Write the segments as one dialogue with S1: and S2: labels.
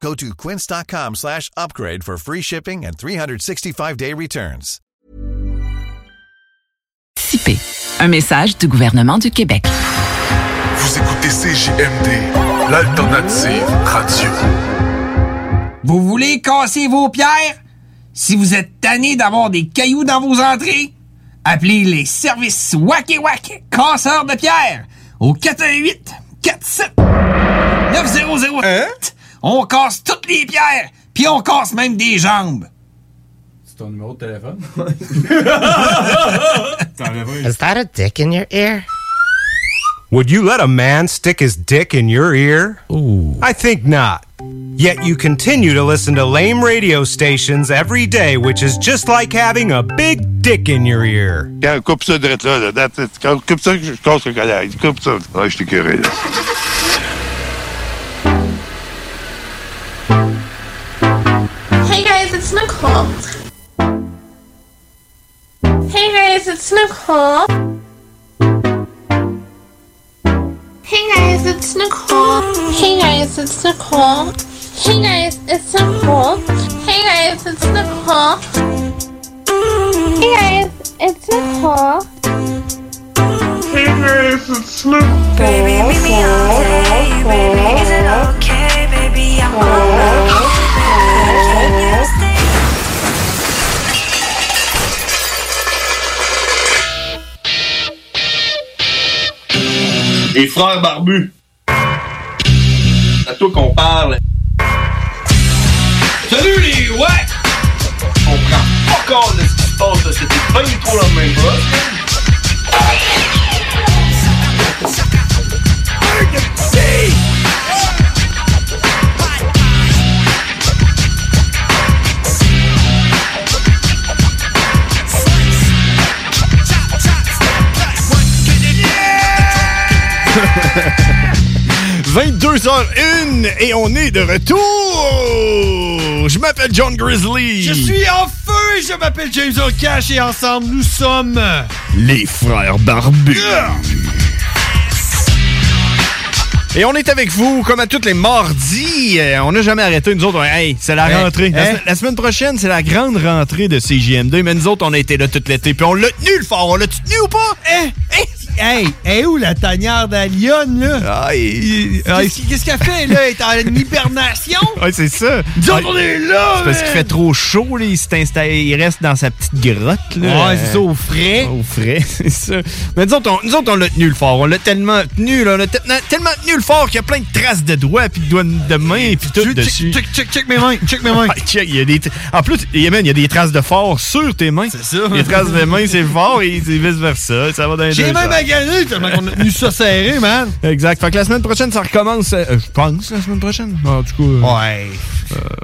S1: Go to quince.com slash upgrade for free shipping and 365-day returns.
S2: Cipé. Un message du gouvernement du Québec.
S3: Vous écoutez CJMD, l'alternative radio.
S4: Vous voulez casser vos pierres? Si vous êtes tanné d'avoir des cailloux dans vos entrées, appelez les services Wacky Wack casseurs de pierres au 418 47 9008.
S5: Hein?
S4: On casse toutes les pierres, puis on casse même des jambes.
S6: C'est ton numéro de téléphone?
S7: Is that a dick in your ear?
S8: Would you let a man stick his dick in your ear? I think not. Yet you continue to listen to lame radio stations every day, which is just like having a big dick in your ear.
S5: Tiens, coupe ça direct là, là. That's it. Coupe coupe ça, je casse le collègue. Coupe ça. Ouais, je t'ai curé, là.
S9: Hey guys, it's Nicole. Hey guys, it's Nicole. Hey guys, it's Nicole. Hey guys, it's Nicole. Hey guys, it's Nicole. Hey guys, it's Nicole. Hey guys, it's Nicole. Hey guys, it's Nicole. Baby, meet me okay, baby. Is it okay, baby? I'm on Can you
S10: Les frères barbus. C'est à toi qu'on parle. Salut les ouais! On prend pas compte de ce qui se passe, là. c'était pas du tout la même
S11: Yeah! 22h01 et on est de retour! Je m'appelle John Grizzly.
S6: Je suis en feu, je m'appelle James O'Cash et ensemble nous sommes.
S11: Les frères barbus. Et on est avec vous, comme à tous les mardis. Euh, on n'a jamais arrêté, nous autres. Hey, c'est la
S6: Hey, hein?
S11: rentrée. La,
S6: hey.
S11: se- la semaine prochaine, c'est la grande rentrée de CGM2. Mais nous autres, on a été là toute l'été. Puis on l'a tenu, le fort. On l'a tenu ou pas? Hein?
S6: Hey, hey, où la tanière d'Alionne, là?
S11: Ah, Aïe.
S6: Qu'est-ce qu'est-ce qu'elle fait, là? Elle est en hibernation?
S11: Ouais, c'est ça.
S6: Nous autres, on est là,
S11: C'est parce qu'il
S6: man.
S11: fait trop chaud, là. Il, s'installe- il reste dans sa petite grotte, là.
S6: Ouais, c'est ça, au frais.
S11: Au frais, c'est ça. Mais nous autres, on, nous autres, on l'a tenu, le fort. On l'a tellement tenu, là. On l'a te- tellement tenu, le fort, qu'il y a plein de traces de doigts, puis de doigts de mains, puis tout dessus.
S6: Check, check, check mes mains, check mes mains.
S11: Ah, check, il y a des tra- en plus, il y a- man, il y a des traces de fort sur tes mains. C'est
S6: ça.
S11: Les traces de mains, c'est le fort et c'est vice-versa. Ça va dans les
S6: J'ai
S11: deux
S6: même
S11: sens.
S6: magané tellement qu'on a tenu ça serré, man.
S11: Exact. Fait que la semaine prochaine, ça recommence. euh, je pense, la semaine prochaine. En tout cas, euh,
S6: Ouais.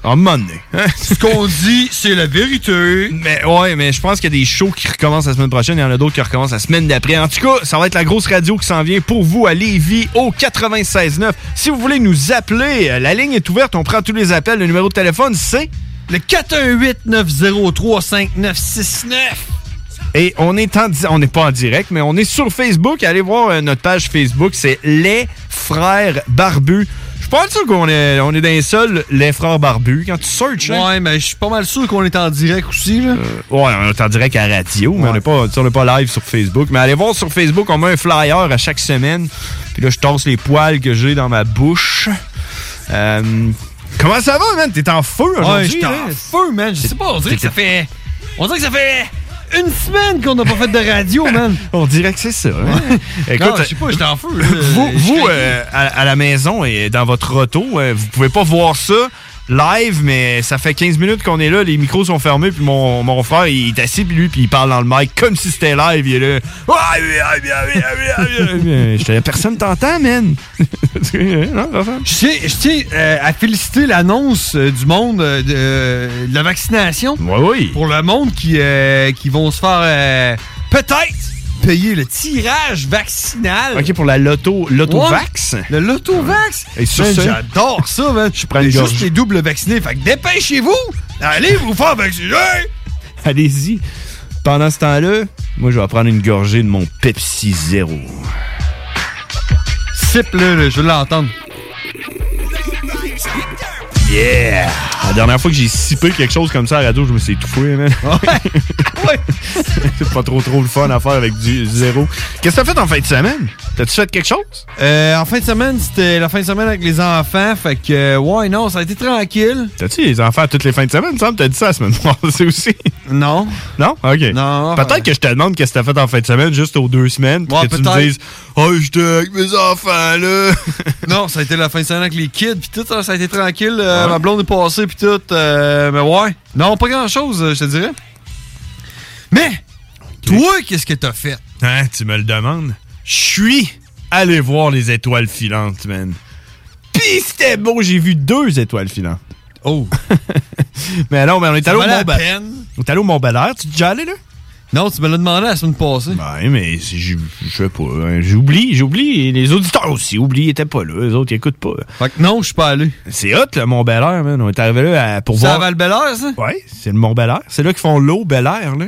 S11: à un moment donné. hein.
S6: Ce qu'on dit, c'est la vérité.
S11: Mais ouais, mais je pense qu'il y a des shows qui recommencent la semaine prochaine, il y en a d'autres qui recommencent la semaine d'après. En tout cas, ça va être la grosse radio qui s'en vient pour vous à Lévis au 96.9. Si vous voulez nous appeler, euh, la ligne est ouverte, on prend tous les appels. Le numéro de téléphone, c'est...
S6: Le 418-903-5969.
S11: Et on est en di- on n'est pas en direct, mais on est sur Facebook. Allez voir euh, notre page Facebook, c'est Les Frères Barbus. Je pense sûr qu'on est, on est dans les seuls Les Frères Barbus. Quand tu searches, hein, Euh,
S6: Ouais, mais je suis pas mal sûr qu'on est en direct aussi, là.
S11: Ouais, on est en direct à la radio, mais on n'est pas, tu sais, on n'est pas live sur Facebook. Mais allez voir sur Facebook, on met un flyer à chaque semaine. Puis là, je tasse les poils que j'ai dans ma bouche. Euh, comment ça va, man? T'es en feu
S6: Ouais,
S11: aujourd'hui? hein?
S6: j'étais
S11: là?
S6: en feu, man. Je sais pas, on dirait que ça fait. On dirait que ça fait une semaine qu'on n'a pas fait de radio, man.
S11: On dirait que c'est ça. hein?
S6: Non, je sais pas, j'étais en feu, là.
S11: Vous,
S6: Je
S11: vous,
S6: crains.
S11: euh, à, à la maison et dans votre auto, euh, vous pouvez pas voir ça live, mais ça fait 15 minutes qu'on est là, les micros sont fermés, puis mon, mon frère, il est assis, puis lui, puis il parle dans le mic comme si c'était live. Il est là. Ah, oui, ah, oui, ah, oui, ah, oui, ah, oui. Euh, j'étais là, personne t'entend, man. hein,
S6: Je tiens- je tiens euh, à féliciter l'annonce euh, du monde euh, de, euh, de la vaccination. Pour le monde qui, euh, qui vont se faire euh, peut-être payer le tirage vaccinal.
S11: OK, pour la loto, loto-vax.
S6: Ouais, le loto-vax.
S11: Et sur
S6: Man,
S11: ce-
S6: J'adore ça, man. Je prends
S11: une gorge.
S6: juste les doubles vaccinés. Fait que dépêchez-vous. Allez vous faire vacciner.
S11: Allez-y. Pendant ce temps-là, moi, je vais prendre une gorgée de mon Pepsi Zero.
S6: Sipe-le, là, je veux l'entendre.
S11: Yeah! La dernière fois que j'ai sipé quelque chose comme ça à la radio, je me suis étouffé, man. C'est pas trop trop le fun à faire avec du zéro. Qu'est-ce que t'as fait en fin de semaine? T'as-tu fait quelque chose?
S6: Euh, en fin de semaine, c'était la fin de semaine avec les enfants. Fait que, euh, ouais, non, ça a été tranquille.
S11: T'as-tu les enfants toutes les fins de semaine, Sam? T'as dit ça la semaine passée aussi?
S6: Non.
S11: Non? OK. Non. Peut-être que je te demande qu'est-ce que t'as fait en fin de semaine, juste aux deux semaines, pour
S6: Ouais,
S11: que tu me
S6: peut-être.
S11: dises « Oh, j'étais avec mes enfants, là!
S6: non, ça a été la fin de semaine avec les kids, puis tout, hein, ça, ça a été tranquille. euh, Ma blonde est passée, puis tout. euh, mais ouais. Non, pas grand-chose, euh, je te dirais. Mais, toi, qu'est-ce que t'as fait? »
S11: Hein, tu me le demandes? Je suis allé voir les étoiles filantes, man. Pis c'était beau, j'ai vu deux étoiles filantes.
S6: Oh!
S11: mais non, mais on est
S6: Ça
S11: allé au
S6: valait la
S11: Mont-Bel
S6: peine.
S11: On est allé au Mont-Bel-Air. Tu es déjà allé, là?
S6: Non, tu me l'as demandé la semaine passée.
S11: Ben, mais c'est- je je sais pas. hein, J'oublie, j'oublie. Et Les auditeurs aussi, oublie, ils étaient pas là. Les autres, ils écoutent pas.
S6: Fait que non, je suis pas allé.
S11: C'est hot, le Mont-Bel-Air, man. On est arrivé là à- pour
S6: C'est à
S11: voir.
S6: Val-Bélair, ça?
S11: Ouais, c'est le Mont-Bel-Air. C'est là qu'ils font l'eau Bel-Air, là.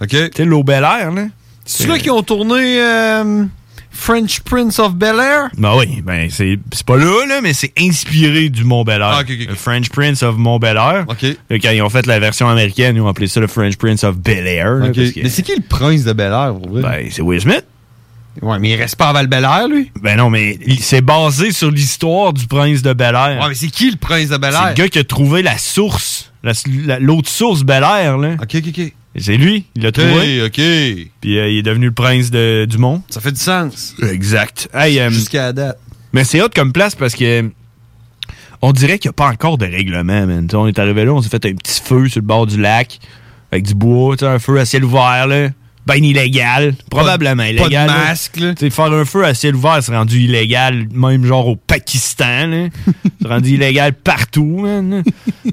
S6: OK. Tu
S11: sais, l'eau Bel-Air, là.
S6: C'est là qui ont tourné euh, French Prince of Bel-Air?
S11: Ben oui, ben c'est c'est pas là, là, mais c'est inspiré du Mont Bel Air.
S6: Ah,
S11: Le French Prince of Mont Bel Air. Là, Quand ils ont fait la version américaine, ils ont appelé ça le French Prince of Bel Air. là, parce que-
S6: Mais c'est qui le prince de Bel-Air, pour vrai?
S11: Ben, c'est Will Smith.
S6: Ouais, mais il reste pas à Val-Belair, lui.
S11: Ben non, mais il- c'est basé sur l'histoire du prince de Bel Air.
S6: Ouais, mais c'est qui le prince de
S11: C'est le
S6: Bel-Air?
S11: gars qui a trouvé la source, la- la- l'autre source Bel Air. Là.
S6: Ok, ok, ok.
S11: C'est lui, il l'a trouvé.
S6: OK, OK.
S11: Puis euh, il est devenu le prince de- du monde.
S6: Ça fait du sens.
S11: Exact. Hey, euh,
S6: Jusqu'à la date.
S11: Mais c'est hot comme place parce que. On dirait qu'il n'y a pas encore de règlement, man. Tu sais, on est arrivé là, on s'est fait un petit feu sur le bord du lac, avec du bois, tu sais, un feu à ciel ouvert, là. Ben illégal, probablement
S6: pas de
S11: illégal. là.
S6: masque, là.
S11: Tu sais, faire un feu à ciel ouvert, c'est rendu illégal, même genre au Pakistan, là. c'est rendu illégal partout, man.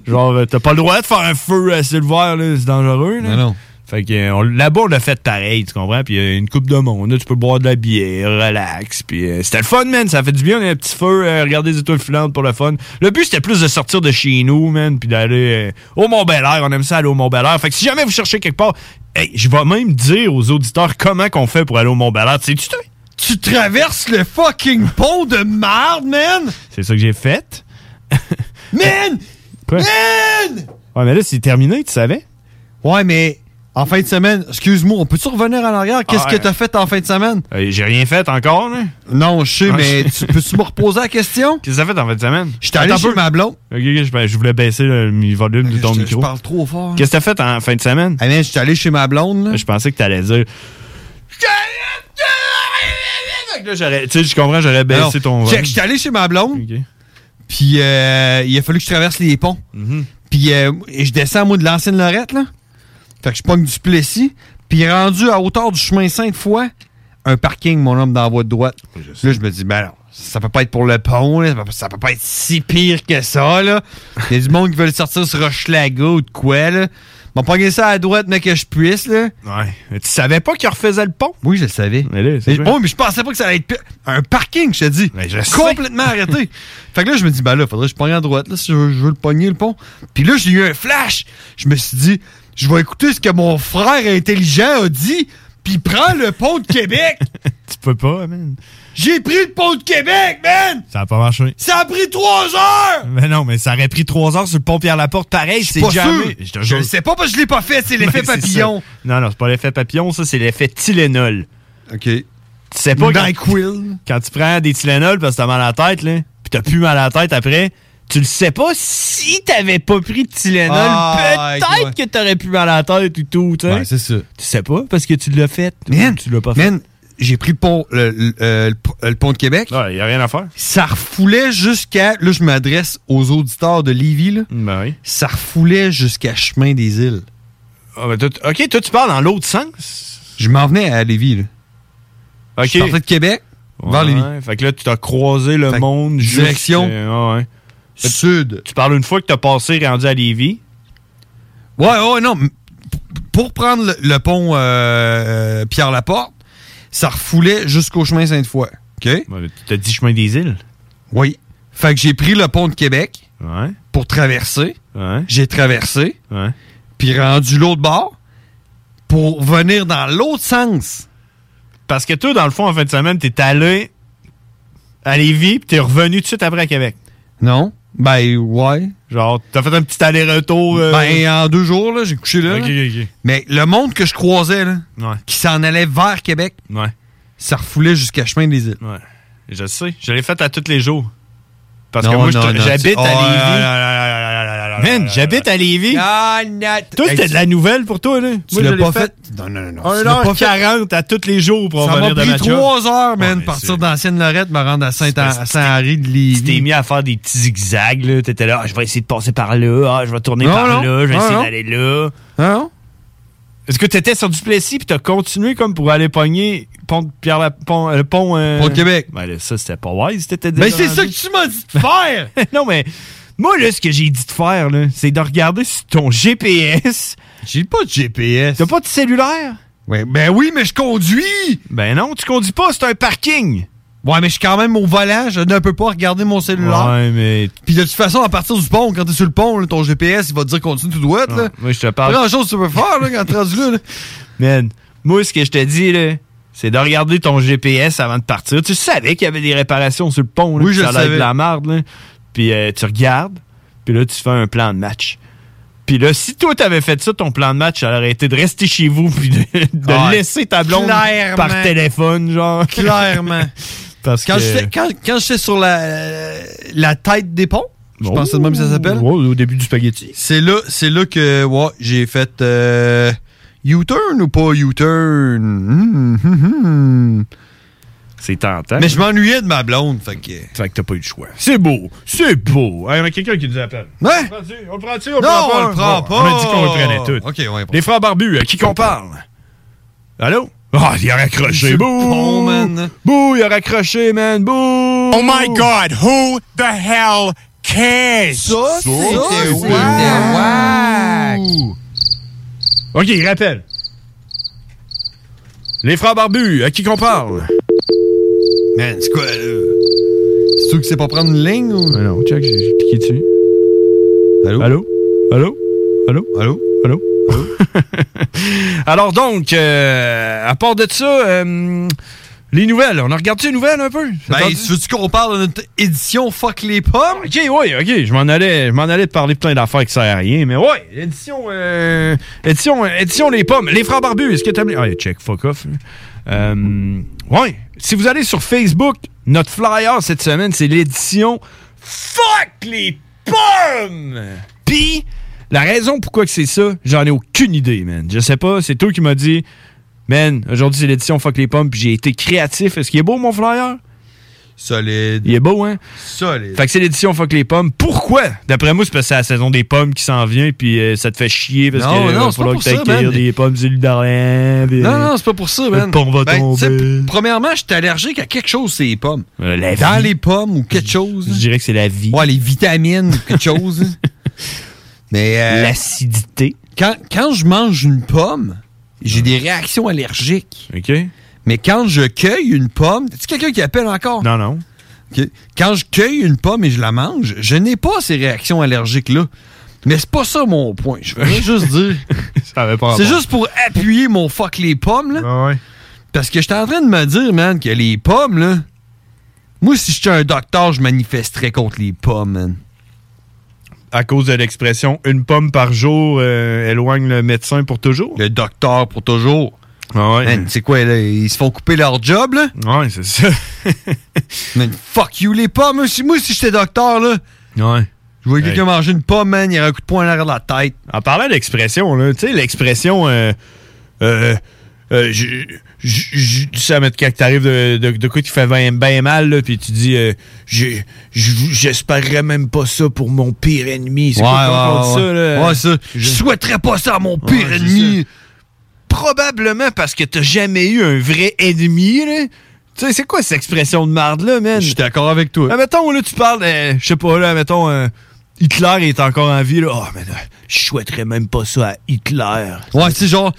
S11: Genre, euh, t'as pas le droit de faire un feu à ciel ouvert, là, c'est dangereux, là.
S6: non.
S11: Fait que euh, on- là-bas, on l'a fait pareil, tu comprends? Puis euh, une coupe de monde, là, tu peux boire de la bière, relax. Puis euh, c'était le fun, man. Ça fait du bien, on a un petit feu, euh, regarder les étoiles filantes pour le fun. Le but, c'était plus de sortir de chez nous, man, puis d'aller euh, au Mont-Bel-Air. On aime ça aller au Mont-Bel-Air. Fait que si jamais vous cherchez quelque part, hey, je vais même dire aux auditeurs comment qu'on fait pour aller au Mont-Bel-Air. Tu sais, tu te-
S6: Tu traverses le fucking pont de marde, man!
S11: C'est ça que j'ai fait.
S6: Man!
S11: Quoi?
S6: Man!
S11: Ouais, mais là, c'est terminé, tu savais?
S6: Ouais, mais en fin de semaine, excuse-moi, on peut-tu revenir en arrière? Qu'est-ce
S11: Ah,
S6: que
S11: ouais.
S6: t'as fait en fin de semaine?
S11: Euh, j'ai rien fait encore, là. Ah,
S6: Non, je sais, mais tu- peux-tu me reposer la question?
S11: Qu'est-ce que ça fait en fin de semaine?
S6: J'étais allé
S11: Attends un
S6: chez
S11: peu.
S6: ma blonde.
S11: Ok, ok, je, ben, je voulais baisser le mi- volume de ton
S6: Je- Je
S11: micro.
S6: parle trop fort.
S11: Qu'est-ce que t'as fait en fin de semaine?
S6: Ah, man, j'étais allé chez ma blonde, là.
S11: Je pensais que t'allais dire. Fait que là, j'aurais- Tu sais, je comprends, j'aurais
S6: Alors,
S11: baissé ton
S6: check,
S11: volume.
S6: J'étais allé chez ma blonde. Puis euh, il a fallu que je traverse les ponts. Puis euh, et je descends, moi, de l'ancienne Lorette, là. Fait que je pogne du Plessis. Puis rendu à hauteur du chemin cinq fois, un parking, mon homme, dans la voie de droite. là, je me dis, ben non, ça peut pas être pour le pont, là. Ça peut, ça peut pas être si pire que ça, là. Il y a du monde qui veut sortir sur Rochelaga ou de quoi, là. M'ont pogné ça à droite, mais que je puisse, là.
S11: Ouais. tu savais pas qu'il refaisait le pont?
S6: Oui, je le savais.
S11: Mais là,
S6: Mais,
S11: c'est
S6: oh, mais je pensais pas que ça allait être pire. un parking, je te dis. complètement arrêté. Fait que là, je me dis, ben là, faudrait que je pogne à droite, là, si je veux, je veux le pogner, le pont. Puis là, j'ai eu un flash. Je me suis dit, je vais écouter ce que mon frère intelligent a dit, puis prends le pont de Québec.
S11: tu peux pas, man.
S6: J'ai pris le pont de Québec, man!
S11: Ça a pas marché.
S6: Ça a pris trois heures!
S11: Mais non, mais ça aurait pris trois heures sur le pont Pierre Laporte. Pareil, c'est
S6: pas
S11: jamais.
S6: sûr. Je le sais pas parce que je l'ai pas fait, c'est l'effet papillon.
S11: Non, non, c'est pas l'effet papillon, ça, c'est l'effet Tylenol.
S6: OK. Tu
S11: sais pas.
S6: Nyquil.
S11: Quand, quand tu prends des Tylenol parce que t'as mal à la tête, là, pis t'as plus mal à la tête après,
S12: tu le sais pas si t'avais pas pris de Tylenol.
S11: Ah,
S12: Peut-être
S11: ok,
S12: que t'aurais pu mal à la tête ou tout, tu sais.
S6: Ouais, c'est ça.
S12: Tu sais pas parce que tu l'as fait.
S6: Man, man, j'ai pris le pont, le, le- euh, le pr- le pont de Québec. Il n'y a rien à faire. Ça refoulait jusqu'à. Là, je m'adresse aux auditeurs de Lévis. Là. Ça refoulait jusqu'à Chemin des Îles.
S11: OK, toi, tu parles dans l'autre sens?
S6: Je m'en venais à Lévis. Là.
S11: OK.
S6: Je partais de Québec vers Lévis.
S11: Ouais, fait que là, tu t'as croisé le
S6: Fait que
S11: monde jusqu'à-
S6: direction
S11: Ouais, ouais.
S6: sud.
S11: Tu parles une fois que t'as passé rendu à Lévis.
S6: Ouais, ouais, non. m- p- Pour prendre le, le pont euh, euh, Pierre-Laporte, ça refoulait jusqu'au chemin Sainte-Foy. OK?
S11: tu t'as dit chemin des îles?
S6: Oui. Fait que j'ai pris le pont de Québec pour traverser. J'ai traversé. Puis rendu l'autre bord pour venir dans l'autre sens.
S11: Parce que toi, dans le fond, en fin de semaine, t'es allé à Lévis, puis t'es revenu tout de suite après à Québec.
S6: Non? Ben, ouais.
S11: Genre, t'as fait un petit aller-retour. euh,
S6: Ben, en deux jours, là, j'ai couché là.
S11: Ok,
S6: là.
S11: ok.
S6: Mais le monde que je croisais, là,
S11: Ouais.
S6: qui s'en allait vers Québec, ça refoulait jusqu'à Chemin des Îles.
S11: Je sais. Je l'ai fait à tous les jours. Parce que
S6: Non,
S11: moi, je
S6: non,
S11: tra-
S6: non,
S11: j'habite
S6: tu- oh,
S11: à Lévis. Man, j'habite à Lévis. Toi, c'était de la nouvelle pour toi, là.
S6: Tu l'as pas fait? Non, non, non. tu l'as pas fait.
S11: 1h40 à tous les jours pour
S6: Ça m'a
S11: revenir de
S6: pris
S11: ma job.
S6: trois heures, man, partir d'ancienne Lorette, me rendre à Saint- Saint-Henri de Lévis.
S12: Tu t'es mis à faire des petits zigzags, là. T'étais là, Ah, je vais essayer de passer par là, Ah, je vais tourner
S11: Non,
S12: par
S11: non.
S12: là, je vais
S11: Non,
S12: essayer
S11: non.
S12: d'aller là.
S6: Non?
S11: Est-ce que t'étais sur Duplessis puis t'as continué comme pour aller pogner pont de Pierre la, pont, euh, le pont, euh,
S6: Pont de Québec.
S11: Ben là, ça c'était pas wise, t'étais
S6: Ben,
S11: déjà
S6: c'est ça que
S11: rendu.
S6: tu m'as dit de faire!
S11: non mais moi là ce que j'ai dit de faire là, c'est de regarder sur ton GPS.
S6: J'ai pas de GPS.
S11: T'as pas de cellulaire
S6: Ouais, ben oui, mais je conduis.
S11: Ben non, tu conduis pas, c'est un parking.
S6: Ouais, mais je suis quand même au volant, je ne peux pas regarder mon cellulaire.
S11: Ouais, mais
S6: Puis de toute façon, à partir du pont, quand t'es sur le pont, là, ton GPS, il va te dire continue tout droit, là.
S11: moi je te parle
S6: Grand chose que tu peux faire, là, quand t'es rendu là, là.
S11: Man, moi, ce que je te dis, là, c'est de regarder ton GPS avant de partir. Tu savais qu'il y avait des réparations sur le pont. Là,
S6: Oui,
S11: puis
S6: je
S11: ça
S6: le
S11: a l'air de
S6: savais.
S11: la marde. là. Puis euh, tu regardes, puis là, tu fais un plan de match. Puis là, si toi, t'avais fait ça, ton plan de match, ça aurait été de rester chez vous puis de, de
S6: Ah,
S11: laisser ta blonde
S6: clairement.
S11: par téléphone, genre.
S6: Clairement.
S11: Parce
S6: Quand
S11: que...
S6: j'étais quand, quand j'étais sur la, euh, la tête des ponts, je pense que c'est de même que ça s'appelle.
S11: Oh, au début du spaghetti.
S6: C'est là, c'est là que ouais, j'ai fait euh, U-turn ou pas U-turn. Hmm, hmm, hmm.
S11: C'est tentant.
S6: Mais je m'ennuyais de ma blonde, fait que.
S11: Fait que t'as pas eu de choix. C'est beau, c'est beau. Il y a quelqu'un qui nous appelle.
S6: Ouais.
S11: On le prend-tu?
S6: Non, on le prend pas.
S11: On a dit qu'on le prenait tout.
S6: Ok, ouais.
S11: Les frères barbus, à qui qu'on parle? Allô? Ah, il a raccroché.
S6: Monsieur
S11: Bouh!
S6: Pont, man.
S11: Bouh, il a raccroché, man. Bouh! Oh
S13: my God, who the hell cares?
S6: Ça,
S11: c'était
S13: wow.
S11: OK, il rappelle. Les frères barbus, à qui qu'on parle?
S6: Man, c'est quoi, là? C'est sûr que c'est pas prendre une ligne ou.
S11: Ben non, check, j'ai cliqué dessus.
S6: Allô?
S11: Allô? Allô? Allô?
S6: Allô?
S11: Allô? Alors donc, euh, à part de ça, euh, les nouvelles, on a regardé les nouvelles un peu?
S6: Ben,
S11: T'as-tu-
S6: veux-tu qu'on parle de notre édition Fuck les pommes?
S11: Ok, oui, ok, je m'en allais, je m'en allais te parler de plein d'affaires qui servent à rien, mais ouais, édition, euh, édition, euh, édition les pommes, les frères barbus, est-ce que t'aimes les... Ah, check, fuck off. Euh, ouais, si vous allez sur Facebook, notre flyer cette semaine, c'est l'édition Fuck les pommes! Puis, la raison pourquoi que c'est ça, j'en ai aucune idée, man. Je sais pas, c'est toi qui m'as dit, man, aujourd'hui c'est l'édition Fuck les pommes, puis j'ai été créatif. Est-ce qu'il est beau mon flyer?
S6: Solide.
S11: Il est beau, hein?
S6: Solide.
S11: Fait que c'est l'édition Fuck les pommes. Pourquoi? D'après moi, c'est parce que c'est la saison des pommes qui s'en vient, puis euh, ça te fait chier parce
S6: Non,
S11: que euh,
S6: non,
S11: va
S6: c'est
S11: falloir
S6: pas pour
S11: que
S6: ça,
S11: t'accueilles
S6: man.
S11: des pommes du Ludarien.
S6: Non, non, c'est pas pour ça, man.
S11: euh, Le pont va
S6: Ben, tu sais,
S11: tomber. Euh,
S6: p- Premièrement, je suis allergique à quelque chose, c'est les pommes.
S11: la
S6: Dans
S11: vie.
S6: les pommes ou quelque chose. Je
S11: dirais que c'est la vie.
S6: Ouais, les vitamines ou quelque chose. Mais. euh,
S11: L'acidité.
S6: Quand, quand je mange une pomme, j'ai des réactions allergiques.
S11: OK.
S6: Mais quand je cueille une pomme. Est-ce quelqu'un qui appelle encore?
S11: Non, non.
S6: Quand je cueille une pomme et je la mange, je n'ai pas ces réactions allergiques-là. Mais c'est pas ça mon point. Je voulais juste dire.
S11: Ça avait pas
S6: C'est
S11: rapport.
S6: juste pour appuyer mon fuck les pommes, là. Parce que j'étais en train de me dire, man, que les pommes, là. Moi, si j'étais un docteur, je manifesterais contre les pommes, man.
S11: À cause de l'expression une pomme par jour euh, éloigne le médecin pour toujours. Ah
S6: Le docteur pour toujours.
S11: ouais.
S6: Man, c'est quoi, là? Ils se font couper leur job, là?
S11: Ouais, c'est ça.
S6: man, fuck you, les pommes. Si- Moi, si j'étais docteur, là.
S11: Ouais.
S6: Je voyais quelqu'un manger une pomme, man, il y aurait un coup de poing en arrière de la tête.
S11: En parlant d'expression, là, tu sais, l'expression. euh, euh, euh, je- je- je- tu sais, à mettre quand t'arrives de, de, de quoi qui fait bien, bien mal, là, puis tu dis, euh, J'ai- je- j'espérerais même pas ça pour mon pire ennemi. C'est
S6: Ouais,
S11: quoi qu'on
S6: ouais,
S11: dit
S6: ouais.
S11: ça, là?
S6: Ouais, ça. Je
S11: souhaiterais pas ça à mon pire ennemi. Probablement parce que t'as jamais eu un vrai ennemi, là. Tu sais, c'est quoi cette expression de marde-là, man? Je suis
S6: d'accord avec toi.
S11: Ah, mettons, là, tu parles, euh, je sais pas, là, mettons, euh, Hitler il est encore en vie, là. Oh, man, euh, je souhaiterais même pas ça à Hitler. Euh,
S6: Ouais, c'est genre.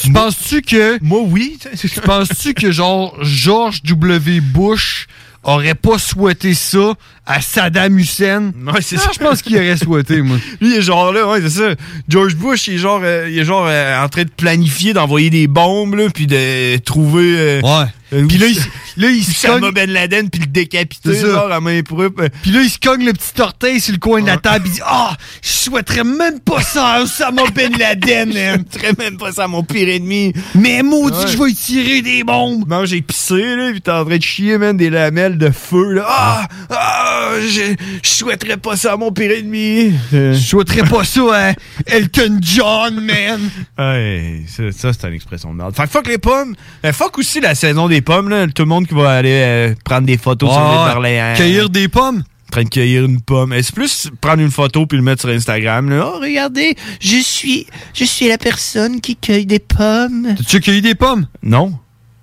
S6: tu penses-tu que.
S11: Moi, oui.
S6: tu penses-tu que, genre, George W. Bush aurait pas souhaité ça à Saddam Hussein? Ah,
S11: Ouais, c'est ça.
S6: Je pense qu'il aurait souhaité, moi.
S11: Lui, il est genre là, ouais, c'est ça. George Bush, il est genre, euh, il est genre euh, en train de planifier d'envoyer des bombes, là, puis de trouver. euh,
S6: ouais.
S11: puis là, il,
S6: là, il se
S11: Osama
S6: cogne-
S11: Ben Laden, puis le décapiter,
S6: C'est ça.
S11: genre, à main propre. euh.
S6: Puis là, il se cogne le petit orteil sur le coin de la table. Il dit Ah, je souhaiterais même pas ça à Osama Ben Laden. hein.
S11: Très même pas ça, mon pire ennemi.
S6: Mais maudit,
S11: Ouais.
S6: que je vais y tirer des bombes.
S11: Non, j'ai pissé, là, pis t'es en train de chier, man, des lamelles de feu, là. Ah! Ah! Je je souhaiterais pas ça à mon pire ennemi. Euh. Je
S6: souhaiterais pas ça à Elton John, man.
S11: Ouais, ça, ça, c'est une expression de merde. Fait que fuck les pommes. Euh, fuck aussi la saison des pommes, là. Tout le monde qui va aller euh, prendre des photos sur les
S6: Ouais,
S11: Barléens.
S6: cueillir des pommes.
S11: En train de cueillir une pomme. Euh, C'est plus prendre une photo puis le mettre sur Instagram, là. Oh, regardez, je suis, je suis la personne qui cueille des pommes.
S6: T'as-tu cueilli des pommes?
S11: Non.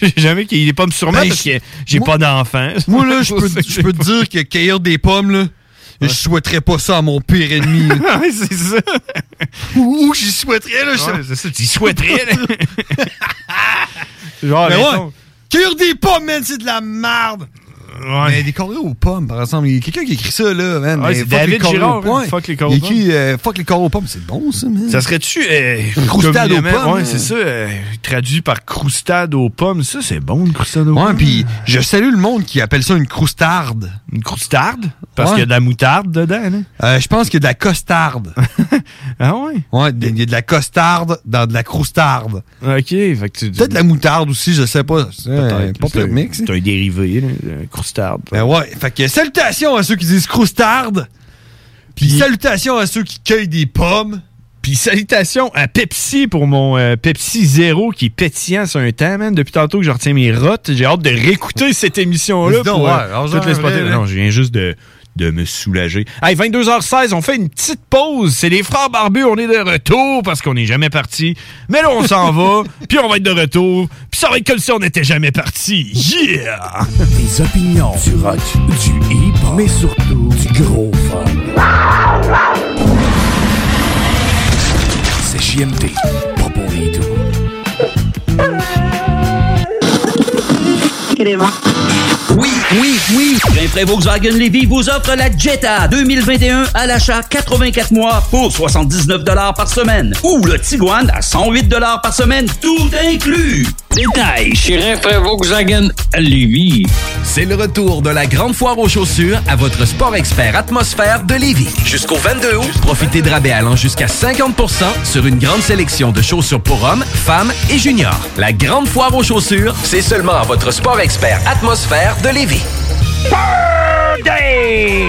S11: j'ai jamais cueilli des pommes sur moi
S6: Ben,
S11: parce
S6: je-
S11: que j'ai
S6: moi-
S11: pas d'enfant.
S6: Moi, là, je peux, je peux te dire que cueillir des pommes, là, je souhaiterais pas ça à mon pire ennemi. là.
S11: Ouais, c'est ça.
S6: Ou ou j'y souhaiterais, là. je sais-
S11: Ouais, c'est ça, tu y souhaiterais, là. Genre,
S6: Mais
S11: mettons-
S6: ouais, cueillir des pommes, man, c'est de la merde. Mais des coraux aux pommes, par exemple. Il y a quelqu'un qui écrit ça, là, man.
S11: Ouais,
S6: mais
S11: c'est
S6: fuck
S11: David
S6: les coraux
S11: Girard,
S6: aux pommes.
S11: man, fuck les coraux
S6: Il
S11: aux
S6: écrit euh, fuck les coraux aux pommes. C'est bon, ça, man.
S11: Ça serait-tu. euh,
S6: Croustade aux
S11: communément-
S6: pommes,
S11: Ouais,
S6: hein.
S11: c'est ça. euh, traduit par croustade aux pommes. Ça, c'est bon, une croustade aux
S6: Ouais,
S11: pommes.
S6: puis je salue le monde qui appelle ça une croustarde.
S11: Une croustarde? Parce qu'il y a de la moutarde dedans, hein?
S6: Euh, je pense qu'il y a de la costarde.
S11: ah ouais?
S6: Ouais, il y a de la costarde dans de la croustarde.
S11: OK. Fait que tu
S6: Peut-être de la moutarde aussi, je sais pas. C'est euh,
S11: Peut-être,
S6: pas
S11: c'est
S6: le
S11: un-
S6: mix.
S11: C'est un dérivé, là, le croustarde.
S6: Ben ouais, fait que salutations à ceux qui disent croustarde. Puis salutations à ceux qui cueillent des pommes.
S11: Puis salutations à Pepsi pour mon euh, Pepsi Zéro qui est pétillant sur un temps, man. Depuis tantôt que je retiens mes rottes, j'ai hâte de réécouter cette émission-là
S6: Dis donc,
S11: pour
S6: ouais,
S11: euh,
S6: alors,
S11: toutes les
S6: genre,
S11: spotter.
S6: vrai, hein.
S11: Non,
S6: là.
S11: je viens juste de, de me soulager. Hey, 22h16, on fait une petite pause. C'est les frères barbus, on est de retour parce qu'on n'est jamais parti. Mais là, on s'en va, puis on va être de retour. Puis ça va être comme si on n'était jamais parti. Yeah!
S14: Des opinions, du rock, du hip, mais surtout du gros fun. C'est JMD, pas pour les doux.
S15: Oui, oui, oui. Rainfray Volkswagen Lévy vous offre la Jetta 2021 à l'achat 84 mois pour 79 par semaine. Ou le Tiguan à 108 par semaine, tout inclus. Détail chez Rainfray Volkswagen Lévy.
S16: C'est le retour de la grande foire aux chaussures à votre sport expert atmosphère de Lévis. Jusqu'au 22 août, profitez de rabais allant jusqu'à 50% sur une grande sélection de chaussures pour hommes, femmes et juniors. La grande foire aux chaussures, c'est seulement à votre sport expert atmosphère de Lévis.
S17: Birthday!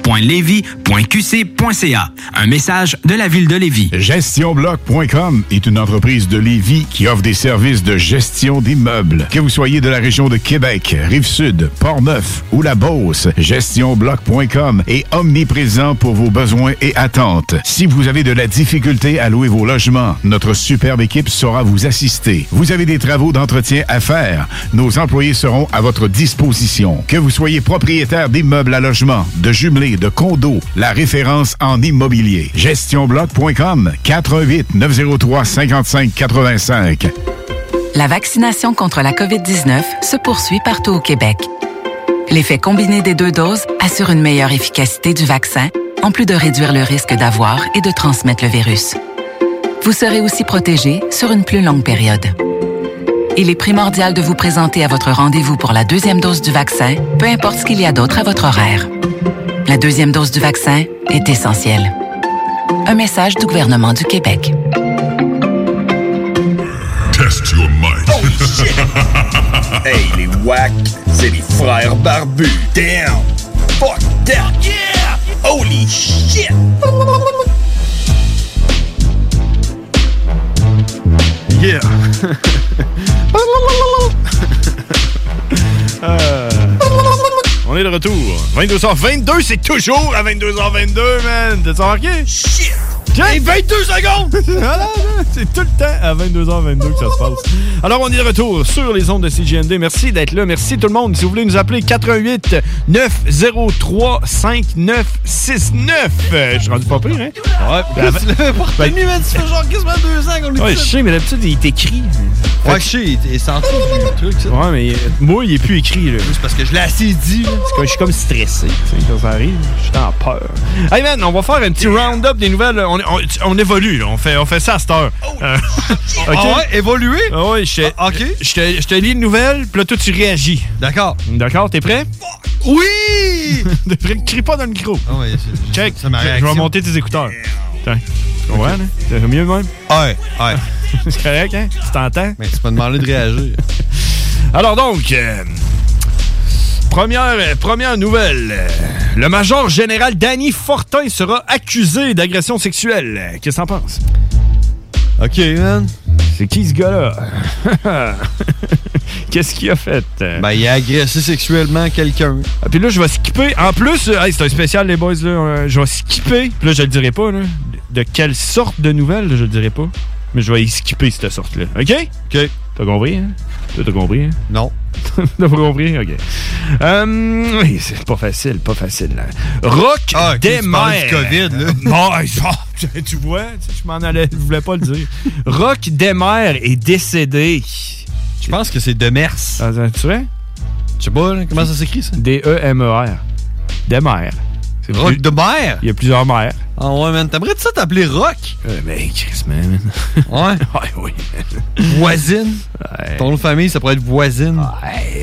S18: ville.levy.qc.ca. Un message de la ville de Lévis.
S19: GestionBloc.com est une entreprise de Lévis qui offre des services de gestion d'immeubles. Que vous soyez de la région de Québec, Rive-Sud, Port-Neuf ou La Beauce, GestionBloc.com est omniprésent pour vos besoins et attentes. Si vous avez de la difficulté à louer vos logements, notre superbe équipe saura vous assister. Vous avez des travaux d'entretien à faire. Nos employés seront à votre disposition. Que vous soyez propriétaire d'immeubles à logement, de jumelés, de condos, la référence en immobilier. GestionBloc.com 418 903 55 85.
S20: La vaccination contre la COVID-19 se poursuit partout au Québec. L'effet combiné des deux doses assure une meilleure efficacité du vaccin, en plus de réduire le risque d'avoir et de transmettre le virus. Vous serez aussi protégé sur une plus longue période. Il est primordial de vous présenter à votre rendez-vous pour la deuxième dose du vaccin, peu importe ce qu'il y a d'autre à votre horaire. La deuxième dose du vaccin est essentielle. Un message du gouvernement du Québec.
S3: Test your mind. Oh shit! hey, les wack, c'est les frères barbus. Damn! Fuck that! Yeah! Holy shit!
S11: Yeah. Euh, on est de retour. 22h22, c'est toujours à 22h22, man. T'as remarqué? Shit! 22 secondes! Voilà, c'est tout le temps à 22h22 que ça se passe. Alors, on est de retour sur les ondes de CGND. Merci d'être là. Merci tout le monde. Si vous voulez nous appeler, 88 903 5969. Euh, Je suis rendu pas pire, hein? Ouais, ben, avant- ben,
S6: Lui, man, ça fait genre quasiment deux ans qu'on
S11: Ouais,
S6: est
S11: je sais, mais d'habitude, il est écrit. Ouais, je sais, il s'en fout du truc, ça. Ouais, mais euh, moi, il est plus écrit, là. C'est parce que je l'ai assez dit, là. C'est que Je suis comme stressé, tu sais, quand ça arrive. Je suis en peur. Hey, man, on va faire un petit round-up des nouvelles. On, on- on évolue, là. On fait, on fait ça à cette heure. Euh, OK?
S6: Ah ouais,
S11: évoluer? Ah, ouais, je, te- je, te, je te lis une nouvelle, puis là, toi, tu réagis. D'accord. D'accord, t'es prêt? Oui! Ah De près, crie pas dans le micro. Check, je vais
S6: réaction.
S11: monter tes écouteurs. Tiens. Tu comprends, hein? C'est mieux, même? Ouais, ouais. c'est correct, hein? Tu t'entends? Mais tu m'as demandé de réagir. Alors donc, euh, Première, euh, première nouvelle. Euh, Le major général Danny Fortin sera accusé d'agression sexuelle. Euh, Qu'est-ce que t'en penses? OK, man. C'est qui ce gars-là? Qu'est-ce qu'il a fait? Ben, il a agressé sexuellement quelqu'un. Ah, puis là, je vais skipper. En plus, euh, hey, c'est un spécial, les boys. Là. Euh, Je vais skipper. Puis là, je le dirai pas. Là. De quelle sorte de nouvelles, je le dirai pas. Mais je vais y skipper cette sorte-là. OK? OK. T'as compris, hein? Toi, T'as compris, hein? Non. T'as pas compris? OK. Hum, oui, c'est pas facile, pas facile. Rock
S6: Ah, ok,
S11: des
S6: tu parlais
S11: mers.
S6: du COVID, là.
S11: Bon, hey, ça, tu vois, tu sais, je m'en allais, je voulais pas le dire. Rock Demers est décédé. Je pense que c'est Demers. tu sais? E Je sais pas, là, comment ça s'écrit ça? D-E-M-E-R. Demers. C'est
S6: Rock
S11: plus-
S6: Demers?
S11: Il y a plusieurs mères.
S6: Ah ouais, man. T'aimerais ça t'appeler Rock?
S11: mais Chris, man.
S6: Ouais?
S11: ouais,
S6: oui. Voisine? Ton nom de famille, ça pourrait être voisine.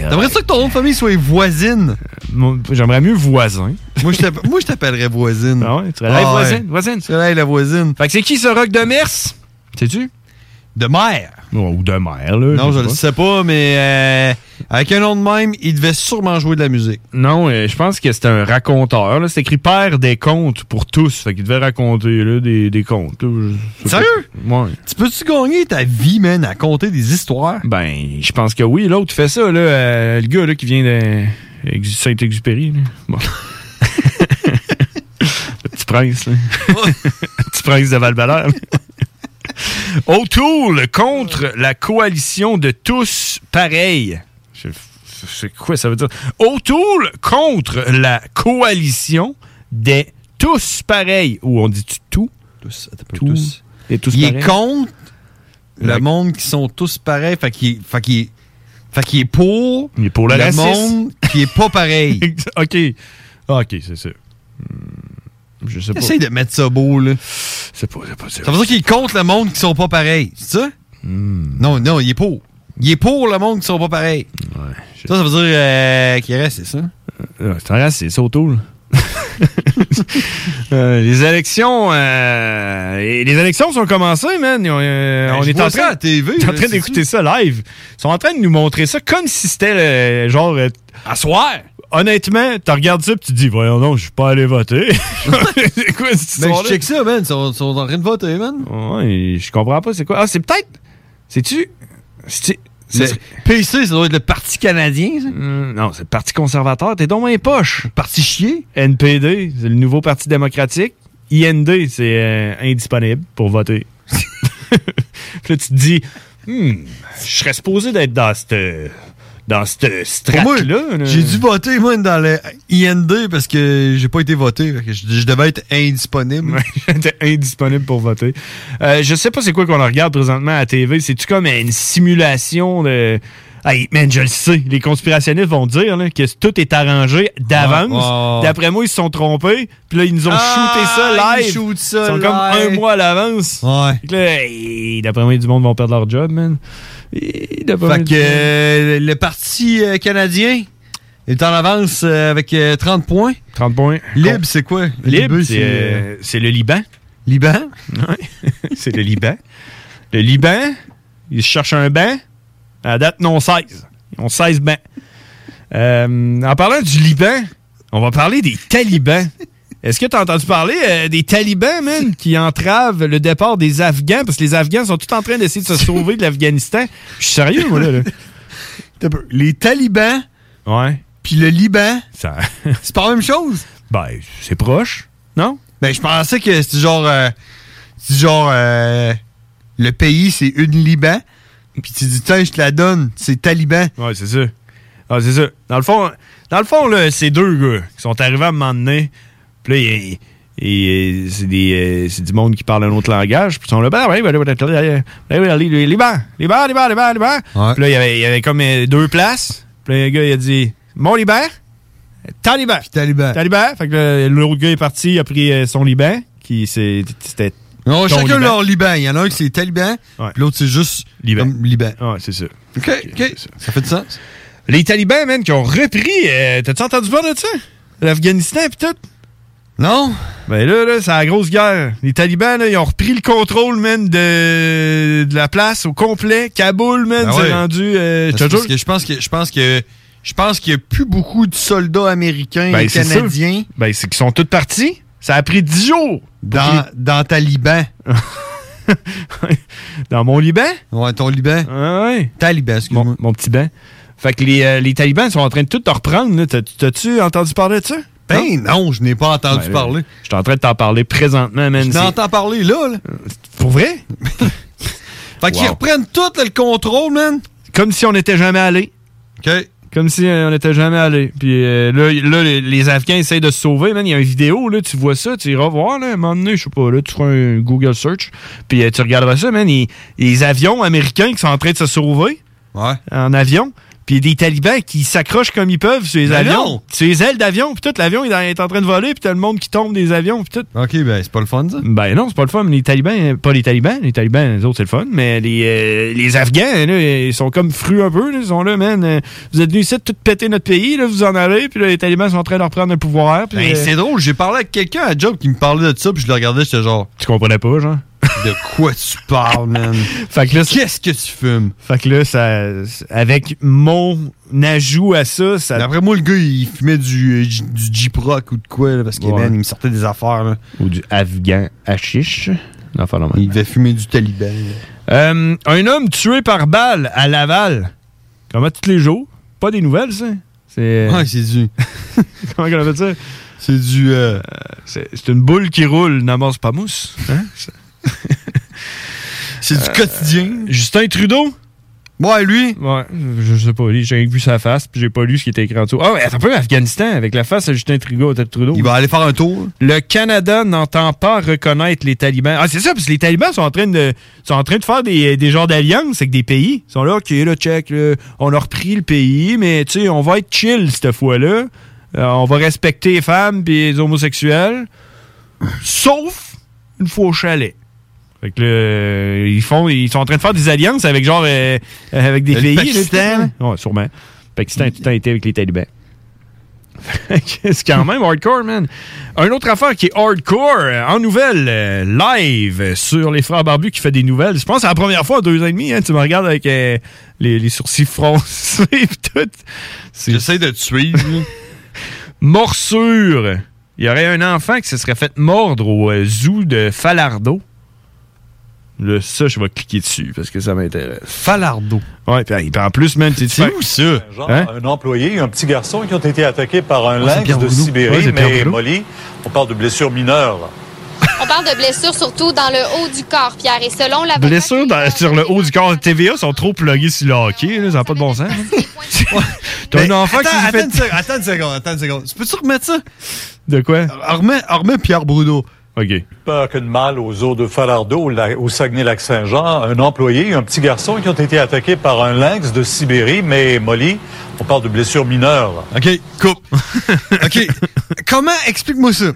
S6: T'aimerais ça que ton nom de famille soit voisine?
S11: Euh, J'aimerais mieux voisin.
S6: Moi, je t'app- moi, je t'appellerais voisine. Ah
S11: ouais, tu serais là, voisine, voisine.
S6: Tu serais là, la voisine.
S11: Fait que c'est qui ce Rock Demers? Sais-tu?
S6: Demers.
S11: Ou de mère, là.
S6: Non, je
S11: sais
S6: le
S11: pas.
S6: sais pas, mais euh, avec un nom de même, il devait sûrement jouer de la musique.
S11: Non, euh, je pense que c'était un raconteur. là. C'est écrit père des contes pour tous. Fait qu'il devait raconter là, des, des contes. là. Je- je-
S6: Sérieux?
S11: Ouais.
S6: Tu peux-tu gagner ta vie, man, à compter des histoires?
S11: Ben, je pense que oui. L'autre fait ça, là, euh, le gars là, qui vient de Ex- Saint-Exupéry. là. Bon. le petit prince. Là. le petit prince de val O'Toole contre la coalition de tous pareils. Je- C'est quoi ça veut dire? O'Toole contre la coalition des tous pareils. Ou on dit tout?
S6: Tous.
S11: tous. Des tous
S6: il est
S11: pareils.
S6: contre le monde qui sont tous pareils, fait qu'il est- fait qu'il est- fait qu'il est pour,
S11: Il est pour le racisme.
S6: monde qui est pas pareil.
S11: OK. Ah, OK, c'est ça. Hmm, Je sais pas.
S6: Essaye de mettre ça beau, là.
S11: C'est pas, c'est pas
S6: Ça veut dire qu'il est contre le monde qui sont pas pareils, c'est ça?
S11: Hmm.
S6: Non, non, il est pour. Il est pour le monde qui sont pas pareils. Ça, ça veut dire euh, qu'il reste, c'est ça?
S11: Ah, C'est un raciste, c'est auto, là. Euh, les élections, euh, et les élections sont commencées, man. Ils ont, euh,
S6: Ben,
S11: on
S6: je
S11: est
S6: vois
S11: en
S6: ça à
S11: train,
S6: la TV,
S11: t'es en
S6: là,
S11: train
S6: c'est
S11: d'écouter ça live. Ils sont en train de nous montrer ça comme si c'était euh, genre euh, à soir. Honnêtement, tu regardes ça et tu te dis voyons non, je suis pas allé voter. c'est quoi cette
S6: Mais Ben,
S11: histoire
S6: je check ça, man. Ils sont, sont en train de voter, man.
S11: Ouais, je comprends pas c'est quoi. Ah, c'est peut-être. C'est-tu. C'est.
S6: Le
S11: PC, ça doit être le Parti canadien, ça? non, c'est le Parti conservateur. T'es dans mes poches. Parti chier. NPD, c'est le nouveau Parti démocratique. IND, c'est euh, indisponible pour voter. Puis là, tu te dis, Hmm, je serais supposé d'être dans cette. Dans cette
S6: Pour moi,
S11: strate-là. là.
S6: j'ai dû voter, moi, dans le IND parce que j'ai pas été voté. Fait que Je, je devais être indisponible.
S11: J'étais indisponible pour voter. Euh, je sais pas c'est quoi qu'on regarde présentement à la TV. C'est-tu comme une simulation de. Hey, man, je le sais. Les conspirationnistes vont dire là, que tout est arrangé d'avance.
S6: Ouais, ouais.
S11: D'après moi, ils se sont trompés. Puis là, ils nous ont shooté ça
S6: Ah, ils
S11: live.
S6: shootent ça
S11: sont comme
S6: live.
S11: un mois à l'avance. Fait que là, hey, D'après moi, du monde vont perdre leur job, man. Hey, d'après moi,
S6: Fait
S11: du
S6: que
S11: monde-
S6: euh, le Parti euh, canadien est en avance euh, avec euh, 30 points.
S11: 30 points.
S6: Libre, c'est quoi?
S11: Libre,
S6: Libre,
S11: c'est, euh, c'est le Liban.
S6: Liban?
S11: Ouais. c'est le Liban. Le Liban, il se cherche un banc. À la date, non 16. Ils ont 16 bancs. Euh, en parlant du Liban, on va parler des talibans. Est-ce que tu as entendu parler euh, des talibans, man, qui entravent le départ des Afghans? Parce que les Afghans sont tout en train d'essayer de se sauver de l'Afghanistan. Je suis sérieux, moi, là. là.
S6: Les talibans.
S11: Ouais.
S6: Puis le Liban.
S11: Ça...
S6: C'est pas la même chose?
S11: Ben, c'est proche, non?
S6: Ben, je pensais que c'était genre. euh, c'est genre. euh, le pays, c'est une Liban. Puis tu dis, tiens, je te la donne. C'est Taliban.
S11: Ouais, c'est ça. Ah, c'est ça. Dans le fond, dans le fond là, c'est deux gars qui sont arrivés à un moment donné. Puis là, ils- ils- ils- c'est, des, euh, c'est du monde qui parle un autre langage. Puis ils sont là, ben oui, ben, ben, ben, ben, ben, ben, les les bancs, les bancs, les bancs, les bancs, les bancs. ben, Puis là, il y avait- il y avait comme euh, deux places. Puis là, le gars, il a dit, mon Liban, ton Liban.
S6: Taliban.
S11: Taliban. Fait que là, l'autre gars est parti, il a pris euh, son Liban, qui c'est- c'était.
S6: Non,
S11: ton
S6: chacun
S11: Liban.
S6: leur Liban. Il y en a un qui c'est Taliban, puis l'autre c'est juste Liban. Comme Liban.
S11: Ouais, c'est ça.
S6: OK, OK. Ça fait du sens.
S11: Les talibans, man, qui ont repris. euh, T'as-tu entendu parler de ça? L'Afghanistan pis tout?
S6: Non?
S11: Ben là, là, c'est la grosse guerre. Les talibans, là, ils ont repris le contrôle, man, de, de la place au complet. Kaboul, man,
S6: Ben
S11: c'est
S6: ouais.
S11: rendu. euh, je te
S6: Parce
S11: jure.
S6: que je pense que je pense que je pense qu'il n'y a plus beaucoup de soldats américains
S11: Ben,
S6: et
S11: c'est ça.
S6: canadiens.
S11: Ben, c'est qu'ils sont tous partis. Ça a pris 10 jours.
S6: Dans, dans ta Liban.
S11: Dans mon Liban?
S6: Ouais, ton Liban.
S11: ouais.
S6: Taliban, excuse-moi.
S11: Mon, mon petit bain. Fait que les, euh, les talibans sont en train de tout te reprendre. là. T'as- T'as-tu entendu parler de ça? Ben, euh,
S6: Ben non, je n'ai pas entendu parler.
S11: Je suis en train de t'en parler présentement, man.
S6: Je
S11: C'est-
S6: t'entends parler là, là.
S11: Pour vrai?
S6: Fait qu'ils
S11: Wow.
S6: reprennent tout là, le contrôle, man.
S11: Comme si on n'était jamais allé. Comme si euh, on n'était jamais allé. Puis euh, là, y- là, les, les Afghans essayent de se sauver, man. Il y a une vidéo, là, tu vois ça, tu iras voir, là, à un moment donné, je sais pas, là, tu feras un Google search, puis euh, tu regarderas ça, man. Il- les avions américains qui sont en train de se sauver en avion, puis des talibans qui s'accrochent comme ils peuvent sur les
S6: Mais
S11: avions,
S6: non!
S11: sur les ailes d'avion, puis tout, l'avion il est en train de voler, puis t'as le monde qui tombe des avions, puis tout.
S6: OK, ben c'est pas le fun, ça.
S11: Ben non, c'est pas le fun. Les talibans, euh, pas les talibans, les talibans, les autres, c'est le fun, mais les, euh, les Afghans, là, ils sont comme frus un peu. là. Ils sont là, man, euh, vous êtes venus ici tout péter notre pays, là, vous en allez, puis là, les talibans sont en train de reprendre le pouvoir. Puis,
S6: Ben,
S11: euh,
S6: c'est drôle, j'ai parlé avec quelqu'un à Job qui me parlait de ça, puis je le regardais, j'étais genre.
S11: Tu comprenais pas, genre?
S6: De quoi tu parles, man?
S11: fait que là,
S6: Qu'est-ce que tu fumes?
S11: Fait que là, ça, avec mon ajout à ça, ça.
S6: D'après moi, le gars, il fumait du, euh, j- du Jeep Rock ou de quoi, là, parce que,
S11: Ouais.
S6: man, il me sortait des affaires, là.
S11: Ou du Afghan hashish.
S6: Il devait fumer du Taliban.
S11: Euh, un homme tué par balle à Laval. Comment tous les jours? Pas des nouvelles, ça? C'est.
S6: Ouais, c'est euh, du.
S11: Comment on appelle ça?
S6: C'est du. euh,
S11: c'est c'est une boule qui roule, n'amasse pas mousse. Hein?
S6: C'est du quotidien.
S11: Euh, Justin Trudeau?
S6: Ouais, lui?
S11: Ouais, je sais pas. lui, J'ai vu sa face, puis j'ai pas lu ce qui était écrit en dessous. Ah, ouais, attends un peu, Afghanistan, avec la face à Justin Trudeau. Trudeau.
S6: Il va aller faire un tour.
S11: Le Canada n'entend pas reconnaître les talibans. Ah, c'est ça, parce que les talibans sont en train de, sont en train de faire des, des genres d'alliances avec des pays. Ils sont là, OK, là, check, là, on a repris le pays, mais tu sais, on va être chill cette fois-là. Euh, on va respecter les femmes et les homosexuels. Sauf une fois au chalet. Fait que là, euh, ils, font, ils sont en train de faire des alliances avec genre euh, euh, avec des
S6: Le
S11: pays. là,
S6: Pakistan.
S11: tout- Ouais, sûrement. Le Pakistan a tout le temps été avec les talibans. C'est quand même hardcore, man. Un autre affaire qui est hardcore euh, en nouvelles, euh, live euh, sur les frères barbus qui fait des nouvelles. Je pense que c'est la première fois en deux ans et demi, hein, tu me regardes avec euh, les, les sourcils froncés et tout.
S6: J'essaie de te suivre. là.
S11: Morsure. Il y aurait un enfant qui se serait fait mordre au euh, zoo de Falardeau. Là, ça, je vais cliquer dessus parce que ça m'intéresse.
S6: Falardeau.
S11: Ouais, puis en plus, même, tu
S21: C'est où,
S11: ça?
S21: Genre, un employé, un petit garçon qui ont été attaqués par un
S11: Hein? Ouais, c'est
S21: lynx
S11: Pierre
S21: de
S11: Bruno. Ouais,
S21: Sibérie,
S11: c'est Pierre
S21: mais
S11: Bruno.
S21: Molly, on parle de blessures mineures. là.
S22: On parle de blessures surtout dans le haut du corps, Pierre. Et selon la
S11: Blessures dans- sur le haut du corps. TVA sont trop plugués sur le hockey, là, ça n'a pas de bon sens. hein. T'as un
S6: Ben,
S11: enfant
S6: attends,
S11: qui s'est
S6: attends,
S11: fait...
S6: une seconde, attends une seconde, attends une seconde. Tu peux-tu remettre ça?
S11: De quoi?
S6: Remets, remets Pierre Bruno.
S11: OK.
S21: Peur que de mal aux eaux de Falardeau, au lac- au Saguenay-Lac-Saint-Jean, un employé, un petit garçon qui ont été attaqués par un lynx de Sibérie, mais Molly, on parle de blessures mineures. là.
S6: OK, coupe. OK. Comment explique-moi ça?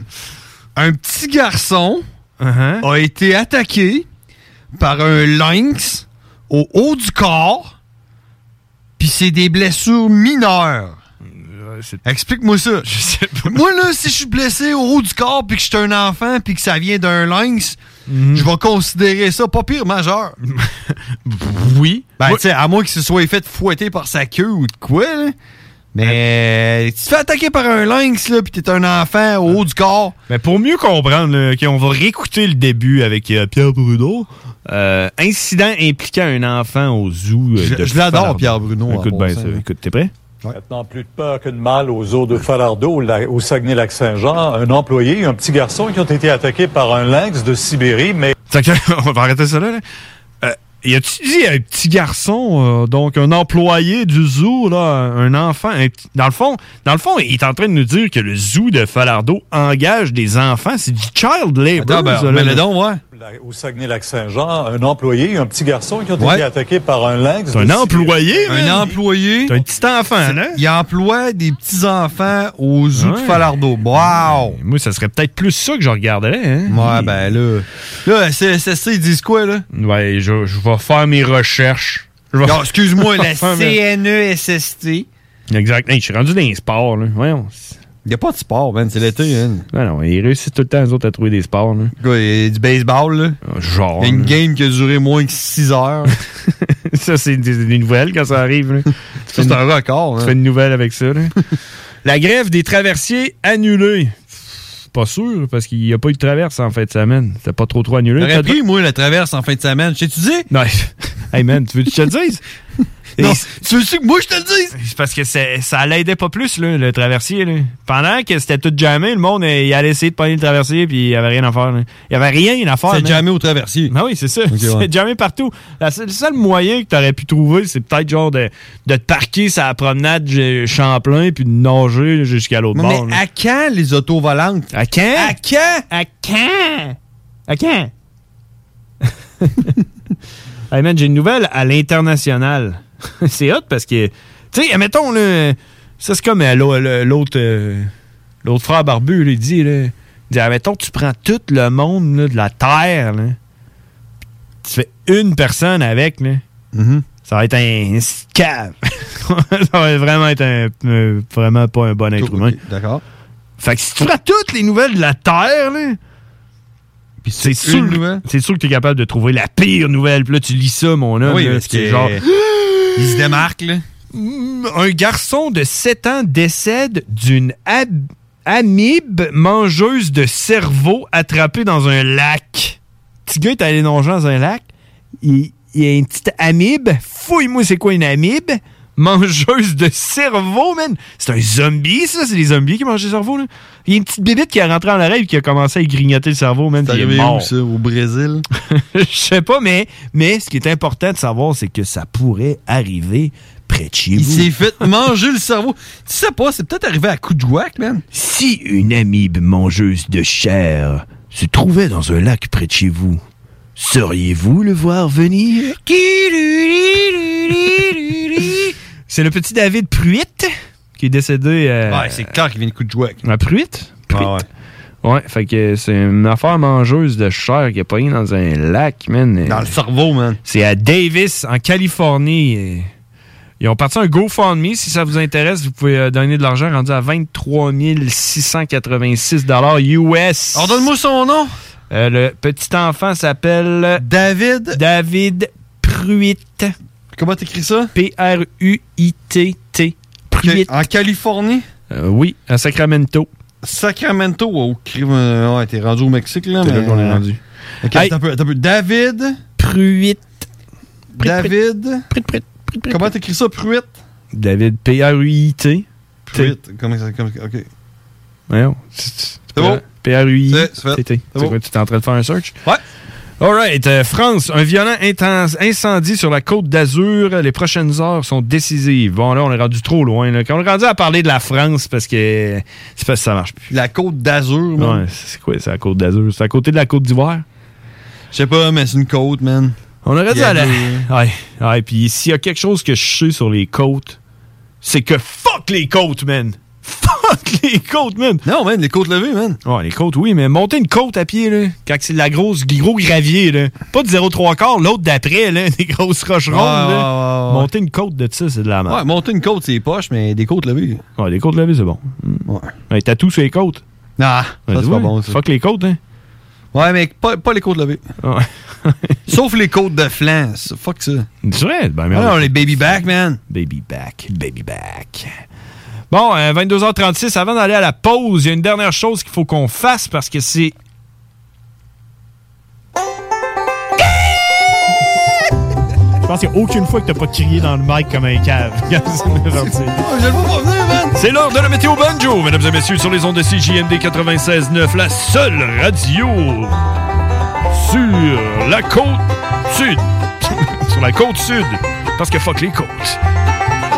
S6: Un petit garçon a été attaqué par un lynx au haut du corps, puis c'est des blessures mineures. Explique-moi ça. Moi, là, si je suis blessé au haut du corps, puis que je suis un enfant, puis que ça vient d'un lynx, je vais considérer ça pas pire majeur.
S11: oui.
S6: Ben, tu sais, à moins qu'il se soit fait fouetter par sa queue ou de quoi, là. Mais Euh, tu te fais attaquer par un lynx, là, pis t'es un enfant au haut du
S21: Oh.
S6: corps.
S11: Mais pour mieux comprendre, là, OK, on va réécouter le début avec euh, Pierre Bruno. Euh, incident impliquant un enfant au zoo. euh,
S21: Je-
S11: de
S21: je l'adore,
S11: Falardeau.
S21: Pierre Bruno,
S11: Écoute
S21: en
S11: bien
S21: bon
S11: ça.
S21: sens. hein.
S11: Écoute, t'es prêt?
S21: Maintenant, plus de peur que de mal aux eaux de Falardeau, au lac- au Saguenay-Lac-Saint-Jean, un employé, un petit garçon qui ont été attaqués par un lynx de Sibérie, mais...
S11: on va arrêter ça là. Euh, Y a-tu dit un petit garçon, euh, donc un employé du zoo, là, un enfant, un petit- dans le fond, dans le fond, il est en train de nous dire que le zoo de Falardeau engage des enfants, c'est du child labor.
S6: ben,
S11: ça, Ah, ben, là.
S21: Au Saguenay-Lac-Saint-Jean, un employé, un petit garçon qui ont
S11: Ouais.
S21: été attaqués par un lynx.
S11: C'est un
S21: de
S11: employé,
S21: Sibérie.
S11: man.
S6: employé.
S11: T'as un petit enfant, hein? là.
S6: Il emploie des petits-enfants aux zoo de Falardeau. Wow!
S11: Moi, ça serait peut-être plus ça que je regarderais, hein?
S6: Ouais, ben là. Là, CSSC, ils disent quoi, là?
S11: Ouais, je, je vais faire mes recherches. Je vais-
S6: Ah, Excuse-moi, la E
S11: Faire mes-
S6: CNESST.
S11: Exact. Hey, je suis rendu dans les sports, là. Voyons. Il n'y a pas de sport, man. C'est l'été, non, ils réussissent tout le temps, eux autres, à trouver des sports, là. Ah,
S6: Quoi, il y a du baseball, là?
S11: Genre.
S6: Il y a une game qui a duré moins que 6 heures.
S11: ça, c'est des, des nouvelles quand ça arrive. là. tu Ça, c'est un record. Tu fais une nouvelle avec ça. là. La grève des traversiers annulée. Pff, Pas sûr, parce qu'il n'y a pas eu de traverse en fin de semaine. C'était pas trop trop annulé.
S6: J'aurais
S11: T'as-
S6: pris, moi, la traverse en fin de semaine. J'ai-tu dit?
S11: Non. Hey man, tu veux que je te le dise?
S6: Non, tu veux que moi je te le dise?
S11: C'est parce que c'est- ça l'aidait pas plus, là, le traversier. là. Pendant que c'était tout jamais, le monde euh, il allait essayer de pogner le traversier puis il n'y avait rien à faire. là. Il n'y avait rien à faire.
S6: C'est
S11: man.
S6: jamais au traversier.
S11: Ah oui, c'est ça. C'est
S6: ouais.
S11: jamais partout. La seule- le seul moyen que tu aurais pu trouver, c'est peut-être genre de, de te parquer sur la promenade euh, Champlain puis de nager jusqu'à l'autre
S6: Mais,
S11: bord.
S6: mais
S11: là.
S6: à quand les autos volantes?
S11: À quand?
S6: À quand?
S11: À quand? À quand? Hey man, j'ai une nouvelle à l'international. c'est hot parce que, tu sais, admettons, là, ça c'est comme euh, l'au- le- l'autre euh, l'autre frère barbu, là, il dit, là, il dit, admettons, tu prends tout le monde là, de la Terre, là, pis tu fais une personne avec, là,
S6: Mm-hmm.
S11: ça va être un cave. ça va vraiment être un, euh, vraiment pas un bon être humain.
S6: D'accord.
S11: Fait que si tu prends toutes les nouvelles de la Terre, là, c'est sûr, c'est sûr que tu es capable de trouver la pire nouvelle. Puis là, tu lis ça, mon homme.
S6: Oui,
S11: là,
S6: parce
S11: c'est
S6: que-
S11: genre.
S6: Il se démarque, là.
S11: Un garçon de 7 ans décède d'une ab- amibe mangeuse de cerveau attrapée dans un lac. Petit gars est allé nager dans un lac. Il, il y a une petite amibe. Fouille-moi, c'est quoi une amibe? Mangeuse de cerveau, man! C'est un zombie, ça? C'est les zombies qui mangent le cerveau, là? Il y a une petite bébite qui est rentrée en l'oreille et qui a commencé à grignoter le cerveau, man.
S6: C'est
S11: puis il est
S6: arrivé où,
S11: mort.
S6: ça? Au Brésil?
S11: Je sais pas, mais, mais ce qui est important de savoir, c'est que ça pourrait arriver près de chez
S6: Il
S11: vous.
S6: s'est fait manger le cerveau. Tu sais pas, c'est peut-être arrivé à coup de whack, man.
S11: Si une amibe mangeuse de chair se trouvait dans un lac près de chez vous, seriez-vous le voir venir? C'est le petit David Pruitt qui est décédé. euh,
S6: Ouais, c'est clair qu'il vient de coup de jouet.
S11: À
S6: Ah,
S11: Pruitt? Pruitt. Ah, ouais. fait que c'est une affaire mangeuse de chair qui est pognée dans un lac, man. Dans le
S6: cerveau, man.
S11: C'est à Davis, en Californie. Ils ont parti un GoFundMe. Si ça vous intéresse, vous pouvez euh, donner de l'argent rendu à 23 686 US.
S6: Ordonne-moi son nom.
S11: Euh, le petit enfant s'appelle...
S6: David.
S11: David Pruitt.
S6: Comment t'écris ça?
S11: P-R-U-I-T-T.
S6: Pruitt. En Californie?
S11: Euh, oui, à Sacramento.
S6: Sacramento, au crime. euh, Ouais, t'es rendu au Mexique, là.
S11: C'est là
S6: mais- euh,
S11: qu'on est rendu.
S6: Ok,
S11: Hey.
S6: attends un peu, attends un peu. David.
S11: Pruitt.
S6: David. Comment t'écris ça, Pruitt?
S11: David P-R-U-I-T.
S6: Pruitt. Comment ça. Comme, ok.
S11: Voyons. C'est
S6: bon?
S11: PRUI.
S6: c'est fait.
S11: TT.
S6: C'est
S11: C'est
S6: bon.
S11: quoi, tu t'es en train de faire un search?
S6: Ouais.
S11: Alright, euh, France, un violent intense incendie sur la côte d'Azur. Les prochaines heures sont décisives. Bon, là, on est rendu trop loin. Là. Quand on est rendu à parler de la France, parce que c'est parce que ça marche plus.
S6: La côte d'Azur, man.
S11: Ouais, c'est quoi, c'est la côte d'Azur? C'est à côté de la côte d'Ivoire?
S6: Je sais pas, mais c'est une côte, man.
S11: On aurait
S6: Il
S11: dû
S6: y a
S11: aller.
S6: deux. hein.
S11: Ouais, ouais, puis s'il y a quelque chose que je sais sur les côtes, c'est que fuck les côtes, man! Fuck les côtes, man!
S6: Non, man, les côtes levées, man.
S11: Ouais, les côtes, oui, mais monter une côte à pied, là, quand c'est de la grosse, du gros gravier, là. Pas de 0,3 quarts, l'autre d'après, là, des grosses roches rondes,
S6: Ouais,
S11: là.
S6: ouais, ouais, ouais.
S11: Monter une côte de ça, c'est de la merde.
S6: Ouais, monter une côte, c'est poche, mais des côtes levées.
S11: Ouais, les côtes levées, c'est bon.
S6: Ouais.
S11: Ouais, tatou sur les côtes.
S6: Ah,
S11: Ouais,
S6: ça, c'est
S11: dis-moi,
S6: pas bon, ça.
S11: Fuck les côtes, hein.
S6: Ouais, mais pas, pas les côtes levées. Sauf les côtes de flanc. ça, Fuck ça.
S11: C'est vrai, ben
S6: Ouais,
S11: merde.
S6: on est baby back, man.
S11: Baby back, baby back. Bon, euh, 22h36, avant d'aller à la pause, il y a une dernière chose qu'il faut qu'on fasse parce que c'est. Je pense qu'il n'y a aucune fois que t'as pas crié dans le mic comme un cave. C'est l'heure de la météo banjo, mesdames et messieurs, sur les ondes de CJMD 96.9, la seule radio sur la côte sud. sur la côte sud, parce que fuck les côtes.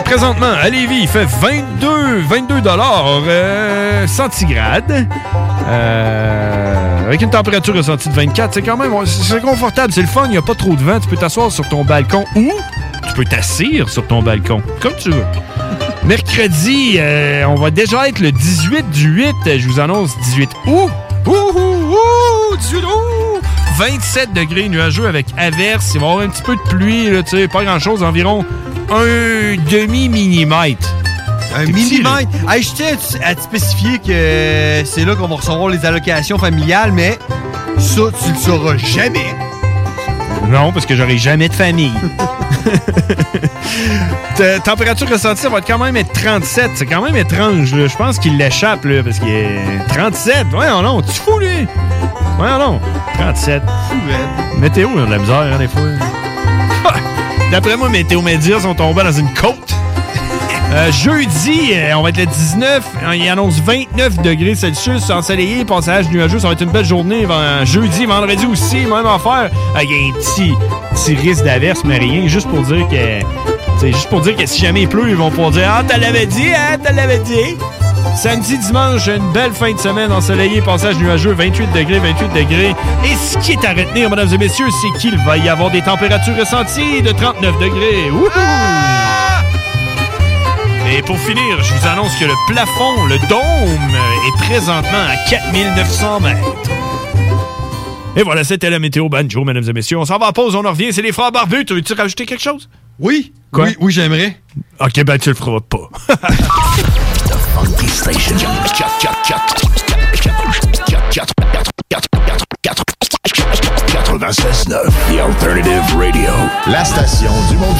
S11: Présentement, à Lévis, il fait 22, 22 dollars centigrades. Euh, avec une température ressentie de 24, c'est quand même c'est confortable, c'est le fun, il n'y a pas trop de vent, tu peux t'asseoir sur ton balcon ou tu peux t'assir sur ton balcon, comme tu veux. Mercredi, euh, on va déjà être le 18 du 8, euh, je vous annonce 18 août. Ouh, ouh, ouh, 18 août! 27 degrés nuageux avec averse, il va y avoir un petit peu de pluie, là, tu sais, pas grand-chose, environ un demi-millimètre.
S6: Un millimètre. Hey, je tiens à te- à te spécifier que c'est là qu'on va recevoir les allocations familiales, mais ça, tu le sauras jamais.
S11: Non, parce que j'aurai jamais de famille. T- Température ressentie, ça va être quand même être 37. C'est quand même étrange, là. Je pense qu'il l'échappe, là, parce qu'il est 37. Voyons non, tu fous, lui! Voyons non, 37. Météo, on a de la misère, hein, des fois. D'après moi, Météo Média sont tombés dans une côte. Euh, jeudi, euh, on va être le 19. Euh, Il annonce 29 degrés Celsius, ensoleillé, passage nuageux. Ça va être une belle journée. ven- Jeudi, vendredi aussi, même affaire. Euh, Il y a un petit, petit risque d'averse, mais rien. Juste pour dire que. C'est juste pour dire que si jamais il pleut, ils vont pouvoir dire Ah, t'as l'avais dit, hein, t'as l'avais dit. Samedi, dimanche, une belle fin de semaine ensoleillée, passage nuageux, 28 degrés, 28 degrés. Et ce qui est à retenir, mesdames et messieurs, c'est qu'il va y avoir des températures ressenties de 39 degrés. Wouhou! Et pour finir, je vous annonce que le plafond, le dôme, euh, est présentement à 4900 mètres. Et voilà, c'était la météo banjo, mesdames et messieurs. On s'en va en pause, on en revient. C'est les frères barbus. Tu veux-tu rajouter quelque chose? Oui. Quoi? Oui, j'aimerais. OK, ben tu le feras pas.
S14: The Alternative Radio. La station du monde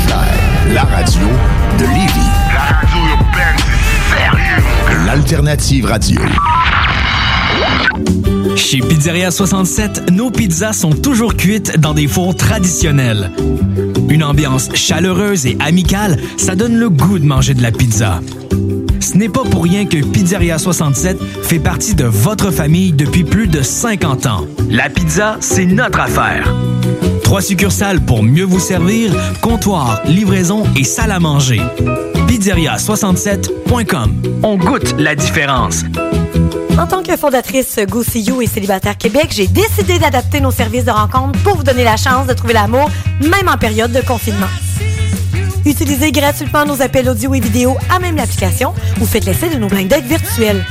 S14: La radio de Lévis. La radio urbaine, sérieux. L'Alternative Radio.
S1: Chez Pizzeria 67, nos pizzas sont toujours cuites dans des fours traditionnels. Une ambiance chaleureuse et amicale, ça donne le goût de manger de la pizza. Ce n'est pas pour rien que Pizzeria 67 fait partie de votre famille depuis plus de 50 ans. La pizza, c'est notre affaire. Trois succursales pour mieux vous servir, comptoir, livraison et salle à manger. Pizzeria67.com. On goûte la différence.
S23: En tant que fondatrice Go See You et Célibataire Québec, j'ai décidé d'adapter nos services de rencontre pour vous donner la chance de trouver l'amour, même en période de confinement. Utilisez gratuitement nos appels audio et vidéo à même l'application ou faites l'essai de nos blind dates virtuels.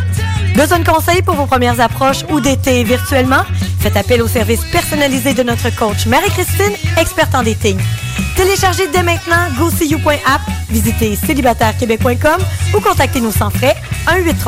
S23: Besoin de conseils pour vos premières approches ou d'été virtuellement? Faites appel au service personnalisé de notre coach Marie-Christine, experte en dating. Téléchargez dès maintenant GoSeeYou.app, visitez célibatairequebec.com ou contactez-nous sans frais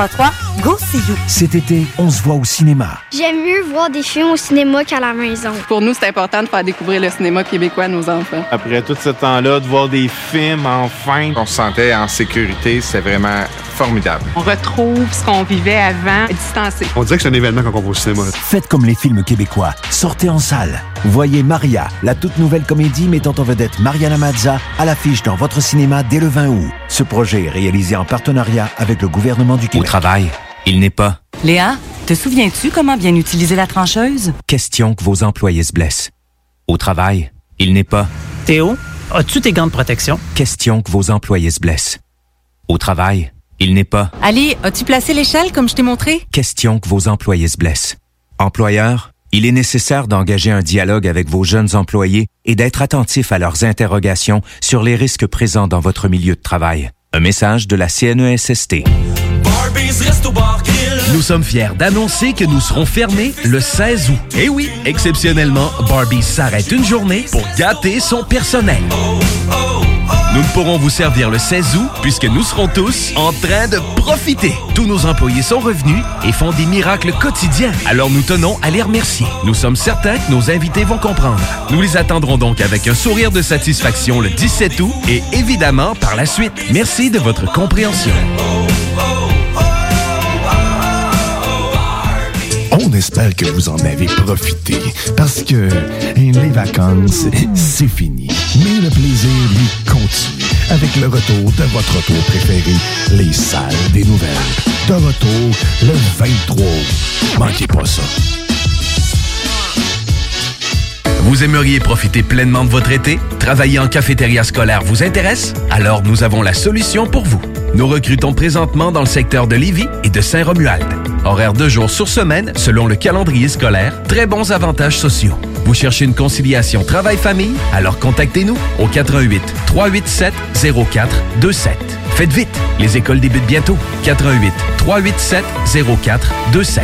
S23: 1-833-GoSeeYou.
S24: Cet été, on se voit au cinéma.
S25: J'aime mieux voir des films au cinéma qu'à la maison.
S7: Pour nous, c'est important de faire découvrir le cinéma québécois à nos enfants.
S26: Après tout ce temps-là, de voir des films, enfin. On se sentait en sécurité, c'est vraiment formidable.
S7: On retrouve ce qu'on vivait avant, distancé.
S26: On dirait que c'est un événement quand on va au cinéma.
S24: Faites comme les films québécois. Sortez en salle. Voyez Maria, la toute nouvelle comédie mettant en vedette Mariana Mazza à l'affiche dans votre cinéma dès le 20 août. Ce projet est réalisé en partenariat avec le gouvernement du Québec. Au travail, il n'est pas
S20: Léa, te souviens-tu comment bien utiliser la trancheuse?
S24: question que vos employés se blessent. Au travail, il n'est pas
S27: Théo, as-tu tes gants de protection?
S24: question que vos employés se blessent. Au travail, il n'est pas
S28: Ali, as-tu placé l'échelle comme je t'ai montré?
S24: question que vos employés se blessent. Employeur, il est nécessaire d'engager un dialogue avec vos jeunes employés et d'être attentif à leurs interrogations sur les risques présents dans votre milieu de travail. Un message de la E CNESST.
S16: Nous sommes fiers d'annoncer que nous serons fermés le 16 août. Et oui, exceptionnellement, Barbie s'arrête une journée pour gâter son personnel. Nous ne pourrons vous servir le 16 août puisque nous serons tous en train de profiter. Tous nos employés sont revenus et font des miracles quotidiens. Alors nous tenons à les remercier. Nous sommes certains que nos invités vont comprendre. Nous les attendrons donc avec un sourire de satisfaction le 17 août et évidemment par la suite. Merci de votre compréhension.
S4: On espère que vous en avez profité parce que les vacances, c'est fini. Mais le plaisir, lui, continue avec le retour de votre retour préféré, les salles des nouvelles. De retour le 23 août. Manquez pas ça.
S16: Vous aimeriez profiter pleinement de votre été? Travailler en cafétéria scolaire vous intéresse? Alors nous avons la solution pour vous. Nous recrutons présentement dans le secteur de Lévis et de Saint-Romuald. Horaire de jours sur semaine, selon le calendrier scolaire, très bons avantages sociaux. Vous cherchez une conciliation travail-famille? Alors contactez-nous au 88 387 0427. Faites vite, les écoles débutent bientôt. 88 387 0427.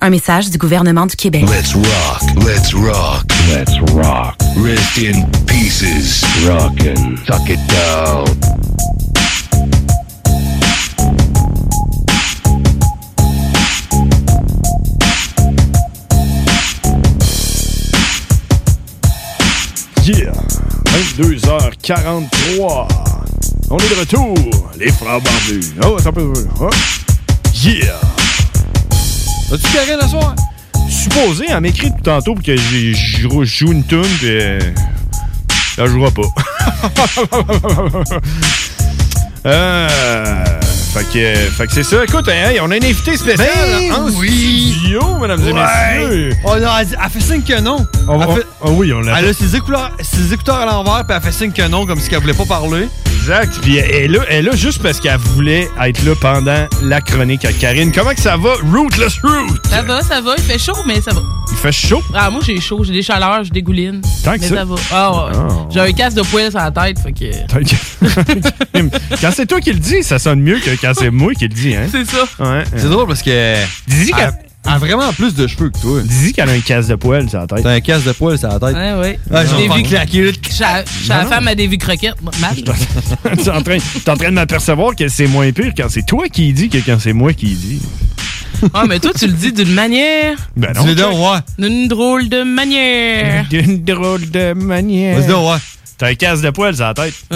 S28: Un message du gouvernement du Québec.
S8: Let's rock, let's rock, let's rock. Rest in pieces. Rockin', tuck it down.
S11: Yeah! 22h43. On est de retour, les frères barbus. Oh, attends un peu. Oh. Yeah! As-tu Karine à soir? Supposé, elle m'écrit tout tantôt pour que j'y- j'y rou- je joue une tune, puis euh, elle jouera pas. Euh, fait que, fait que c'est ça. Écoute, hein, on a un invité spécial
S6: Ben
S11: en
S6: oui.
S11: studio, mesdames et messieurs.
S6: Oh, non, elle, dit- elle fait signe que non.
S11: On
S6: elle
S11: va-
S6: fait-
S11: Ah oui, on l'a
S6: elle a ses écouteurs, ses écouteurs à l'envers, puis elle fait signe que non, comme si elle voulait pas parler.
S11: Exact. Puis elle est là, elle est là juste parce qu'elle voulait être là pendant la chronique à Karine. Comment que ça va? Rootless Root!
S29: Ça va, ça va. Il fait chaud, mais ça va.
S11: Il fait chaud.
S29: Ah, moi, j'ai chaud. J'ai des chaleurs, je dégouline.
S11: Tant que
S29: mais
S11: ça.
S29: va. Ah, ouais.
S11: Ah.
S29: J'ai un casque de poêle sur la tête, fait que...
S11: quand c'est toi qui le dis, ça sonne mieux que quand c'est moi qui le dis, hein?
S29: C'est ça.
S11: Ouais.
S6: C'est drôle parce que.
S11: Dizzy
S6: elle, elle a vraiment plus de cheveux que toi.
S11: Dizzy qu'elle a un casse de poêle sur la tête.
S6: T'as un casse de poêle sur la tête.
S29: Ouais, hein, ouais.
S11: Ah,
S6: Ouais,
S29: J'ai
S6: j'en
S29: des
S6: parle.
S29: vies claquées. Je suis la- je suis la
S11: Non, non.
S29: femme à des vies croquettes. moi, Mal.
S11: tu es en train, t'es en train de m'apercevoir que c'est moins pire quand c'est toi qui dis que quand c'est moi qui dis.
S29: Ah, mais toi, tu le dis d'une manière...
S11: Ben non. Dis-le donc, ouais.
S29: D'une drôle de manière.
S11: D'une drôle de manière.
S29: Euh.
S11: ouais. T'as un casse de poêle sur la tête.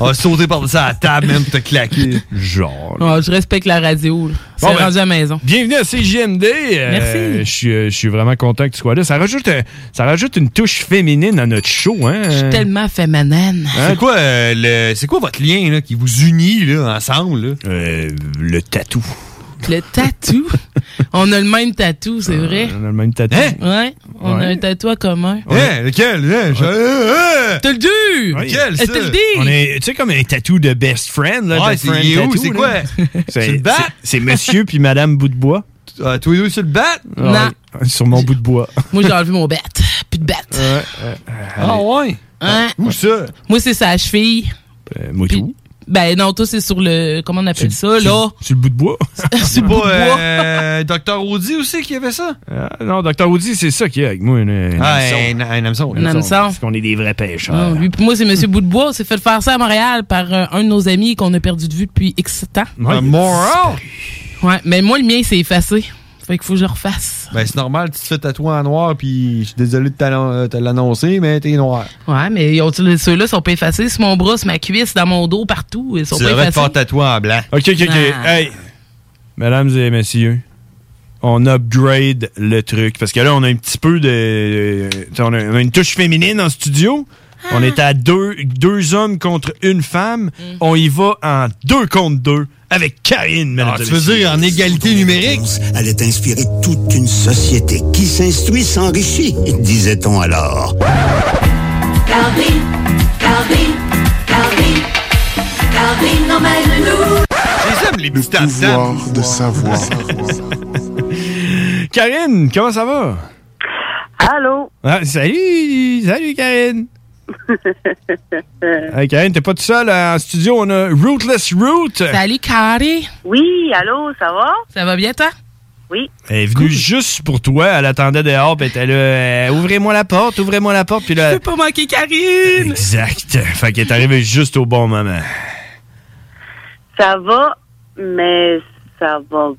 S6: Elle a sauté par-dessus la table, même, pour te claquer.
S11: Genre.
S29: Ah, je respecte la radio. là. C'est
S11: Bon, ben,
S29: rendu à la maison.
S11: Bienvenue à CGMD. Euh,
S29: Merci.
S11: Je suis, euh, je suis vraiment content que tu sois là. Ça rajoute, euh, ça rajoute une touche féminine à notre show, hein?
S29: Tellement féminine.
S6: C'est quoi, euh, le- c'est quoi votre lien là, qui vous unit là, ensemble? Là?
S29: Euh,
S11: le tatou.
S29: Le tatou. on a le même tatou, c'est vrai.
S11: On a le même tatou.
S6: Hein?
S29: Ouais, on
S11: Ah. Ouais.
S29: a un tatou en commun.
S11: lequel?
S6: euh,
S29: T'as le dit!
S11: Lequel,
S29: Est-ce que t'as le dit?
S11: On est, tu sais, comme un tatou de best friend, là.
S6: Ouais,
S11: best
S6: c'est-
S11: friend
S6: il est où?
S11: tattoo,
S6: C'est
S11: là.
S6: quoi? Sur le
S11: C'est
S6: bat? Ah,
S11: c'est- c'est monsieur puis madame bout de bois.
S6: tous les deux sur le bat?
S29: Non.
S11: Sur mon bout de bois.
S29: Moi, j'ai enlevé mon bat. Plus de bat.
S11: Ah
S6: ouais?
S29: Hein?
S11: Où ça?
S29: Moi, c'est sa cheville.
S6: Euh,
S11: moi, tout.
S29: Ben non, toi, c'est sur le... Comment on appelle ça,
S11: Sur-
S29: là?
S11: Sur le bout de bois.
S29: Sur le bout de bois.
S6: Euh, Docteur Audi aussi qui avait ça?
S11: Ah, non, Docteur Audi, c'est ça qui est avec moi. Une, une
S6: Ah,
S11: hameçon.
S6: un- un hameçon.
S29: Un hameçon.
S11: Parce qu'on est des vrais pêcheurs.
S29: Non, Ah, lui, puis moi, c'est Monsieur Boutbois. On s'est fait faire ça à Montréal par euh, un de nos amis qu'on a perdu de vue depuis X temps.
S6: Ouais, Un il a moron!
S29: Ouais, mais moi, le mien, c'est effacé. Fait qu'il faut que je le refasse.
S6: Ben, c'est normal, tu te fais tatouer en noir, puis je suis désolé de t'allon- euh, te l'annoncer, mais t'es noir.
S29: Ouais, mais ils ont- ceux-là sont pas effacés. Sur mon bras, sur ma cuisse, dans mon dos, partout. Ils sont
S6: Tu
S29: pas
S6: devrais te
S29: effacés.
S6: faire tatouer en blanc.
S11: OK, OK, OK.
S29: Ah.
S11: Hey, mesdames et messieurs, on upgrade le truc. Parce que là, on a un petit peu de... euh, t'sais, on, a, on a une touche féminine en studio. On est à deux, deux hommes contre une femme. On y va en deux contre deux avec Karine, mesdames et messieurs.
S2: en égalité numérique? Elle est inspirée toute une société qui s'instruit s'enrichit, disait-on alors.
S9: Calvin, Calvin, Calvin, Calvin emmène-nous.
S6: Le
S30: pouvoir de savoir.
S11: Karine, comment ça va?
S12: Allô?
S11: Ah, salut! Salut, Karine! Hey, Karine, t'es pas tout seul euh, en studio. On a Rootless Root.
S29: Salut, Carré.
S12: Oui, allô, ça va?
S29: Ça va bien, toi?
S12: Oui.
S11: Elle est venue juste pour toi. Elle attendait dehors, puis elle était là. euh, ouvrez-moi la porte, ouvrez-moi la porte, puis là.
S29: Pas manquer Karine!
S11: Exact. Fait qu'elle est arrivée juste au bon moment.
S12: Ça va, mais ça va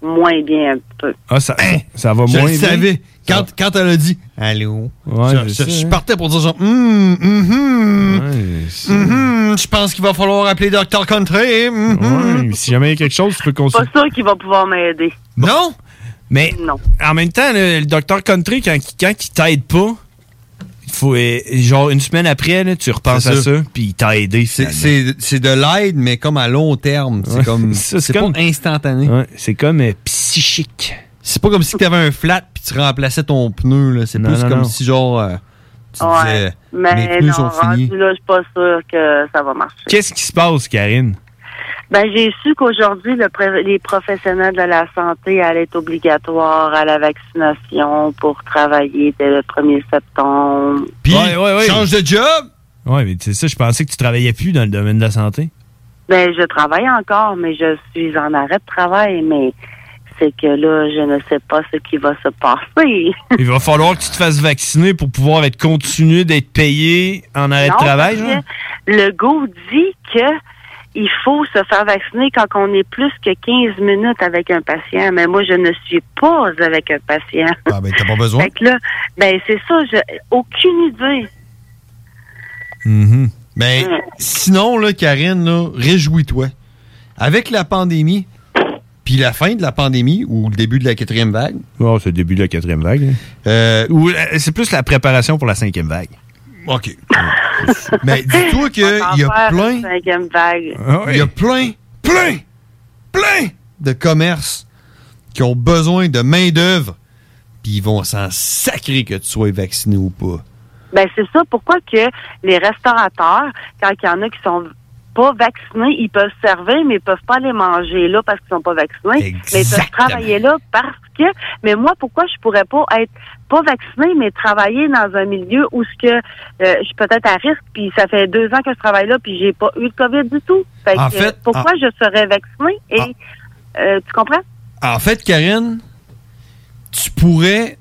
S12: moins bien un peu.
S11: Ah, ça, ça va
S6: Je
S11: moins
S6: le
S11: bien.
S6: savais. Quand, quand elle a dit Allô? je,
S11: c'est
S6: je-
S11: ça,
S6: je
S11: hein.
S6: partais pour dire genre Hum, hum, hum. Hum, hum, Je pense qu'il va falloir appeler Dr. Country. hum, hum.
S11: Ouais, si jamais il y a quelque chose, tu peux
S12: Mm-hmm. Pas
S11: consulter.
S12: sûr qu'il va pouvoir m'aider.
S11: Non! Mais
S12: Non.
S11: en même temps, le, le docteur Country, quand, quand il t'aide pas, il faut, euh, genre une semaine après, là, tu repenses
S6: C'est
S11: à
S6: ça.
S11: ça, puis il t'a aidé.
S6: C'est- C'est c'est de l'aide, mais comme à long terme. C'est
S11: Ouais.
S6: comme.
S11: Ça, c'est
S6: C'est pas
S11: comme-
S6: instantané.
S11: Ouais, c'est comme euh, psychique.
S6: C'est pas comme si t'avais un flat puis tu remplaçais ton pneu. là. C'est
S11: Non,
S6: plus
S11: non,
S6: comme
S11: non.
S6: si genre. euh, tu disais,
S12: mais
S6: mes pneus
S12: non,
S6: sont finis.
S12: rendu là, je suis pas sûre que ça va marcher.
S11: Qu'est-ce qui se passe, Karine?
S12: Ben, j'ai su qu'aujourd'hui, le pré- les professionnels de la santé allaient être obligatoires à la vaccination pour travailler dès le 1er septembre.
S6: Puis, change de job.
S11: Oui, mais c'est ça, je pensais que tu travaillais plus dans le domaine de la santé.
S12: Ben, je travaille encore, mais je suis en arrêt de travail, mais c'est que là, je ne sais pas ce qui va se passer.
S11: Il va falloir que tu te fasses vacciner pour pouvoir être continué d'être payé en arrêt
S12: Non,
S11: de travail.
S12: parce
S11: genre?
S12: que Le go dit que il faut se faire vacciner quand on est plus que 15 minutes avec un patient, mais moi, je ne suis pas avec un patient.
S6: Ah, ben, t'as pas besoin.
S12: Fait que là, ben, c'est ça, j'ai aucune idée.
S11: Mm-hmm.
S6: Mhm. Ben, sinon, là, Karine, là, réjouis-toi. Avec la pandémie, puis la fin de la pandémie, ou le début de la quatrième vague.
S11: Non, c'est le début de la quatrième vague. hein. Ou euh, c'est plus la préparation pour la cinquième vague.
S6: OK. Mais dis-toi qu'il Euh, y a
S12: Enfer,
S6: plein, Ah
S12: Cinquième vague.
S6: il y a plein, plein, plein de commerces qui ont besoin de main-d'œuvre, puis ils vont s'en sacrer que tu sois vacciné ou pas.
S12: Ben, c'est ça. Pourquoi que les restaurateurs, quand il y en a qui sont pas vaccinés, ils peuvent servir, mais ils peuvent pas aller manger là parce qu'ils sont pas vaccinés. Mais ils peuvent
S9: Exactement.
S12: travailler là parce que, mais moi, pourquoi je pourrais pas être pas vacciné, mais travailler dans un milieu où ce que, euh, je suis peut-être à risque, puis ça fait deux ans que je travaille là, puis j'ai pas eu de COVID du tout. Fait
S6: En
S12: que,
S6: fait,
S12: pourquoi
S6: en- Ah.
S12: je serais vaccinée et, euh, tu comprends?
S6: En fait, Karine, tu pourrais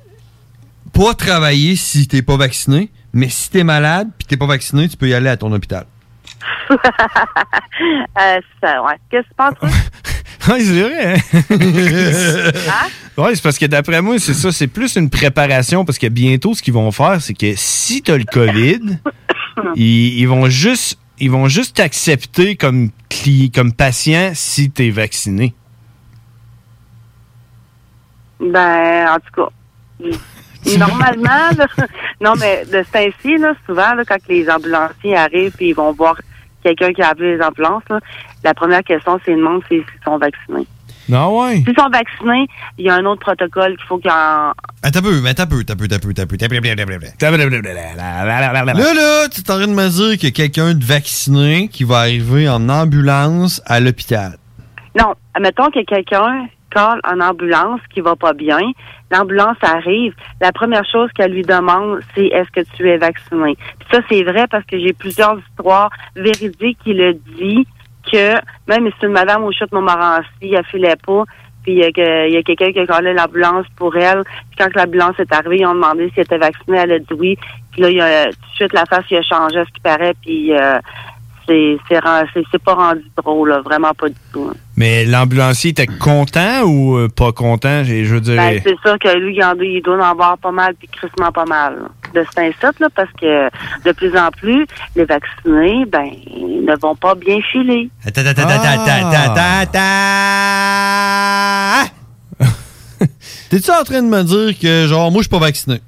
S6: pas travailler si t'es pas vacciné, mais si t'es malade puis t'es pas vacciné, tu peux y aller à ton hôpital.
S12: Euh, ça, ouais. Qu'est-ce que tu penses? toi?
S11: Oui, Ah, c'est vrai. hein?
S12: Ah?
S11: Oui, c'est parce que d'après moi, c'est ça. C'est plus une préparation parce que bientôt, ce qu'ils vont faire, c'est que si tu as le COVID, ils, ils vont juste ils vont juste t'accepter comme, cli- comme patient si tu es vacciné.
S12: Ben, en tout cas, normalement, là, non, mais de ce temps-ci, là, souvent, là, quand les ambulanciers arrivent et ils vont voir quelqu'un qui a appelé les ambulances, là, la première question, c'est demande c'est s'ils sont vaccinés.
S11: Non, ouais.
S12: S'ils sont vaccinés, il y a un autre protocole qu'il faut qu'ils en...
S6: Attends un peu, mais attends un peu, t'as peu, t'as peu, t'as peu, t'as peu, t'as peu,
S11: t'as peu, t'as peu, t'as peu.
S6: Là, là, tu es en train de me dire qu'il y a quelqu'un de vacciné qui va arriver en ambulance à l'hôpital.
S12: Non, admettons que quelqu'un colle en ambulance qui va pas bien, l'ambulance arrive, la première chose qu'elle lui demande, c'est est-ce que tu es vacciné. Puis ça, c'est vrai parce que j'ai plusieurs histoires véridiques qui le dit que même si une madame au chute Montmorency, elle filait pas, puis euh, que- il y a quelqu'un qui a collé l'ambulance pour elle, puis quand que l'ambulance est arrivée, ils ont demandé si elle était vaccinée, elle a dit oui, puis là, il y a, tout de suite, la face, il a changé, à ce qui paraît, puis euh, c'est c'est ren- c'est- c'est pas rendu drôle, là, vraiment pas du tout. hein.
S11: Mais l'ambulancier était content ou euh, pas content? J'ai- Je veux dire. euh,
S12: Ben, c'est sûr que lui, il, en, il doit en avoir pas mal, puis crissement pas mal. là, De cet insecte, là, parce que de plus en plus, les vaccinés, ben, ils ne vont pas bien filer.
S6: Attends, attends, attends, attends, attends, attends, attends. T'es-tu en train de me dire que, genre, moi, je suis pas vacciné?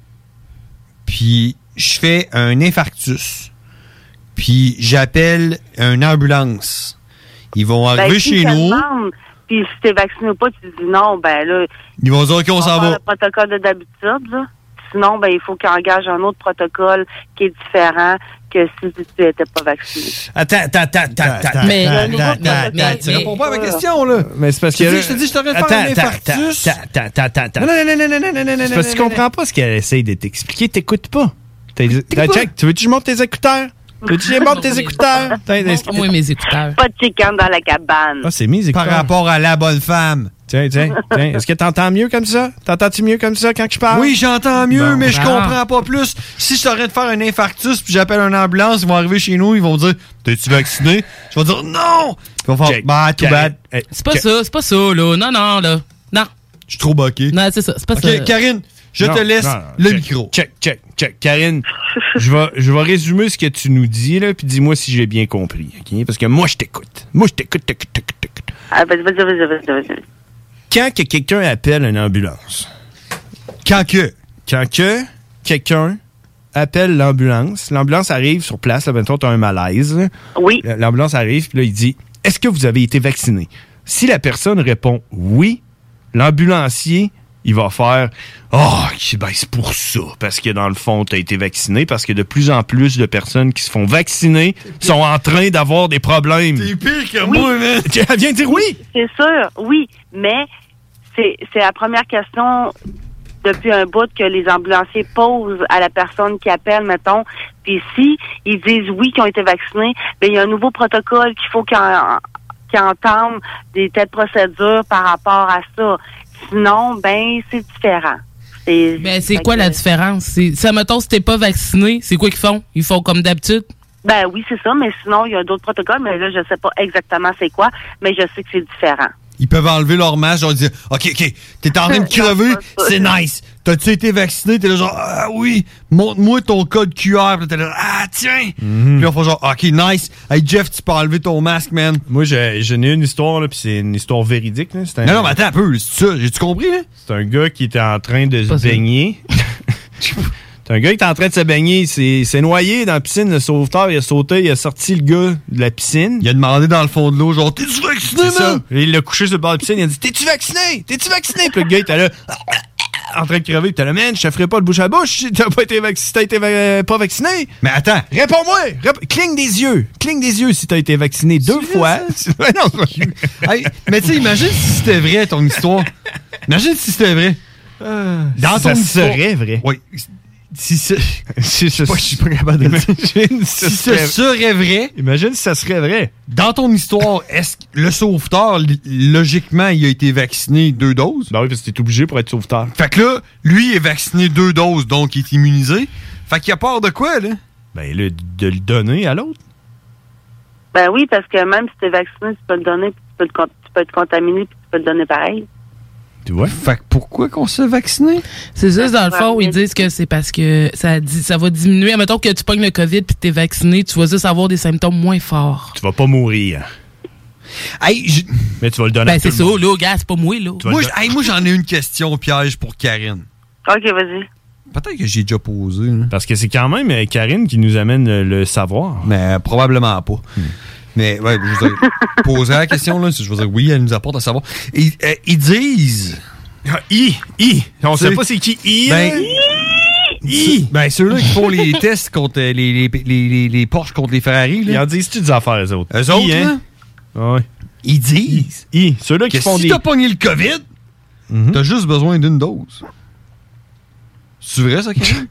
S6: Puis, je fais un infarctus. Puis, j'appelle une ambulance. Ils vont
S12: Ben,
S6: arriver
S12: s'ils
S6: chez
S12: te
S6: nous.
S12: demandent, Puis si t'es vacciné ou pas, tu dis non, ben là,
S6: Ils vont dire, OK, on s'en
S12: faire
S6: va.
S12: le protocole de d'habitude, là. Sinon, ben, il faut qu'ils engagent un autre protocole qui est différent que si tu n'étais pas vacciné.
S11: Attends, attends, attends, attends, attends.
S12: Mais-
S11: attends,
S12: Mais-
S11: attends,
S12: mais-
S11: attends, tu
S12: mais-
S11: réponds pas à ma
S12: Voilà.
S11: question, là. Mais c'est parce
S6: que-
S11: Je te dis, je te
S6: Attends,
S11: réfère un
S6: attends,
S11: infarctus. Attends, attends, attends, attends.
S6: Non, non, non, non, non, non, non, non,
S11: C'est
S6: non,
S11: parce que tu
S6: non,
S11: comprends pas ce qu'elle essaye de t'expliquer. T'écoutes pas. T'as-
S6: pas.
S11: Check, tu veux-tu que je monte tes écouteurs? Tu veux-tu que je monte tes écouteurs?
S29: Montre-moi mes écouteurs.
S12: Pas de chicane dans la cabane.
S11: Ah, c'est mis,
S6: Par rapport à la bonne femme.
S11: Tiens, tiens, tiens. Est-ce que t'entends mieux comme ça? T'entends-tu mieux comme ça quand je parle?
S6: Oui, j'entends mieux,
S11: Bon.
S6: mais je
S11: Ah.
S6: comprends pas plus. Si je t'aurais de faire un infarctus puis j'appelle une ambulance, ils vont arriver chez nous, ils vont me dire T'es-tu vacciné Je vais dire Non Ils vont faire Bah, too bad.
S29: C'est pas ça, c'est pas ça, là. Non, non, là. Non.
S6: Je suis trop boqué.
S29: Non, c'est ça, c'est pas
S6: Ok,
S29: ça.
S6: Karine, je
S11: Non,
S6: te laisse
S11: non, non,
S6: le
S11: check,
S6: micro.
S11: Check, check, check. Karine, je vais, je vais résumer ce que tu nous dis, là, puis dis-moi si j'ai bien compris, OK? Parce que moi, je t'écoute. Moi, je t'écoute, t'écoute, t'écoute.
S12: Ah, vas-y, vas-y, vas-y, vas-y, vas-y.
S11: Quand que quelqu'un appelle une ambulance.
S6: Quand que.
S11: Quand que quelqu'un appelle l'ambulance, l'ambulance arrive sur place, là, maintenant, t'as un malaise. là.
S12: Oui.
S11: Euh, L'ambulance arrive, puis là, il dit Est-ce que vous avez été vacciné Si la personne répond oui, l'ambulancier, il va faire Ah, oh, ben c'est pour ça, parce que dans le fond, tu as été vacciné, parce que de plus en plus de personnes qui se font vacciner sont en train d'avoir des problèmes.
S6: C'est pire que
S11: moi, man. Elle vient dire oui.
S12: C'est sûr, oui, mais c'est c'est la première question depuis un bout que les ambulanciers posent à la personne qui appelle, mettons. Puis si ils disent oui qu'ils ont été vaccinés, ben il y a un nouveau protocole qu'il faut qu'ils en- qu'ils entendent des telles procédures par rapport à ça. Sinon, ben c'est différent. C'est
S29: Ben, c'est
S12: fait
S29: quoi
S12: que-
S29: la différence? C'est- Ça, mettons, si t'es pas vacciné, c'est quoi qu'ils font? Ils font comme d'habitude?
S12: Ben oui, c'est ça, mais sinon, il y a d'autres protocoles, mais là, je sais pas exactement c'est quoi, mais je sais que c'est différent.
S6: Ils peuvent enlever leur masque, genre dire OK, OK, t'es en train de crever, c'est nice. T'as-tu été vacciné? T'es là genre Ah oui, montre-moi ton code QR. Puis là, t'es là Ah tiens!
S11: Mhm.
S6: Puis là, on fait genre OK, nice. Hey Jeff, tu peux enlever ton masque, man.
S11: Moi, j'ai- j'en ai une histoire, là, puis c'est une histoire véridique. Là. C'est un-
S6: Non, non, mais attends un peu, c'est ça, j'ai-tu compris, là?
S11: C'est un gars qui était en train de se baigner. c'est un gars qui était en train de se baigner. Il s'est s'est noyé dans la piscine. Le sauveteur, il a sauté, il a sorti le gars de la piscine. Il
S6: a demandé dans le fond de l'eau, genre, t'es-tu vacciné,
S11: man? Il l'a couché sur le bord de la piscine, il a dit, t'es-tu vacciné? T'es-tu vacciné? Puis le gars, il était là, en train de crever. Puis t'es là, man, je te ferai pas de bouche à bouche si t'as pas été, vac- si t'as été va- euh, pas vacciné.
S6: Mais attends.
S11: Réponds-moi! Rép- Cligne des yeux! Cligne des yeux si t'as été vacciné deux fois. Ouais, non, c'est vrai.
S6: Hey, mais tu sais, imagine si c'était vrai ton histoire. Imagine si c'était vrai. Dans
S11: Ah. ça
S6: ton histoire-
S11: serait vrai.
S6: Oui. Si ce.
S11: si
S6: je sais pas, je suis pas capable de le
S11: Imagine
S6: dire.
S11: si
S6: Si
S11: ce
S6: ce serait vrai.
S11: Imagine si ça serait vrai.
S6: Dans ton histoire, est-ce que le sauveteur, li- logiquement, il a été vacciné deux doses?
S11: Ben oui, parce que t'es obligé pour être sauveteur.
S6: Fait que là, lui il est vacciné deux doses, donc il est immunisé. Fait qu'il a peur de quoi, là?
S11: Ben là, de le donner à l'autre.
S12: Ben oui, parce que même si t'es vacciné, tu peux le donner, puis tu peux, le con- tu peux te contaminer, puis tu peux le donner pareil.
S11: Tu vois?
S6: Fait que pourquoi qu'on se vacciner?
S29: C'est juste, dans le fond, ils disent que c'est parce que ça, dit, ça va diminuer. Mettons que tu pognes le COVID puis t'es vacciné, tu vas juste avoir des symptômes moins forts.
S11: Tu vas pas mourir. Mais tu vas le donner à
S29: Ben,
S11: tout
S29: c'est
S11: le
S29: ça,
S11: monde.
S29: là, gars, c'est pas moi, là.
S6: Moi, j'- hey, moi, j'en ai une question piège pour Karine.
S12: OK, vas-y.
S6: Peut-être que j'ai déjà posé. hein.
S11: Parce que c'est quand même euh, Karine qui nous amène euh, le savoir. Hmm.
S6: Mais euh, probablement pas. Mais ouais, je veux dire, poser la question, là, je veux dire, oui, elle nous apporte à savoir. Ils, euh, ils disent.
S11: Ah, I, I. On sait
S6: C'est-
S11: pas c'est qui I. hein?
S6: Ben,
S11: là.
S6: I. Ben, ceux-là qui font les tests contre euh, les, les, les, les- les Porsche contre les Ferrari, là.
S11: Ils en disent-tu des affaires, eux autres? hein? Ah
S6: Eux autres, là?
S11: Ouais.
S6: Ils disent.
S11: I. Ceux-là qui
S6: que
S11: font
S6: si
S11: des. Mhm.
S6: t'as pogné le COVID, t'as juste besoin d'une dose. C'est vrai, ça, Karine?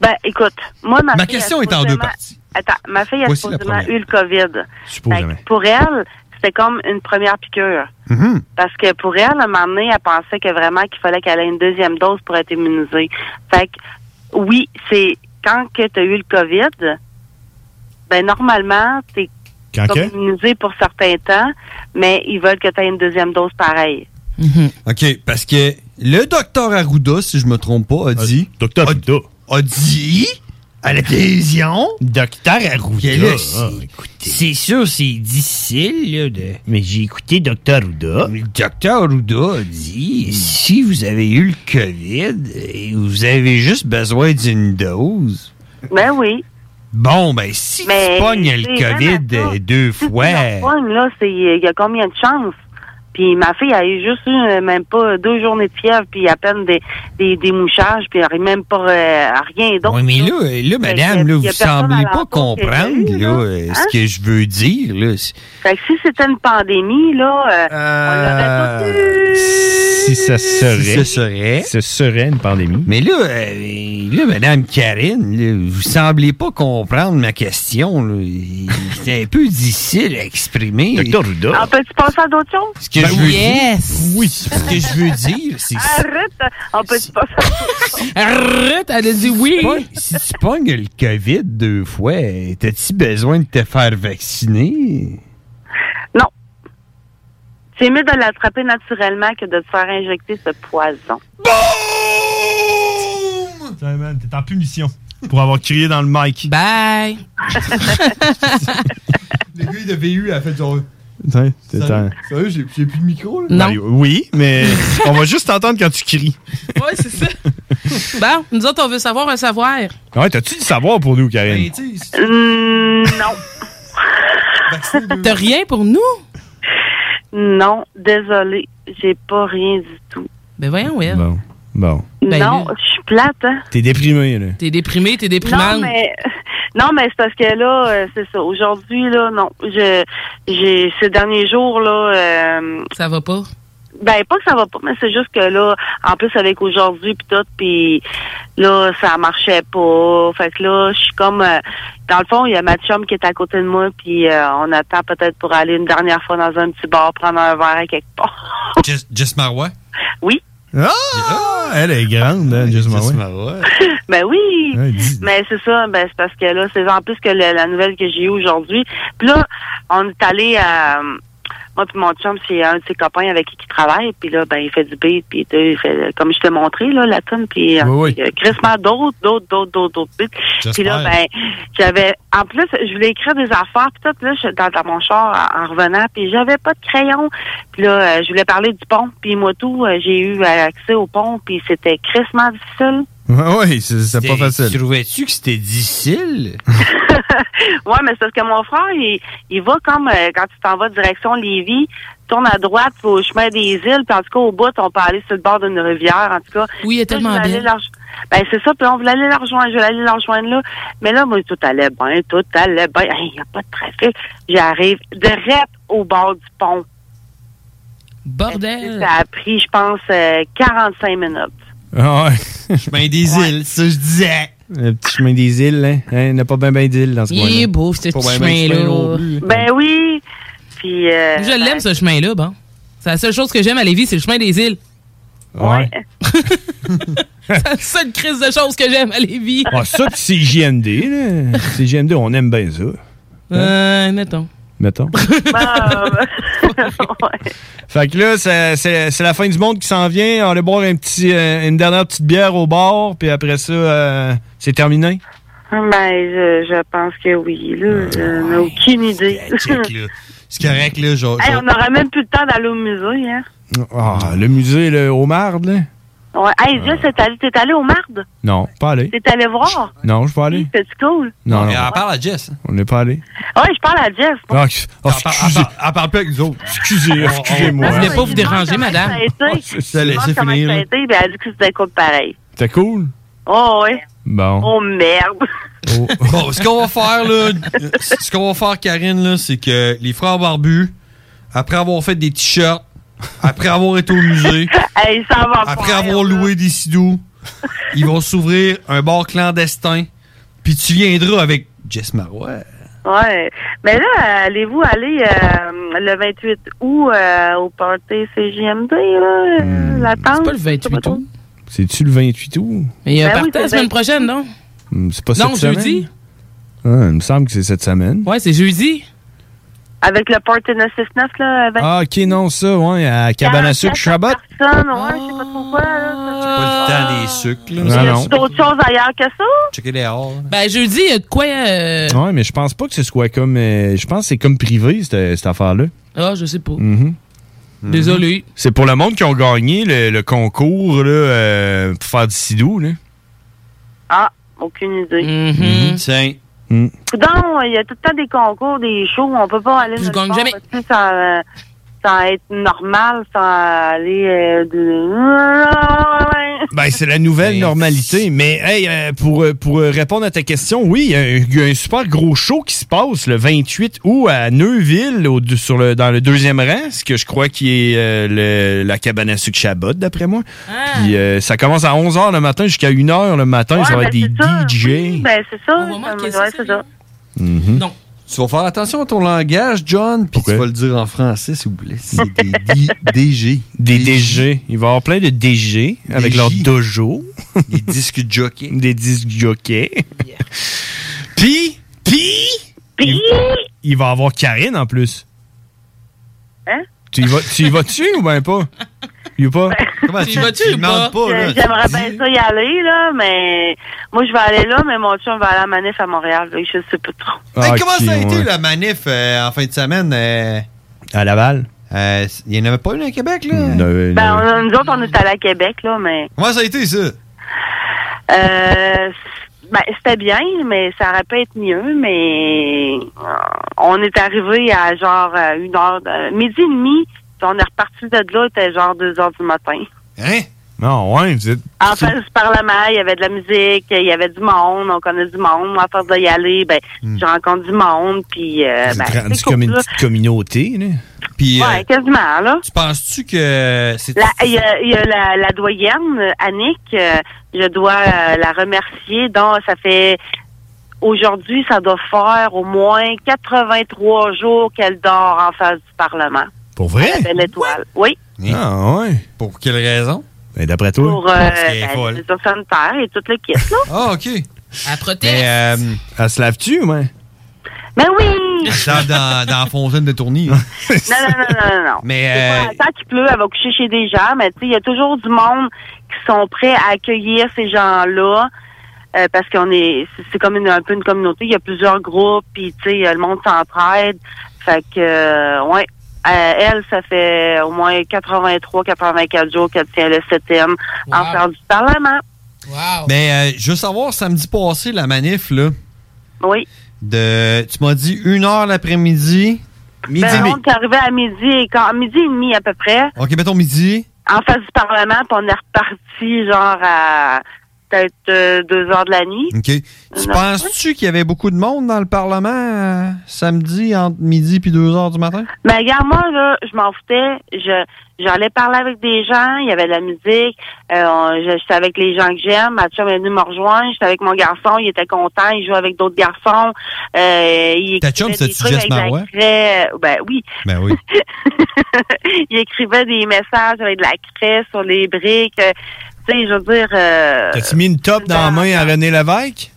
S12: Ben écoute, moi, ma,
S6: Ma
S12: fille a
S6: question est en deux
S12: supposément-
S6: parties.
S12: Attends, ma fille a
S6: Voici la
S12: supposément
S6: première.
S12: eu le COVID.
S6: Supposément.
S12: Fait que Pour elle, c'était comme une première piqûre.
S6: Mhm.
S12: Parce que pour elle, à un moment donné, elle pensait que vraiment qu'il fallait qu'elle ait une deuxième dose pour être immunisée. Fait que, oui, c'est quand que tu as eu le COVID, ben normalement, tu es
S11: Quand que?
S12: immunisé pour certains temps, mais ils veulent que tu aies une deuxième dose pareille.
S6: OK, parce que le docteur Arruda, si je me trompe pas, a dit.
S11: Docteur Arruda.
S6: A dit à la télévision.
S21: Docteur Arruda.
S6: Que le-
S21: c'est sûr, c'est difficile, là, de... Mais j'ai écouté Dr. Arruda. Le Dr. Arruda a dit, si vous avez eu le COVID et vous avez juste besoin d'une dose...
S12: Ben oui.
S21: Bon, ben, si
S12: Mais
S21: tu pognes le
S12: c'est vraiment
S21: COVID
S12: ça.
S21: euh, deux
S12: Si tu
S21: fois...
S12: la pognes, là, c'est euh, il y a combien de chances? Puis ma fille a eu juste eu, euh, même pas deux journées de fièvre, puis à peine des, des, des mouchages, puis elle a même pas euh, rien d'autre.
S21: Oui, mais là, là madame, là,
S12: que-
S21: vous
S12: y a
S21: ne
S12: personne à
S21: semblez pas
S12: l'entour qui l'a eu,
S21: comprendre là,
S12: là.
S21: euh,
S12: Hein?
S21: ce que je veux dire. Là. C'est-
S12: Fait que si c'était une pandémie, là, euh, on l'aurait tous eu.
S11: Euh, Si ça serait.
S21: Si ce serait.
S11: Ce serait une pandémie.
S21: Mais là, euh, là madame Karine, là, vous semblez pas comprendre ma question. là. C'est un peu difficile à exprimer.
S11: Docteur
S21: Ruda.
S12: On peut-tu passer à d'autres choses?
S21: Ce que je veux
S29: dire,
S21: oui, ce que je veux dire, c'est que si-
S12: Arrête! On peut-tu passer à d'autres choses?
S29: Arrête, elle a dit oui.
S21: pognes- si tu pognes le COVID deux fois, euh, t'as-tu besoin de te faire vacciner?
S12: Non. C'est mieux de l'attraper naturellement que de te faire injecter ce poison.
S11: Putain, man, t'es en punition. Pour avoir crié dans le mic.
S29: Bye!
S6: Le gars, il avait eu, à fait genre.
S11: Putain, t'es en-
S6: Sérieux, j'ai j'ai plus de micro, là?
S11: Ben, oui, mais on va juste t'entendre quand tu cries.
S29: Ouais, c'est ça. bon, nous autres, on veut savoir un savoir. Ben,
S11: Ouais, t'as-tu du savoir pour nous, Karine?
S12: Mm, non.
S29: T'as rien pour nous?
S12: Non, désolé, j'ai pas rien du tout.
S29: Ben voyons, ouais. Ben,
S11: Bon. Bon.
S12: non, je suis plate, hein?
S11: T'es déprimé, là.
S29: T'es déprimé, t'es
S12: Non,
S29: déprimante.
S12: mais, non, mais c'est parce que là, euh, c'est ça. Aujourd'hui, là, non. Je, j'ai, ces derniers jours, là. euh,
S29: Ça va pas?
S12: Ben, pas que ça va pas, mais c'est juste que là, en plus avec aujourd'hui puis tout, puis là, ça marchait pas. Fait que là, je suis comme... euh, dans le fond, il y a ma chum qui est à côté de moi, puis euh, on attend peut-être pour aller une dernière fois dans un petit bar, prendre un verre à quelque part.
S6: Jess, Jess Marois?
S12: Oui.
S6: Ah! Elle est grande, hein, Jess Marois.
S12: Ben oui,
S6: Ouais,
S12: mais c'est ça, ben c'est parce que là, c'est en plus que le- la nouvelle que j'ai eue aujourd'hui. Puis là, on est allé à moi puis mon chum, c'est un de ses copains avec qui il travaille, puis là, ben il fait du beat, puis là, il fait comme je t'ai montré là, la tune, puis euh,
S22: Oui, oui.
S12: il y a crissement d'autres, d'autres, d'autres, d'autres, d'autres beats. Puis là, ben
S22: J'espère.
S12: j'avais en plus, je voulais écrire des affaires, puis tout, puis là, je suis dans, dans mon char en, en revenant, puis j'avais pas de crayon. Puis là, euh, je voulais parler du pont, puis moi tout, euh, j'ai eu euh, accès au pont, puis c'était crissement difficile.
S6: Oui, c'est c'est pas
S21: C'était-
S6: facile.
S21: Trouvais-tu que c'était difficile?
S12: Ouais, mais c'est parce que mon frère, il, il va comme euh, quand tu t'en vas direction Lévis, tourne à droite tu vas au chemin des îles, puis en tout cas au bout, on peut aller sur le bord d'une rivière, en tout cas.
S29: Oui, il est
S12: Là, je
S29: tellement
S12: voulais aller
S29: belle.
S12: la rejo- Ben c'est ça, puis on voulait aller la rejoindre, je voulais aller la rejoindre là. Mais là, moi, tout allait bien, tout allait bien. Il n'y a pas de trafic. J'arrive direct au bord du pont.
S29: Bordel!
S12: Ça a pris, je pense, euh, 45 minutes.
S6: Ah ouais. chemin des îles, ça je disais. Le petit chemin des îles, hein? Hein, Il n'y a pas bien ben d'îles dans ce coin-là.
S29: Il est beau, ce
S6: Pas
S29: petit
S6: ben ben de
S29: chemin-là.
S6: non plus.
S12: Ben oui. Puis, euh,
S29: Je l'aime, ce chemin-là, bon. C'est la seule chose que j'aime à Lévis, c'est le chemin des îles.
S11: Ouais.
S29: c'est la seule crise de choses que j'aime à Lévis.
S11: Ah, ça, pis c'est JMD, là. C'est JMD, on aime bien ça.
S29: Euh, mettons.
S11: Mettons. Fait que là, ça- c'est c'est la fin du monde qui s'en vient. On va boire un petit, euh, une dernière petite bière au bar, puis après ça, euh, c'est terminé.
S12: Ben, je, je pense que oui. Là, je n'ai aucune idée.
S6: C'est correct, là, genre.
S12: Hey, on n'aura même plus le temps d'aller au musée, hein?
S11: Ah, le musée, le Homard, là?
S12: Ouais.
S11: Ah.
S12: Hey, là, t'es allé, t'es allé au Marde?
S11: Non, pas allé.
S12: T'es allé voir?
S11: Non, je peux aller.
S12: C'est cool?
S11: Non, non.
S6: parle à Jess. hein.
S11: On n'est pas allé.
S12: Ouais, je parle à Jess.
S11: Ah, ex- ah, excusez.
S6: Elle parle plus avec nous autres.
S11: Excusez, excusez-moi.
S29: Je voulais pas vous déranger, madame.
S12: Ça a été.
S11: Ah, ça,
S12: Je me demande
S11: laissez
S12: comment
S11: finir,
S12: ça a
S11: là.
S12: été, ben, elle a dit que c'était cool pareil.
S11: C'était cool?
S12: Oh, ouais.
S11: Bon.
S12: Oh, merde.
S11: Oh.
S6: Bon, ce qu'on va faire, là, ce qu'on va faire, Karine, là, c'est que les frères barbus, après avoir fait des t-shirts, après avoir été au musée,
S12: Hey, ça va pas.
S6: après avoir loué des sidous, ils vont s'ouvrir un bar clandestin, puis tu viendras avec Jess Marois.
S12: Ouais. Mais là, allez-vous aller euh, le 28 août euh, au party CJMD, là? euh,
S11: Hmm.
S12: la tente? C'est pas le 28 août.
S11: C'est-tu le 28 août?
S29: Mais il y a
S12: Ben oui,
S29: parti euh, la
S12: c'est
S29: semaine
S12: bien.
S29: prochaine, non?
S11: Hum, C'est pas
S29: Non,
S11: cette
S29: jeudi.
S11: semaine? Ah, il me semble que c'est cette semaine.
S29: Ouais, c'est jeudi.
S12: Avec le party 969, là, avec
S11: Ah, ok, non, ça, ouais, à Cabanassuc, Chabot.
S12: personne, ouais,
S29: Ah.
S12: je sais pas trop quoi, là.
S6: Tant des sucres, là.
S11: Ah, Non, non.
S12: C'est d'autres choses ailleurs que ça?
S6: Checker les hors.
S29: Ben, jeudi, il y a de quoi. euh,
S11: Ouais, mais je pense pas que ce soit comme. euh, je pense que c'est comme privé, cette, cette affaire-là.
S29: Ah, je sais pas.
S11: Mhm.
S6: Mm-hmm.
S29: Désolé.
S11: C'est pour le monde qui ont gagné le, le concours là, euh, pour faire du sidou. Là.
S12: Ah, aucune idée.
S6: Tiens.
S12: Coudon, il y a tout le temps des concours, des shows, on peut pas aller
S29: Je
S12: nulle
S29: gagne
S12: part,
S29: jamais.
S12: tu sais, sans, euh, sans être normal, sans aller... euh, de-
S11: Ben, c'est la nouvelle normalité. Mais hey, euh, pour, euh, pour euh, répondre à ta question, oui, il y a un- il y, a un super gros show qui se passe le 28 août à Neuville, au- du- sur le, dans le deuxième rang, ce que je crois qui est euh, le- la cabane à sucre Chabot, d'après moi. Puis euh, ça commence à 11h le matin jusqu'à 1h le matin. ça va
S12: Ah. Ouais,
S11: être des
S12: ben, c'est ça,
S11: DJ.
S12: oui, ben, c'est ça. ça me- ouais, c'est ça.
S29: Non.
S6: Mhm. Tu vas faire attention à ton langage, John, puis tu vas le dire en français, s'il vous plaît. C'est des DG.
S11: Des DG. Il va y avoir plein de DG avec leur dojo.
S6: Des disques jockeys.
S11: Des disques jockeys. Puis, puis, il, il va y avoir Karine en plus.
S12: Hein?
S11: Tu y vas- tu y vas-tu ou ben pas? Y a pas?
S6: Comment
S12: Tu y tu- vas-tu tu ou
S11: demandes
S12: Euh, J'aimerais bien ça y aller, là, mais moi, je vais aller là, mais mon chum va aller à la manif à Montréal, là, je sais pas trop.
S6: Hey, comment ça a été
S11: Ah, ouais.
S6: la manif euh, en fin de semaine? euh,
S11: À Laval?
S6: euh, il n'y en avait pas une à Québec, là?
S12: Ben, on
S11: Euh,
S12: a- nous autres, on est allés à Québec, là, mais...
S6: Comment ça a été, ça?
S12: Euh, ben, c'était bien, mais ça aurait pu être mieux, mais euh, on est arrivé à genre euh, une heure, de- midi et demi, puis on est reparti de là, il était genre deux heures du matin.
S6: Hein?
S11: Non, ouais, vous êtes.
S12: En face du Parlement, il y avait de la musique, il y avait du monde, on connaît du monde. Moi, à force d'y aller, ben, je rencontre du monde, puis... euh, ben,
S11: êtes rendu
S12: c'est cool,
S11: comme une
S12: là.
S11: petite communauté, là.
S6: Puis, euh,
S11: euh,
S12: Ouais, quasiment, là.
S6: Tu penses-tu que c'est.
S12: La- Il y a, il y a la, la doyenne, euh, Annick, euh, je dois euh, la remercier. Donc, ça fait aujourd'hui, ça doit faire au moins 83 jours qu'elle dort en face du Parlement.
S11: Pour
S12: À La belle étoile. Oui.
S11: Ah, ouais.
S6: Hein? Pour quelle raison?
S11: Ben, d'après toi.
S12: Pour euh, ben, les sanitaires et tout le kit, là.
S6: Ah, OK.
S29: À
S6: Mais, euh,
S11: elle se lave-tu, ouais?
S12: Ben oui!
S6: Dans, dans, dans la fontaine de tournis. là.
S12: Non, non, non, non, non, non.
S6: Mais, euh,
S12: Des fois, Tant qu'il pleut, elle va coucher chez des gens, mais tu sais, il y a toujours du monde qui sont prêts à accueillir ces gens-là. euh, parce qu'on est, c'est- c'est comme une, un peu une communauté. Il y a plusieurs groupes, puis tu sais, euh, le monde s'entraide. Fait que, euh, ouais, Euh, elle, ça fait au moins 83-84 jours qu'elle tient le septième en faire du parlement. Ah.
S6: Mais euh, je veux savoir, samedi passé, la manif, là.
S12: Oui.
S6: De, tu m'as dit une heure l'après-midi. Midi
S12: ben,
S6: et demi.
S12: on est arrivé à midi et quand midi et demi à peu près.
S6: OK, mettons midi.
S12: en face du Parlement, puis on est reparti genre à peut-être euh, deux heures de la nuit.
S6: OK. Tu penses-tu qu'il y avait beaucoup de monde dans le Parlement euh, samedi entre midi et 2 heures du matin?
S12: Mais regarde, moi, là, je m'en foutais. Je J'allais parler avec des gens, il y avait de la musique, euh, on- je- j'étais avec les gens que j'aime, ma chum est venue me rejoindre, j'étais avec mon garçon, il était content, il jouait avec d'autres garçons. Euh, il
S6: Ta
S12: écrivait
S6: chum,
S12: des
S6: c'était-tu
S12: trucs
S6: Jess
S12: avec de la
S6: Marois?
S12: craie. Ben oui.
S6: Ben oui.
S12: il écrivait des messages avec de la craie sur les briques. euh, tu sais, je veux dire... euh,
S11: T'as-tu mis une top dans la main à René Lévesque?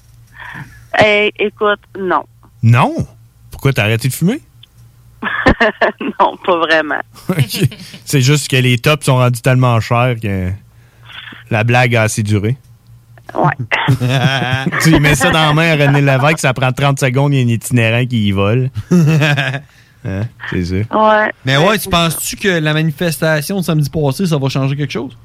S12: Eh, écoute, non.
S11: Non. Pourquoi t'as arrêté de fumer?
S12: non, pas vraiment.
S11: C'est juste que les tops sont rendus tellement chers que la blague a assez duré.
S6: Ouais.
S11: tu lui mets ça dans la main à René Lévesque, ça prend 30 secondes, il y a un itinérant qui y vole. Hein, C'est sûr.
S12: Ouais.
S6: Mais ouais, tu penses-tu que la manifestation de samedi passé, ça va changer quelque chose?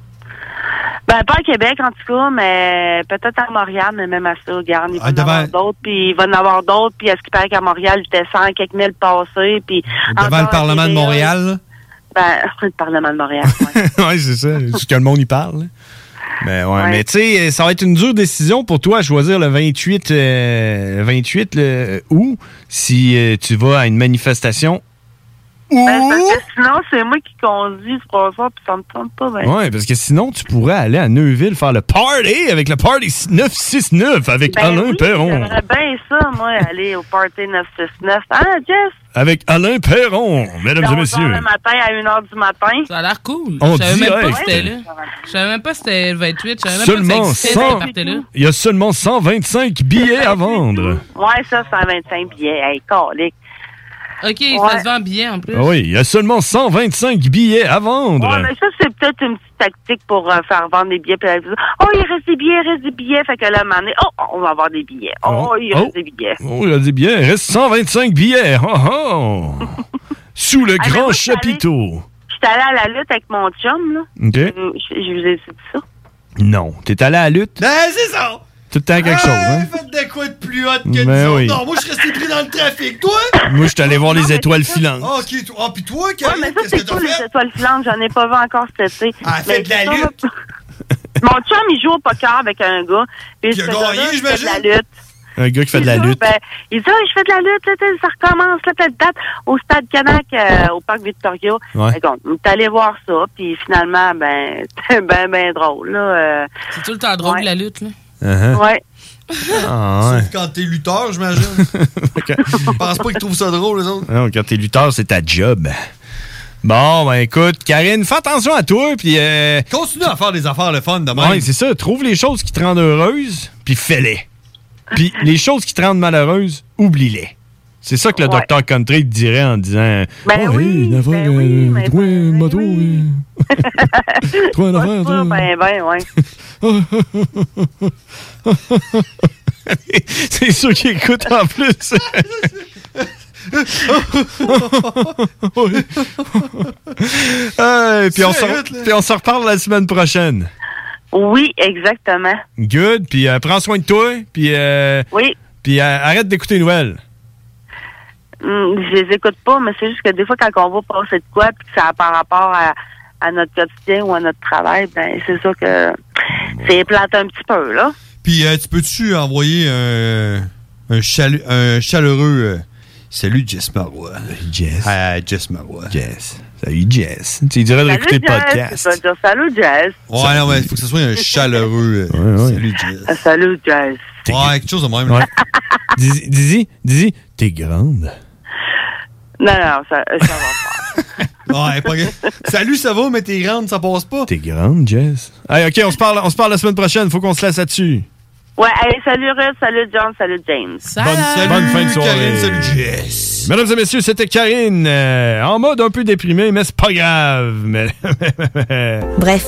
S12: Ben, pas à Québec, en tout cas, mais peut-être à Montréal, mais même à ça, regarde, il va
S6: Ah,
S12: en avoir
S6: devant-
S12: d'autres, puis il va en avoir d'autres, puis est-ce qu'il paraît qu'à Montréal, il était 100 quelques mille passés, puis...
S6: Devant
S12: encore
S6: le Parlement
S12: à
S6: de
S12: TVA.
S6: Montréal, là?
S12: Ben, le Parlement de Montréal.
S11: oui, c'est ça. C'est ce que le monde y parle. là. Mais ouais, mais tu sais, euh, ça va être une dure décision pour toi à choisir le 28, euh, le 28 le août si euh, tu vas à une manifestation.
S12: Ben, parce que sinon, c'est moi qui conduis ce soir, puis ça me tente pas, ben.
S11: Ouais, parce que sinon, tu pourrais aller à Neuville faire le party avec le party 969 avec
S12: Ben
S11: Alain
S12: oui,
S11: Perron.
S12: J'aimerais bien ça, moi, aller au party 969. Ah, Jess!
S11: Avec Alain Perron, mesdames et
S12: 11 heures
S11: messieurs.
S12: le matin à 1h du matin.
S29: Ça a l'air cool.
S11: On
S29: je savais même pas
S11: dirait.
S29: que c'était là. Je savais même pas que c'était le 28. Je savais Euh, même
S11: Seulement
S29: pas que ça existait,
S11: 100.
S29: cette partie-là.
S11: Il y a seulement 125 billets
S12: Ah,
S11: à vendre.
S12: Ouais, ça, 125 billets. Hey, calique.
S29: OK, ça se vend bien, en plus.
S11: Ah oui, il y a seulement 125 billets à vendre.
S12: Ouais, mais ça, c'est peut-être une petite tactique pour euh, faire vendre des billets. Puis, elle dit, oh, il reste des billets, il reste des billets. Fait que là, à un moment donné, oh, on va avoir des billets. Oh, il reste
S11: oh.
S12: des billets.
S11: Oh, il a des billets. Il reste 125 billets. Oh, oh. Sous le
S12: Ah, mais
S11: grand
S12: moi, je suis allée-
S11: chapiteau.
S12: Je suis allée à la lutte avec mon chum, là.
S11: OK.
S12: Euh, Je, je vous ai dit ça.
S11: Non, t'es allé à la lutte.
S6: Ben, c'est ça!
S11: Tout le temps quelque chose, hein?
S6: Faites de quoi de plus hot
S11: que Ben nous autres? oui. Non,
S6: moi, je suis resté pris dans le trafic. Toi?
S12: euh,
S11: Moi, je suis allé voir les étoiles filantes.
S6: Ah, OK. toi- Ah, puis toi,
S12: Ouais, mais ça, c'est cool, les étoiles filantes. J'en ai pas vu encore cet été.
S6: Ah,
S12: Mais
S6: fait de la
S12: ça,
S6: lutte.
S12: là, Mon chum, il joue au poker avec un gars. Puis
S6: Qui a
S12: ce
S6: gagné,
S12: gars-là, il fait de la
S6: j'imagine?
S12: lutte.
S11: Un gars qui fait de la
S12: Puis là,
S11: lutte.
S12: ben, il dit, Ah, je fais de la lutte, là, t'sais, ça recommence, là, telle date, au Stade Canac, euh, au Parc Victoria.
S11: Ouais.
S12: Fait qu'on on est allé voir ça, puis finalement, ben, c'était ben, ben drôle, là.
S29: C'est tout le temps drôle, la lutte, là.
S11: Uh-huh.
S12: Ouais.
S11: Ah, ouais.
S6: Sauf quand t'es lutteur, j'imagine. Je pense pas qu'ils trouvent ça drôle, les autres.
S11: Uh-huh. Ah Non, quand t'es lutteur, c'est ta job. Bon, ben écoute, Karine, fais attention à toi, puis... Euh,
S6: Continue à faire des affaires le fun demain.
S11: ouais, c'est ça. Trouve les choses qui te rendent heureuse, puis fais-les. Puis les choses qui te rendent malheureuse, oublie-les. C'est ça que le
S12: Ouais.
S11: docteur Country te dirait en disant...
S12: Ben
S4: Ah,
S11: Oh,
S12: oui,
S11: hey, une affaire,
S12: ben
S11: euh,
S12: oui, mais
S11: trouve un bateau, euh, trouve un affaire,
S12: Ah,
S11: trouve-
S12: ben, ben, ouais.
S11: C'est ceux qui écoutent en plus. Euh, puis on se
S6: Sérieux, là?
S11: puis on se reparle la semaine prochaine.
S12: Oui, exactement.
S11: Good. Puis euh, prends soin de toi. Puis euh,
S12: Oui.
S11: puis euh, arrête d'écouter les nouvelles.
S12: Hum, je les écoute pas, mais c'est juste que des fois, quand on va passer de quoi, puis que ça a par rapport à, à notre quotidien ou à notre travail, ben c'est sûr que c'est plate un petit peu, là.
S6: Puis euh, tu peux-tu envoyer un, un, chalu- un chaleureux euh, salut Jess Marois. Jess. À Jess Marois. Jess. Salut Jess.
S11: Tu lui dirais
S12: Salut, Jess. Tu vas dire salut, Jess.
S6: Ouais, non, mais il faut que ce soit un chaleureux euh, salut Jess.
S12: Ah, Salut, Jess.
S6: Ouais, quelque chose de même. Dizzy, Dizzy, t'es grande.
S12: Non, non, ça, Euh, ça va.
S6: Ouais, pas grave. Salut, ça va, mais t'es grande, ça passe pas.
S11: T'es grande, Jess. Hey, OK, on se parle, on se parle la semaine prochaine. Faut qu'on se laisse là-dessus.
S12: Ouais, hey, salut, Ruth. Salut, John. Salut, James.
S11: Bonne fin de soirée.
S6: Karine, salut,
S11: Mesdames et messieurs, c'était Karine. euh, en mode un peu déprimé, mais c'est pas grave. Mais-
S22: Bref,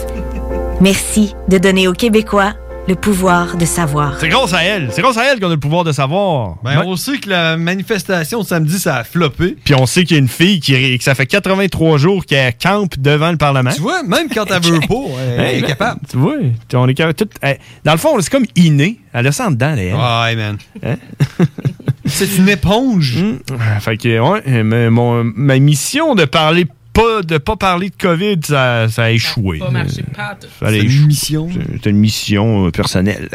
S22: merci de donner aux Québécois le pouvoir de savoir.
S11: c'est grâce à elle. C'est grâce à elle qu'on a le pouvoir de savoir.
S6: Ben, on sait que la manifestation de samedi, ça a floppé.
S11: Puis on sait qu'il y a une fille qui ré- que ça fait 83 jours qu'elle campe devant le Parlement.
S6: Tu vois, même quand elle veut pas, elle est
S11: man,
S6: capable.
S11: Tu vois, tu- on est capable. tout- elle- dans le fond, c'est comme inné. Elle a ça en dedans, elle.
S6: Ouais, man.
S11: c'est une éponge. Hein? Hmm. Fait que, ouais, euh, mais mon- ma mission de parler pas, de pas parler de COVID, ça, ça a échoué.
S29: Pas marché, pas tout.
S11: C'est une mission. C'est une mission euh, personnelle.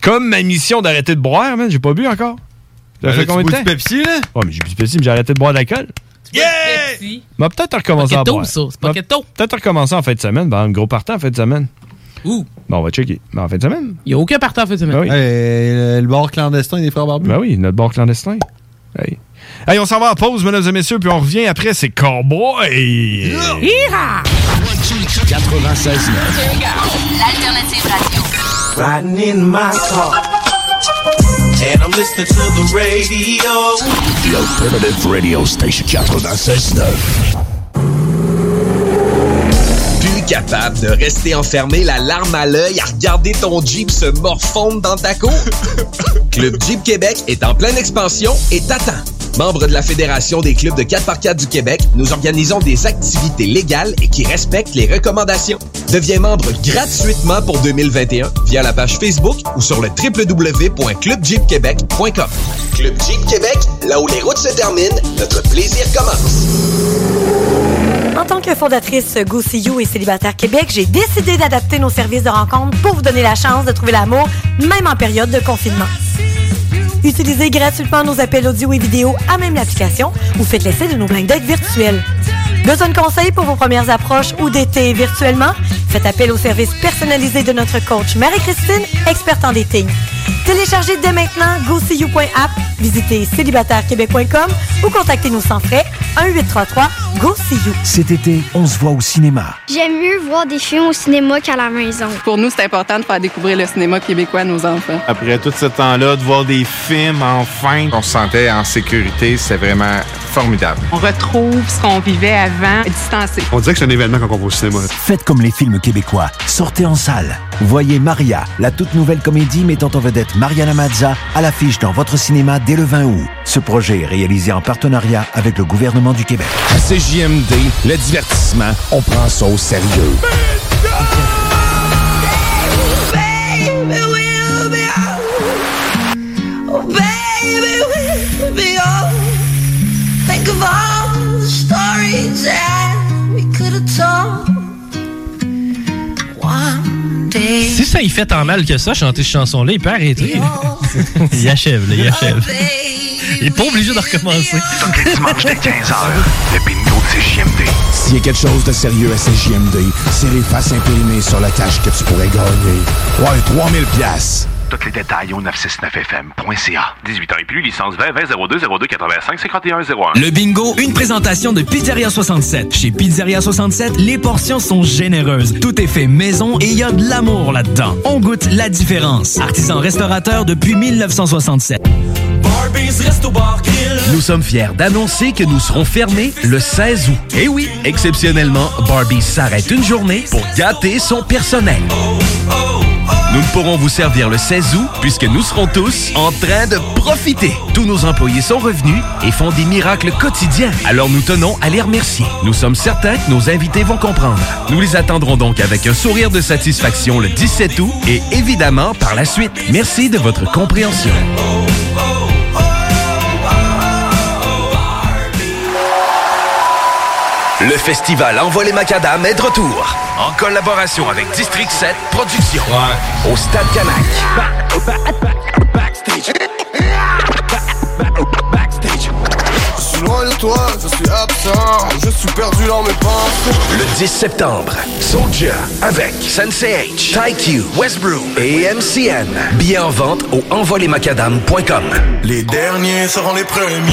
S11: Comme ma mission d'arrêter de boire, man, j'ai pas bu encore. Ça
S6: Ben
S11: fait
S6: là, tu
S11: combien de
S6: bois
S11: temps?
S6: du Pepsi, là?
S11: Ouais, mais j'ai bu du Pepsi, mais j'ai arrêté de boire de l'alcool.
S29: Yeah!
S11: M'a peut-être recommencé à
S29: Paquetto,
S11: boire.
S29: ça, c'est
S11: M'a
S29: paquetto.
S11: Peut-être recommencer en fin de semaine, ben, un gros partant en fin de semaine.
S29: Ouh.
S11: Bon, on va checker. Ben, en fin de semaine.
S29: Il n'y a aucun partant en fin de semaine.
S11: Ah oui.
S6: le, bar clandestin des frères Barbus.
S11: Ben oui, notre bar clandestin. Hey. Hey, on s'en va en pause, mesdames et messieurs, puis on revient après, c'est Cowboy.
S1: 96
S9: L'alternative radio.
S1: Riding in my car. And I'm listening to the radio.
S8: The alternative radio station 96.9.
S3: Plus capable de rester enfermé, la larme à l'œil, à regarder ton Jeep se morfondre dans ta cour? Club Jeep Québec est en pleine expansion et t'attend. Membre de la Fédération des clubs de 4x4 du Québec, nous organisons des activités légales et qui respectent les recommandations. Deviens membre gratuitement pour 2021 via la page Facebook ou sur le www.clubjeepquebec.com. Club Jeep Québec, là où les routes se terminent, notre plaisir commence.
S23: En tant que fondatrice Go See You et Célibataire Québec, j'ai décidé d'adapter nos services de rencontre pour vous donner la chance de trouver l'amour, même en période de confinement. Utilisez gratuitement nos appels audio et vidéo à même l'application ou faites l'essai de nos blind dates virtuels. Besoin de conseils pour vos premières approches ou d'été virtuellement? Faites appel au service personnalisé de notre coach Marie-Christine, experte en dating. Téléchargez dès maintenant GoSeeYou.app, visitez célibatairequebec.com ou contactez-nous sans frais 1-833-GO-SEE-YOU.
S24: Cet été, on se voit au cinéma.
S25: J'aime mieux voir des films au cinéma qu'à la maison.
S7: Pour nous, c'est important de faire découvrir le cinéma québécois à nos enfants.
S26: Après tout ce temps-là, de voir des films, enfin, on se sentait en sécurité, c'est vraiment formidable.
S7: On retrouve ce qu'on vivait avant, distancé.
S26: On dirait que c'est un événement quand on va au cinéma.
S24: Faites comme les films québécois. Sortez en salle. Voyez Maria, la toute nouvelle comédie mettant en vedette Mariana Mazza à l'affiche dans votre cinéma dès le 20 août. Ce projet est réalisé en partenariat avec le gouvernement du Québec.
S1: À CJMD, le divertissement, on prend ça au sérieux.
S9: Oh, baby, we'll be old. Think of all the stories that we could have told. One day.
S13: Si ça y fait tant mal que ça, chanter cette chanson-là, il peut arrêter. il achève, là, il achève. Il est pas obligé de recommencer.
S1: Tous les dimanches dès 15h, le bingo de CJMD. S'il y a quelque chose de sérieux à CJMD, c'est les faces imprimées sur la cash que tu pourrais gagner. Ouais, 3000 pièces.
S14: Tous les détails au 969fm.ca. 18 ans et plus, licence 20 20 02 02 85 51 01.
S15: Le bingo, une présentation de Pizzeria 67. Chez Pizzeria 67, les portions sont généreuses. Tout est fait maison et il y a de l'amour là-dedans. On goûte la différence. Artisan restaurateur depuis 1967.
S16: Nous sommes fiers d'annoncer que nous serons fermés le 16 août. Et oui, exceptionnellement, Barbie s'arrête une journée pour gâter son personnel. Nous ne pourrons vous servir le 16 août puisque nous serons tous en train de profiter. Tous nos employés sont revenus et font des miracles quotidiens. Alors nous tenons à les remercier. Nous sommes certains que nos invités vont comprendre. Nous les attendrons donc avec un sourire de satisfaction le 17 août et évidemment par la suite. Merci de votre compréhension.
S14: Le
S16: festival Envol et Macadam est de retour. En collaboration avec District 7 Productions. Au Stade Canac.
S31: suis loin de toi, je suis absent, je suis perdu dans mes pensées.
S16: Le 10 septembre, Soldier avec Sensei H, TyQ, Westbrook et MCN. Billets en vente au envolemacadam.com. Les derniers seront les premiers.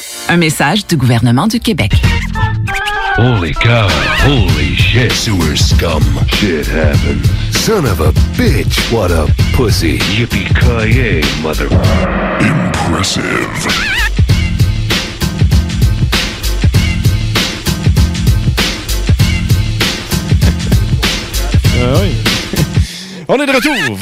S2: Un message du gouvernement du Québec.
S4: Holy cow. Holy shit. Sewer scum. Shit happened. Son of a bitch. What a pussy. Yippee-ki-yay, mother... Impressive.
S11: Ah oui. On est de retour,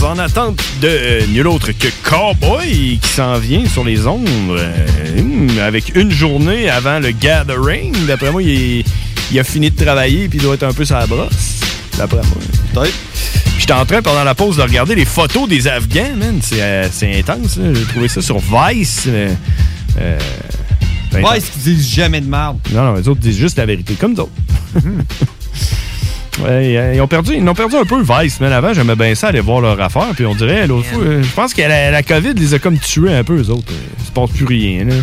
S11: 23h14, en attente de euh, nul autre que Cowboy qui s'en vient sur les ondes euh, hum, avec une journée avant le Gathering. D'après moi, il, est- il a fini de travailler puis il doit être un peu sa brosse. D'après moi. Peut-être. J'étais en train pendant la pause de regarder les photos des Afghans, man. C'est euh, c'est intense. là. J'ai trouvé ça sur Vice. euh, euh, c'est intense.
S6: Vice qui disent jamais de merde.
S11: Non, non, les autres disent juste la vérité, comme d'autres. euh, ils, ont perdu, ils ont perdu un peu Vice, mais avant, j'aimais bien ça aller voir leur affaire. Puis on dirait, l'autre fois, euh, je pense que la, la COVID les a comme tués un peu, eux autres. Euh, Il se passe plus rien. là.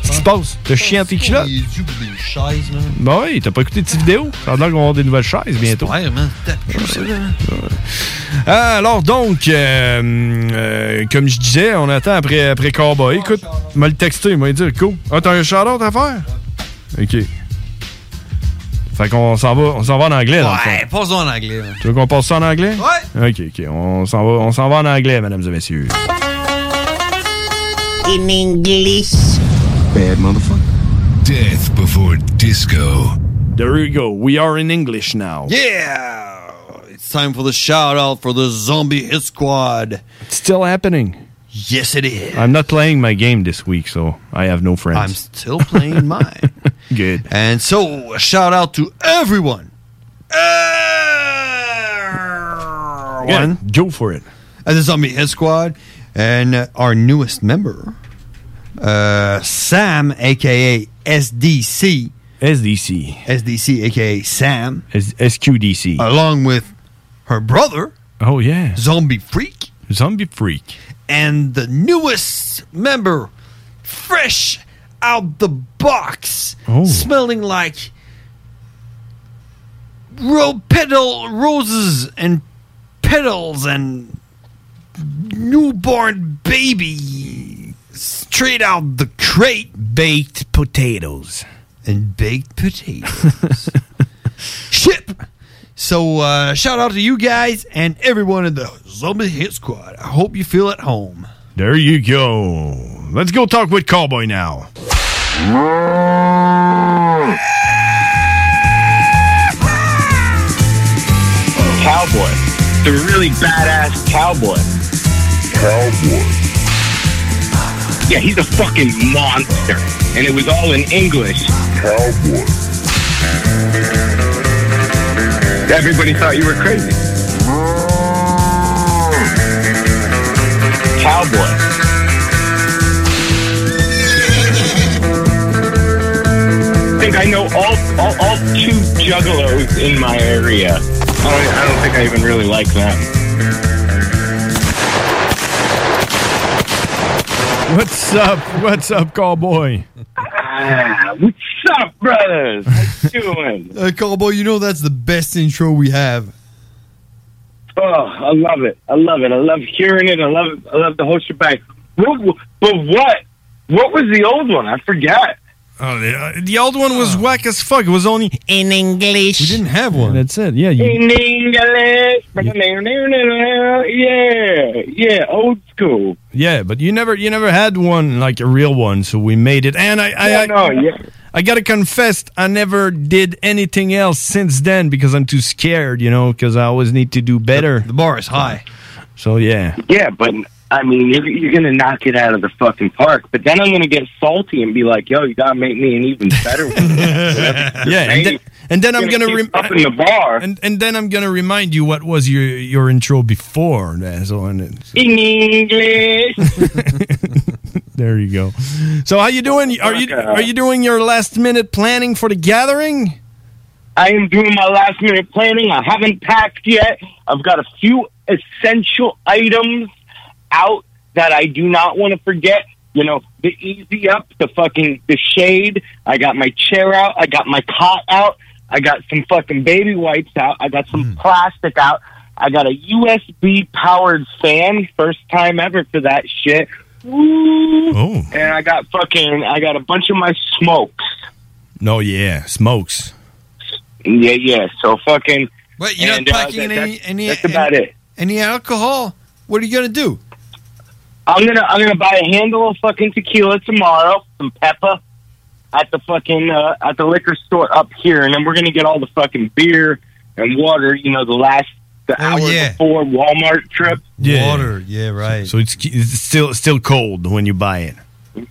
S11: Qu'est-ce qui se passe? Le chien tes culottes?
S6: Il est dû pour des chaises, man.
S11: Bah oui, t'as pas écouté de petites vidéos? Ça a l'air qu'on va avoir des nouvelles chaises bientôt.
S6: Ouais, man. Tape plus, ça, là.
S11: Alors donc, euh, euh, comme je disais, on attend après, après Cowboy. Écoute, m'a le texté, il m'a dit, cool. Ah, t'as un shout-out à faire? OK. Fait qu'on s'en va, on s'en va en anglais, dans le fond.
S6: Ouais, passe-le en anglais, man.
S11: Tu veux qu'on passe ça en anglais?
S6: Ouais.
S11: OK, OK. On s'en va, on s'en va en anglais, mesdames et messieurs.
S22: In English.
S4: Bad motherfucker. Death before disco.
S11: There you go. We are in English now.
S6: Yeah! It's time for the shout out for the Zombie Hit Squad.
S11: It's still happening.
S6: Yes, it is.
S11: I'm not playing my game this week, so I have no friends.
S6: I'm still playing mine.
S11: Good.
S6: And so, a shout out to everyone. Everyone.
S11: go for it.
S6: At Uh, the Zombie Hit Squad. And uh, our newest member, uh, Sam, a.k.a. SDC.
S11: SDC.
S6: SDC, a.k.a. Sam.
S11: SQDC.
S6: Along with her brother.
S11: Oh, yeah.
S6: Zombie Freak.
S11: Zombie Freak.
S6: And the newest member, fresh out the box,
S11: Oh.
S6: smelling like ro- petal roses and petals and newborn baby straight out the crate baked potatoes and baked potatoes ship so uh, shout out to you guys and everyone in the zombie hit squad i hope you feel at home
S11: There you go. Let's go talk with Cowboy now.
S21: Cowboy. The really badass cowboy. Cowboy. Yeah, he's a fucking monster. And it was all in English. Cowboy. Everybody thought you were crazy. Mm. Cowboy. I think I know all, all, all two juggalos in my area. I don't, I don't think I even really like them.
S11: What's up? What's up, Cowboy?
S21: Ah, what's up, brothers? How you doing?
S6: uh, cowboy you know that's the best intro we have
S21: Oh, I love it. I love it. I love hearing it. I love I love the whole shebang. What, but what? What was the old one? I forgot.
S11: Oh, the, the old one was whack as fuck. It was only in English. Oh. We didn't have one. That's it. Yeah.
S21: In English. Yeah, yeah, old school.
S11: Yeah, but you never you never had one like a real one, so we made it. And I I
S21: Yeah,
S11: I,
S21: no, yeah.
S11: I gotta confess, I never did anything else since then because I'm too scared, you know, because I always need to do better. The, bar is high, so yeah.
S21: Yeah, but I mean, you're, you're gonna knock it out of the fucking park. But then I'm gonna get salty and be like, "Yo, you gotta make me an even better one."
S11: yeah, and then, and then I'm
S21: You're
S11: gonna
S21: gonna keep upping the bar.
S11: and and then I'm gonna remind you what was your your intro before. that, So and it's-
S21: In English.
S11: there you go. So how you doing? Are
S21: uh,
S11: you are you doing your last minute planning for the gathering?
S21: I am doing my last minute planning. I haven't packed yet. I've got a few essential items out that I do not want to forget. You know, the easy up, the fucking the shade. I got my chair out. I got my cot out. I got some fucking baby wipes out. I got some plastic out. I got a USB powered fan. First time ever for that shit. Woo!
S11: Oh.
S21: And I got fucking I got a bunch of my smoke.
S11: No, yeah, smokes.
S21: Yeah, yeah. So fucking.
S6: Wait, you're
S21: And, uh,
S6: not packing
S21: that-
S6: any,
S21: that's-
S6: any,
S21: that's about
S6: any,
S21: it.
S6: any alcohol. What are you gonna do?
S21: I'm gonna I'm gonna buy a handle of fucking tequila tomorrow, some pepper at the fucking uh, at the liquor store up here, and then we're gonna get all the fucking beer and water. You know, the last the hour before Walmart trip.
S11: Water, yeah, right. So, it's, it's still still cold when you buy it.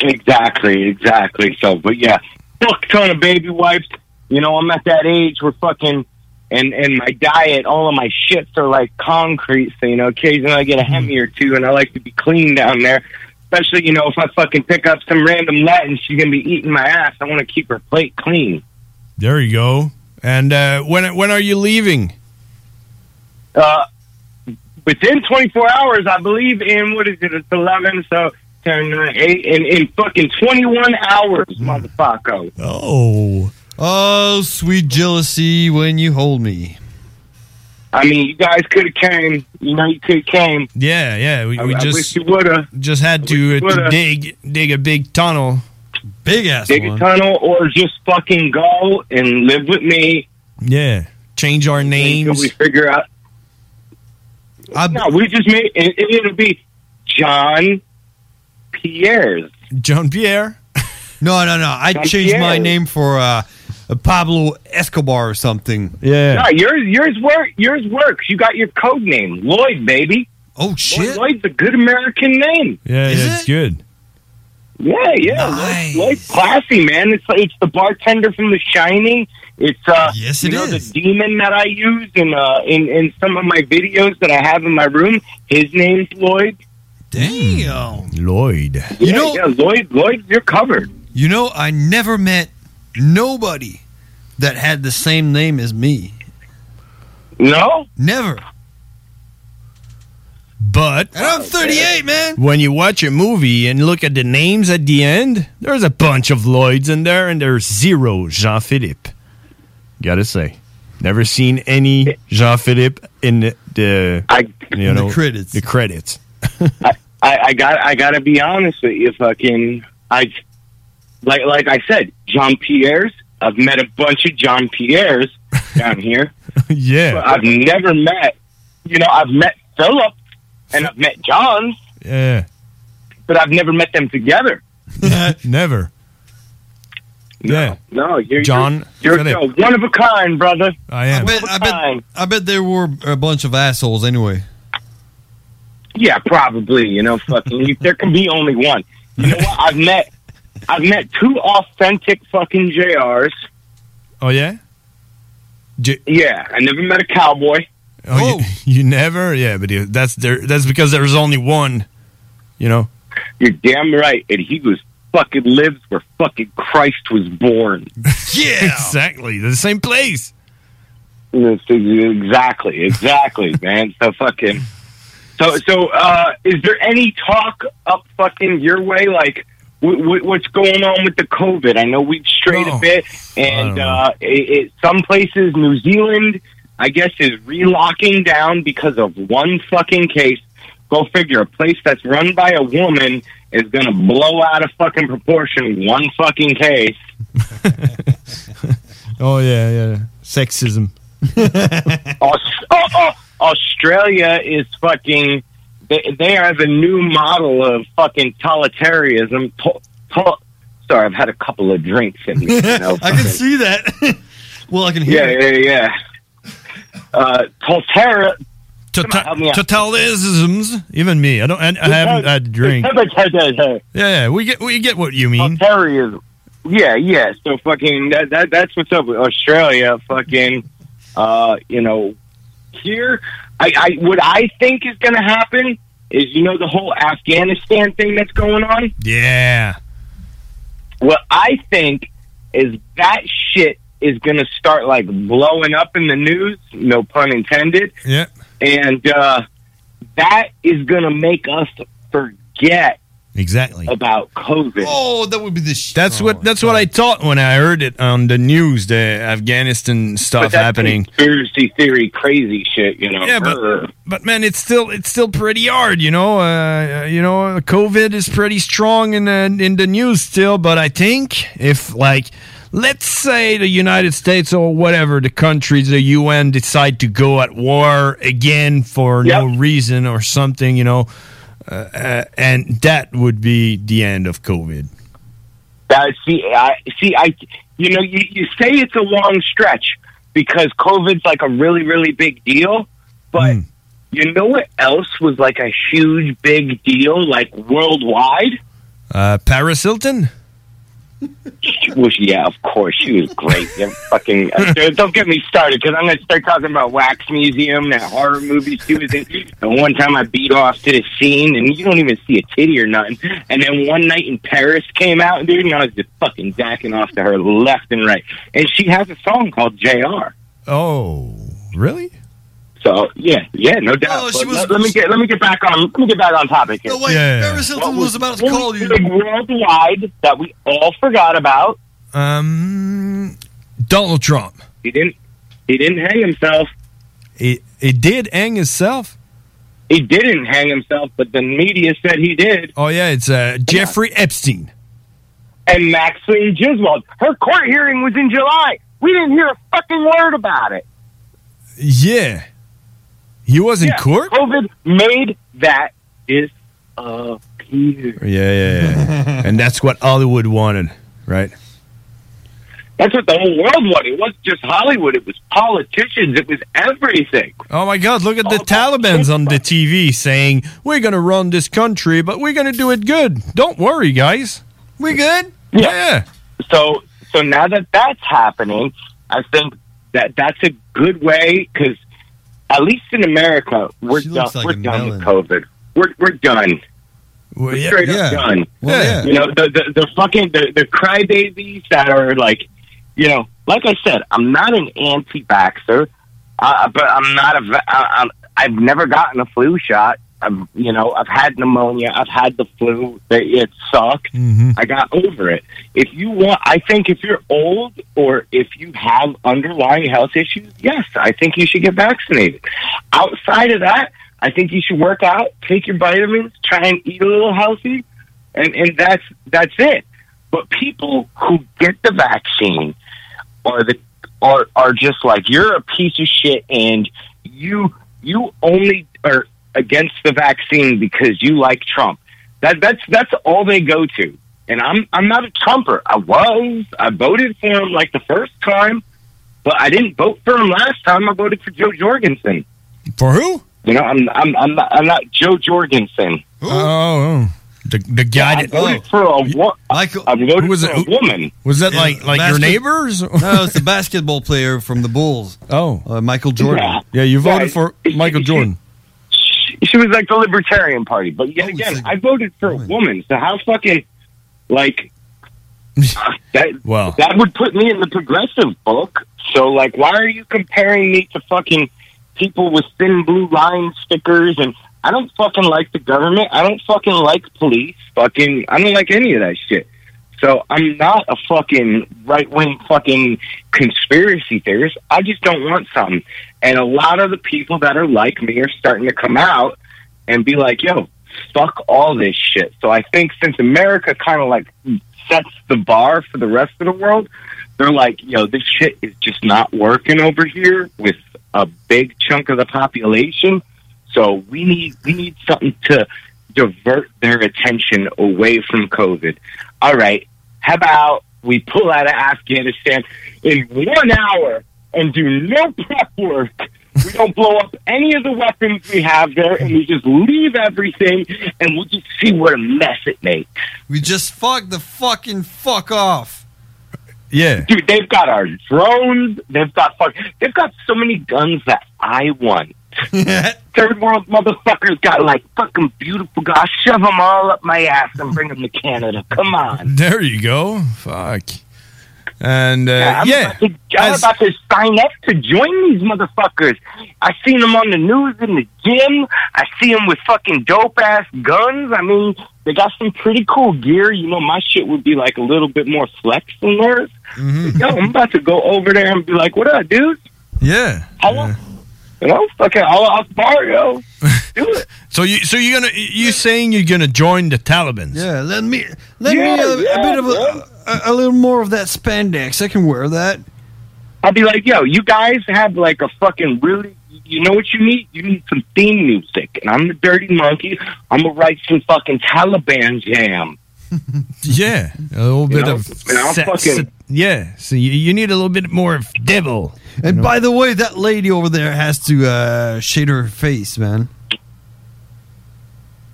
S21: Exactly, exactly. So, but yeah, fuck ton of baby wipes. You know, I'm at that age where fucking and and my diet, all of my shits are like concrete. So you know, occasionally I get a hemi or two, and I like to be clean down there. Especially, you know, if I fucking pick up some random Latin, she's gonna be eating my ass. I want to keep her plate clean.
S11: There you go. And uh, when when are you leaving?
S21: Uh, within 24 hours, I believe in what is it? It's 11, so 10, 9, 8, and in fucking 21 hours, motherfucker.
S11: Hmm. Oh.
S6: Oh, sweet jealousy when you hold me.
S21: I mean, you guys could have came. You know, you could have came.
S11: Yeah, yeah. We,
S21: I-
S11: we
S21: I
S11: just
S21: wish you woulda.
S11: Just had
S21: you
S11: to, uh, to
S21: woulda.
S11: dig dig a big tunnel, big ass
S21: Dig a tunnel or just fucking go and live with me
S11: Yeah, change our
S21: until
S11: names.
S21: we figure out. no, we just made it. it- It'll be John Pierre's.
S11: John Pierre.
S6: No, no, no. I
S21: John
S6: changed my
S21: Pierre.
S6: name for uh, Pablo Escobar or something.
S11: Yeah.
S21: No, yours yours work yours works. You got your code name, Lloyd, baby.
S6: Oh shit,
S21: Lloyd's a good American name.
S11: Yeah, yeah, it's good.
S21: Yeah, yeah, Lloyd, Lloyd classy man. It's like- it's the bartender from The Shining. It's uh,
S11: Yes,
S21: you
S11: it
S21: know, the demon that I use in uh in in some of my videos that I have in my room. His name's Lloyd.
S6: Damn,
S11: Lloyd.
S21: You know, yeah, Lloyd, Lloyd, you're covered.
S6: You know, I never met nobody that had the same name as me.
S21: No,
S6: never.
S11: But
S6: And I'm 38, man.
S11: when you watch a movie and look at the names at the end, there's a bunch of Lloyds in there, and there's zero Jean Philippe. Gotta say, never seen any Jean Philippe in the, the you
S21: In the
S11: know
S21: credits.
S11: The credits.
S21: I, I got I gotta be honest with you, fucking I like like I said, John Pierre's. I've met a bunch of John Pierre's down here.
S11: yeah.
S21: But I've never met you know, I've met Philip and I've met John,
S11: Yeah,
S21: but I've never met them together.
S11: never. Yeah,
S21: No, you're
S11: John
S21: You're, you're,
S11: Philip.
S21: a one of a kind, brother.
S11: I am.
S6: I bet, I bet, I bet there were a bunch of assholes anyway.
S21: Yeah, probably. You know, fucking. you- there can be only one. You know what? I've met, I've met two authentic fucking JRs.
S11: Oh yeah.
S21: yeah, I never met a cowboy.
S11: Oh, You, you never, yeah, but you- that's there. That's because there's only one. You know,
S21: You're damn right. And he was fucking lives where fucking Christ was born.
S11: yeah, exactly. They're the same place.
S21: Exactly, exactly, man. So fucking. So so, uh, is there any talk up fucking your way? Like, w- w- what's going on with the COVID? I know we've strayed a bit, and uh, it, it, some places, New Zealand, I guess, is relocking down because of one fucking case. Go figure. A place that's run by a woman is going to blow out of fucking proportion one fucking case.
S11: Oh, yeah, yeah. Sexism.
S21: Aus- oh, oh, Australia is fucking. They, they are the new model of fucking totalitarianism. To- to- sorry, I've had a couple of drinks in me. you know,
S6: I can
S21: fucking-
S6: see that. well, I can hear
S21: yeah,
S6: it.
S21: yeah, yeah. Uh, Toltera.
S6: Tota-
S21: help me out.
S11: Totalisms, even me. I don't. I, I haven't had a drink. Yeah, yeah, we get we get what you mean.
S21: Terrorism. Yeah, yeah. So fucking that, that that's what's up with Australia. Fucking, uh, you know, here, I, I what I think is going to happen is you know the whole Afghanistan thing that's going on.
S11: Yeah.
S21: What I think is that shit is going to start like blowing up in the news. No pun intended.
S11: Yeah.
S21: And uh, that is going to make us forget
S11: exactly
S21: about COVID.
S6: Oh, that would be the Oh, shit.
S11: That's what that's what I thought when I heard it on the news, the Afghanistan
S21: But
S11: stuff
S21: that's
S11: happening.
S21: Conspiracy theory, crazy shit. You know.
S11: Yeah,
S21: Brr.
S11: but but man, it's still it's still pretty hard, you know. Uh, you know, COVID is pretty strong in the, in the news still. But I think if like let's say the United States or whatever the countries, the UN decide to go at war again for no reason or something, you know, uh, uh, and that would be the end of COVID.
S21: That, see, I see. I you know you, you say it's a long stretch because COVID's like a really really big deal,
S11: Hmm.
S21: but you know what else was like a huge big deal like worldwide?
S11: Uh, Paris Hilton.
S21: Well, yeah, of course she was great. Yeah, fucking uh, Dude, don't get me started because I'm going to start talking about Wax Museum and horror movies she was in. And one time I beat off to the scene, and you don't even see a titty or nothing. And then one night in Paris came out, dude, and I was just fucking jacking off to her left and right. And she has a song called Jr.
S11: Oh, really?
S21: So yeah, yeah, no doubt.
S11: Oh, she
S21: But
S11: was-
S21: let, let me get let me get back on let me get back on topic. Here.
S11: No, wait, Yeah. Paris
S6: Hilton
S21: What
S6: was about to
S21: really
S6: call you.
S21: big worldwide that we all forgot about.
S11: Um, Donald Trump.
S21: He didn't. He didn't hang himself.
S11: He he did hang himself.
S21: He didn't hang himself, but the media said he did.
S11: Oh yeah, it's uh, Jeffrey Epstein.
S21: And Maxine Giswold. Her court hearing was in July. We didn't hear a fucking word about it.
S11: Yeah, he was in
S21: Yeah,
S11: court.
S21: COVID made that disappear.
S11: Yeah, yeah, yeah. and that's what Hollywood wanted, right?
S21: That's what the whole world wanted. It wasn't just Hollywood. It was politicians. It was everything.
S11: Oh my God! Look at the Taliban's on the TV saying we're gonna run this country, but we're gonna do it good. Don't worry, guys. We good? Yeah.
S21: So so now that that's happening, I think that that's a good way because at least in America, we're done.
S11: looks like
S21: we're
S11: a
S21: done with COVID. We're we're done.
S11: Well,
S21: we're
S11: yeah,
S21: straight
S11: yeah.
S21: up done.
S11: Well, yeah.
S21: You know the the, the fucking the, the crybabies that are like, you know, like I said, I'm not an anti-vaxer, uh, but I'm not a. va- I, I'm, I've never gotten a flu shot. I've, you know, I've had pneumonia. I've had the flu. It it sucked. I got over it. If you want, I think if you're old or if you have underlying health issues, yes, I think you should get vaccinated. Outside of that, I think you should work out, take your vitamins, try and eat a little healthy, and and that's that's it. But people who get the vaccine are the are are just like you're a piece of shit and you you only are against the vaccine because you like Trump. That that's that's all they go to. And I'm I'm not a Trumper. I was I voted for him like the first time, but I didn't vote for him last time. I voted for Joe Jorgensen.
S11: For who?
S21: You know, I'm I'm I'm not, I'm not Joe Jorgensen.
S11: Oh, oh. the the guy
S21: I
S11: that oh.
S21: voted for a, wo- I voted for a woman.
S11: Was that
S6: Yeah,
S11: like like
S6: basket-
S11: your neighbors?
S6: no, it's the basketball player from the Bulls.
S11: Oh,
S6: uh, Michael Jordan.
S21: Yeah.
S11: Yeah, you
S21: voted Right.
S11: for Michael Jordan.
S21: she was like the Libertarian Party. But yet again, I voted for a woman. So how fucking like uh, that?
S11: Well,
S21: that would put me in the progressive book. So like, why are you comparing me to fucking people with thin blue line stickers? And I don't fucking like the government. I don't fucking like police. Fucking, I don't like any of that shit. So I'm not a fucking right wing fucking conspiracy theorist. I just don't want some. And a lot of the people that are like me are starting to come out and be like, yo, fuck all this shit. So I think since America kind of like sets the bar for the rest of the world, they're like, yo, this shit is just not working over here with a big chunk of the population. So we need we need something to divert their attention away from COVID. All right, how about we pull out of Afghanistan in one hour and do no prep work? We don't blow up any of the weapons we have there, and we just leave everything, and we'll just see what a mess it makes.
S6: We just fuck the fucking fuck off.
S11: Yeah,
S21: dude, they've got our drones. They've got fuck. They've got so many guns that I want. Third world motherfuckers got like fucking beautiful guys. Shove them all up my ass and bring them to Canada. Come on.
S11: There you go. Fuck. And uh, yeah,
S21: I'm, About to, I'm about to sign up to join these motherfuckers. I seen them on the news in the gym. I see them with fucking dope ass guns. I mean, they got some pretty cool gear. You know, my shit would be like a little bit more flex than theirs.
S11: Mm-hmm.
S21: But, Yo, I'm about to go over there and be like, "What up, dude?
S11: yeah.
S21: Hello, you know, fucking, I'll, I'll bar, yo."
S11: So you so you're gonna you saying you're gonna join the Taliban?
S6: Yeah, let me let
S21: Yeah,
S6: me uh, a, a
S21: yeah,
S6: bit of a, a, a little more of that spandex. I can wear that.
S21: I'll be like, yo, you guys have like a fucking really, you know what you need? You need some theme music. And I'm the dirty monkey. I'm going to write some fucking Taliban jam.
S11: Yeah, a little
S21: You
S11: bit
S21: know,
S11: of
S21: and I'll
S11: sa-
S21: fucking-
S11: sa- yeah. So you, you need a little bit more of devil.
S6: And by the way, that lady over there has to uh, shade her face, man.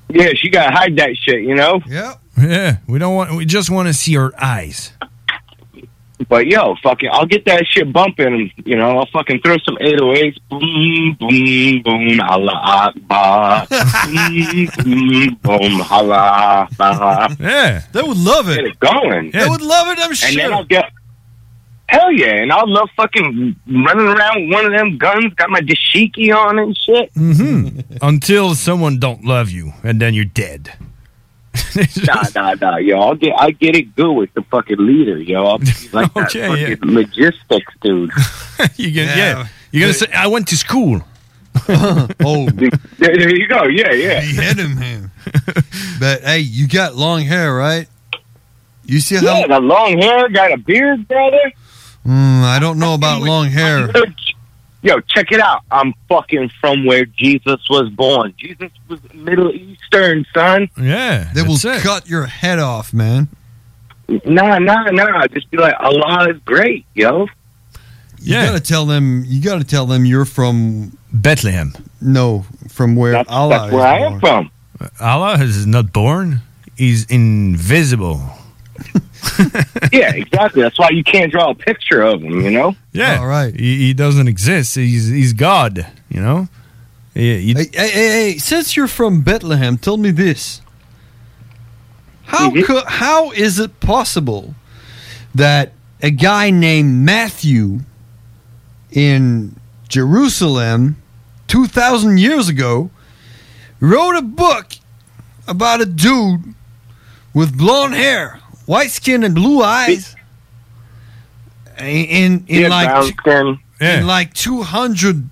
S21: Yeah, she got to hide that shit, you know?
S6: Yeah.
S11: Yeah, we don't want. We just want to see her eyes.
S21: But yo, fucking, I'll get that shit bumping. You know, I'll fucking throw some 808s. Boom, boom, boom, Allah Akbar. boom, boom, boom, Allah Akbar.
S11: Yeah.
S6: They would love it.
S21: Get it going.
S6: They would love it,
S11: Oh,
S6: I'm
S21: And
S6: sure.
S21: then I'll get. Hell yeah, and I'll love fucking running around with one of them guns, got my dashiki on and shit.
S11: Mm-hmm. Until someone don't love you, and then you're dead.
S21: nah, nah, nah, yo, I'll get, I'll get it good with the fucking leader, yo. I'll be like
S11: Okay,
S21: that fucking
S11: yeah.
S21: logistics dude.
S11: you gonna, yeah. You're gonna say I went to school.
S6: oh,
S21: there, there you go. Yeah, yeah.
S6: Behead him, man. but hey, you got long hair, right? You see how?
S21: Yeah, got long hair, got a beard, brother.
S6: Mm, I don't know about long hair.
S21: Yo, check it out. I'm fucking from where Jesus was born. Jesus was Middle Eastern, son.
S11: Yeah,
S6: they will cut your head off, man.
S21: Nah, nah, nah. Just be like, Allah is great, yo.
S6: You gotta tell them. You gotta tell them you're from
S11: Bethlehem.
S6: No, from where Allah.
S21: that's where I am from.
S11: Allah is not born. He's invisible.
S21: yeah, exactly. That's why you can't draw a picture of him, you know?
S11: Yeah. All right. He, he doesn't exist. He's he's God. You know. Yeah. you-
S6: Hey, hey, hey, hey, since you're from Bethlehem, tell me this: how
S21: Mm-hmm.
S6: co- how is it possible that a guy named Matthew in Jerusalem two thousand years ago wrote a book about a dude with blonde hair, white skin, and blue eyes? In in, in
S21: Yeah, brown
S6: like
S21: skin.
S6: in like two hundred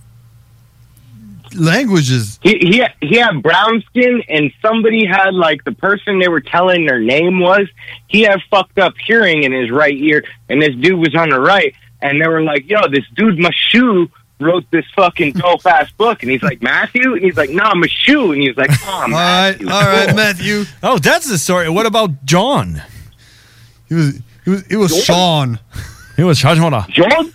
S6: languages.
S21: He, he he had brown skin, and somebody had like the person they were telling their name was. He had fucked up hearing in his right ear, and this dude was on the right, and they were like, "Yo, this dude Mashu wrote this fucking dope ass book," and he's like Matthew, and he's like, "Nah, Mashu," and he's like, "Oh, Matthew."
S6: all right,
S21: Cool.
S6: Matthew.
S11: Oh, that's the story. What about John?
S6: He was he was it was Sean.
S11: It was Sean.
S21: John.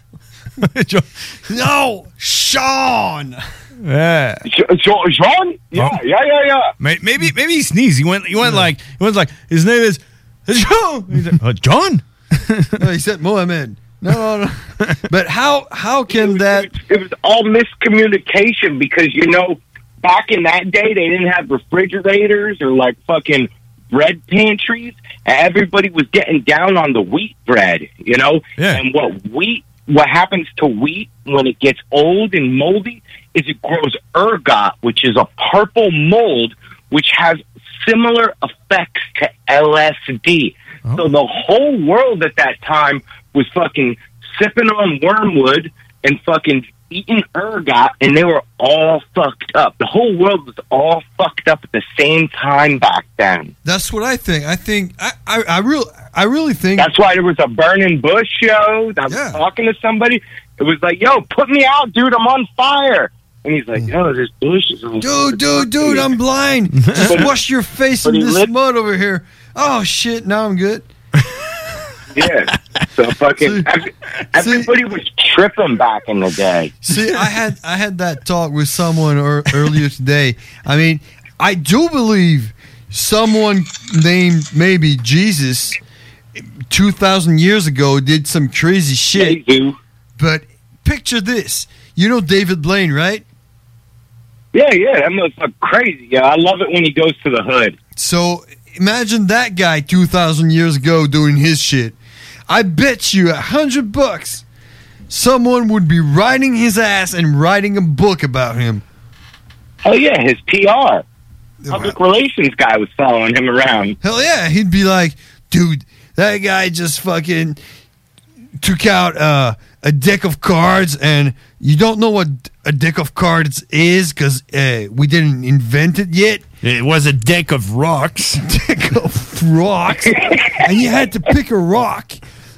S6: No, Sean.
S11: Yeah. Oh.
S21: John. Yeah. Yeah. Yeah. Yeah.
S11: Maybe maybe he sneezed. He went he went like he went like his name is John. He's like, "Uh, John.
S6: no, he said Mohammed. No, no, no. But how how can that?
S21: It was all miscommunication because you know, back in that day, they didn't have refrigerators or like fucking bread pantries. And everybody was getting down on the wheat bread, you know. And what wheat, what happens to wheat when it gets old and moldy is it grows ergot, which is a purple mold, which has similar effects to LSD. So the whole world at that time was fucking sipping on wormwood and fucking eating ergot and they were all fucked up. The whole world was all fucked up at the same time back then.
S6: That's what I think. I think I I, I real I really think
S21: That's why there was a burning bush show. I was talking to somebody. It was like, "Yo, put me out, dude. I'm on fire." And he's like, "Yo, this bush is on
S6: Dude, dude, dude, I'm blind. Just wash your face in
S21: But he
S6: this
S21: lit-
S6: mud over here. Oh shit, now I'm good.
S21: Yeah. So fucking ev- everybody was tripping back in the day.
S6: See, I had I had that talk with someone ear earlier today. I mean, I do believe someone named maybe Jesus, two thousand years ago, did some crazy shit. But picture this: you know David Blaine, right?
S21: Yeah, yeah, that motherfucker crazy. Yeah, I love it when he goes to the hood.
S6: So imagine that guy 2,000 years ago doing his shit. I bet you a hundred bucks someone would be riding his ass and writing a book about him.
S21: Oh yeah, his PR, public relations guy was following him around.
S6: Hell yeah, he'd be like, dude, that guy just fucking took out uh, a deck of cards, and you don't know what a deck of cards is because uh, we didn't invent it yet. It was a deck of rocks. Deck of rocks, and you had to pick a rock,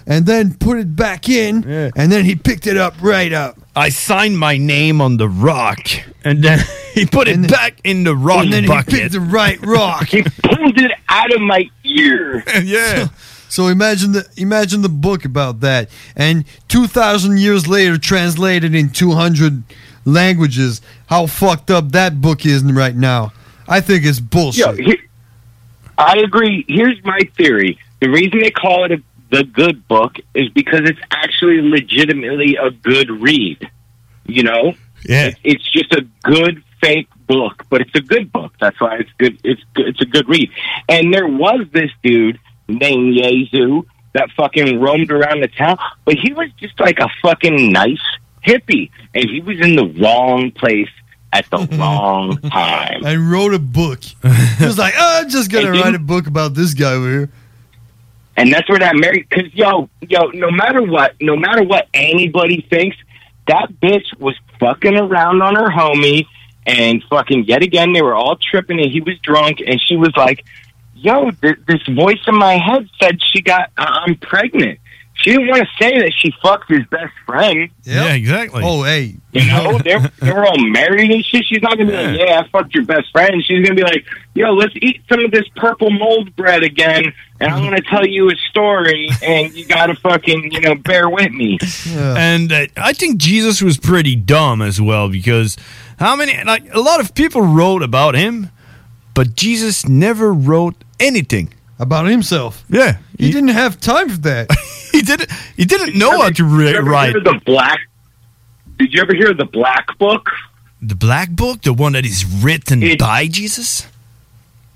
S6: and then put it back in, and then he picked it up right up.
S11: I signed my name on the rock, and then he put it back in the rock
S6: and then
S11: bucket.
S6: he picked the right rock.
S21: he pulled it out of my ear.
S6: yeah. So, so imagine the imagine the book about that, and two thousand years later, translated in two hundred languages. How fucked up that book is right now. I think it's bullshit.
S21: Yo, he- I agree. Here's my theory: the reason they call it a, the good book is because it's actually legitimately a good read. You know,
S11: yeah,
S21: it's just a good fake book, but it's a good book. That's why it's good. It's good, it's a good read. And there was this dude named Yezu that fucking roamed around the town, but he was just like a fucking nice hippie, and he was in the wrong place at the wrong time.
S6: and wrote a book. He was like, oh, I'm just gonna
S21: And didn't-
S6: write a book about this guy over here.
S21: And that's where that Mary, because yo, yo, no matter what, no matter what anybody thinks, that bitch was fucking around on her homie, and fucking yet again they were all tripping, and he was drunk, and she was like, "Yo, th- this voice in my head said she got, I- I'm pregnant." She didn't want to say that she fucked his best friend.
S11: Yeah, exactly.
S6: Oh, hey,
S21: You know, they're they were all married and shit. She's not gonna be like, Yeah, I fucked your best friend. She's gonna be like, Yo, let's eat some of this purple mold bread again and I'm gonna tell you a story and you gotta fucking, you know, bear with me.
S11: And uh, I think Jesus was pretty dumb as well because how many like a lot of people wrote about him, but Jesus never wrote anything
S6: about himself.
S11: Yeah,
S6: he, didn't have time for that.
S11: he didn't. He didn't know how to ri- write.
S21: Hear the black Did you ever hear the black book?
S11: The black book, the one that is written by Jesus.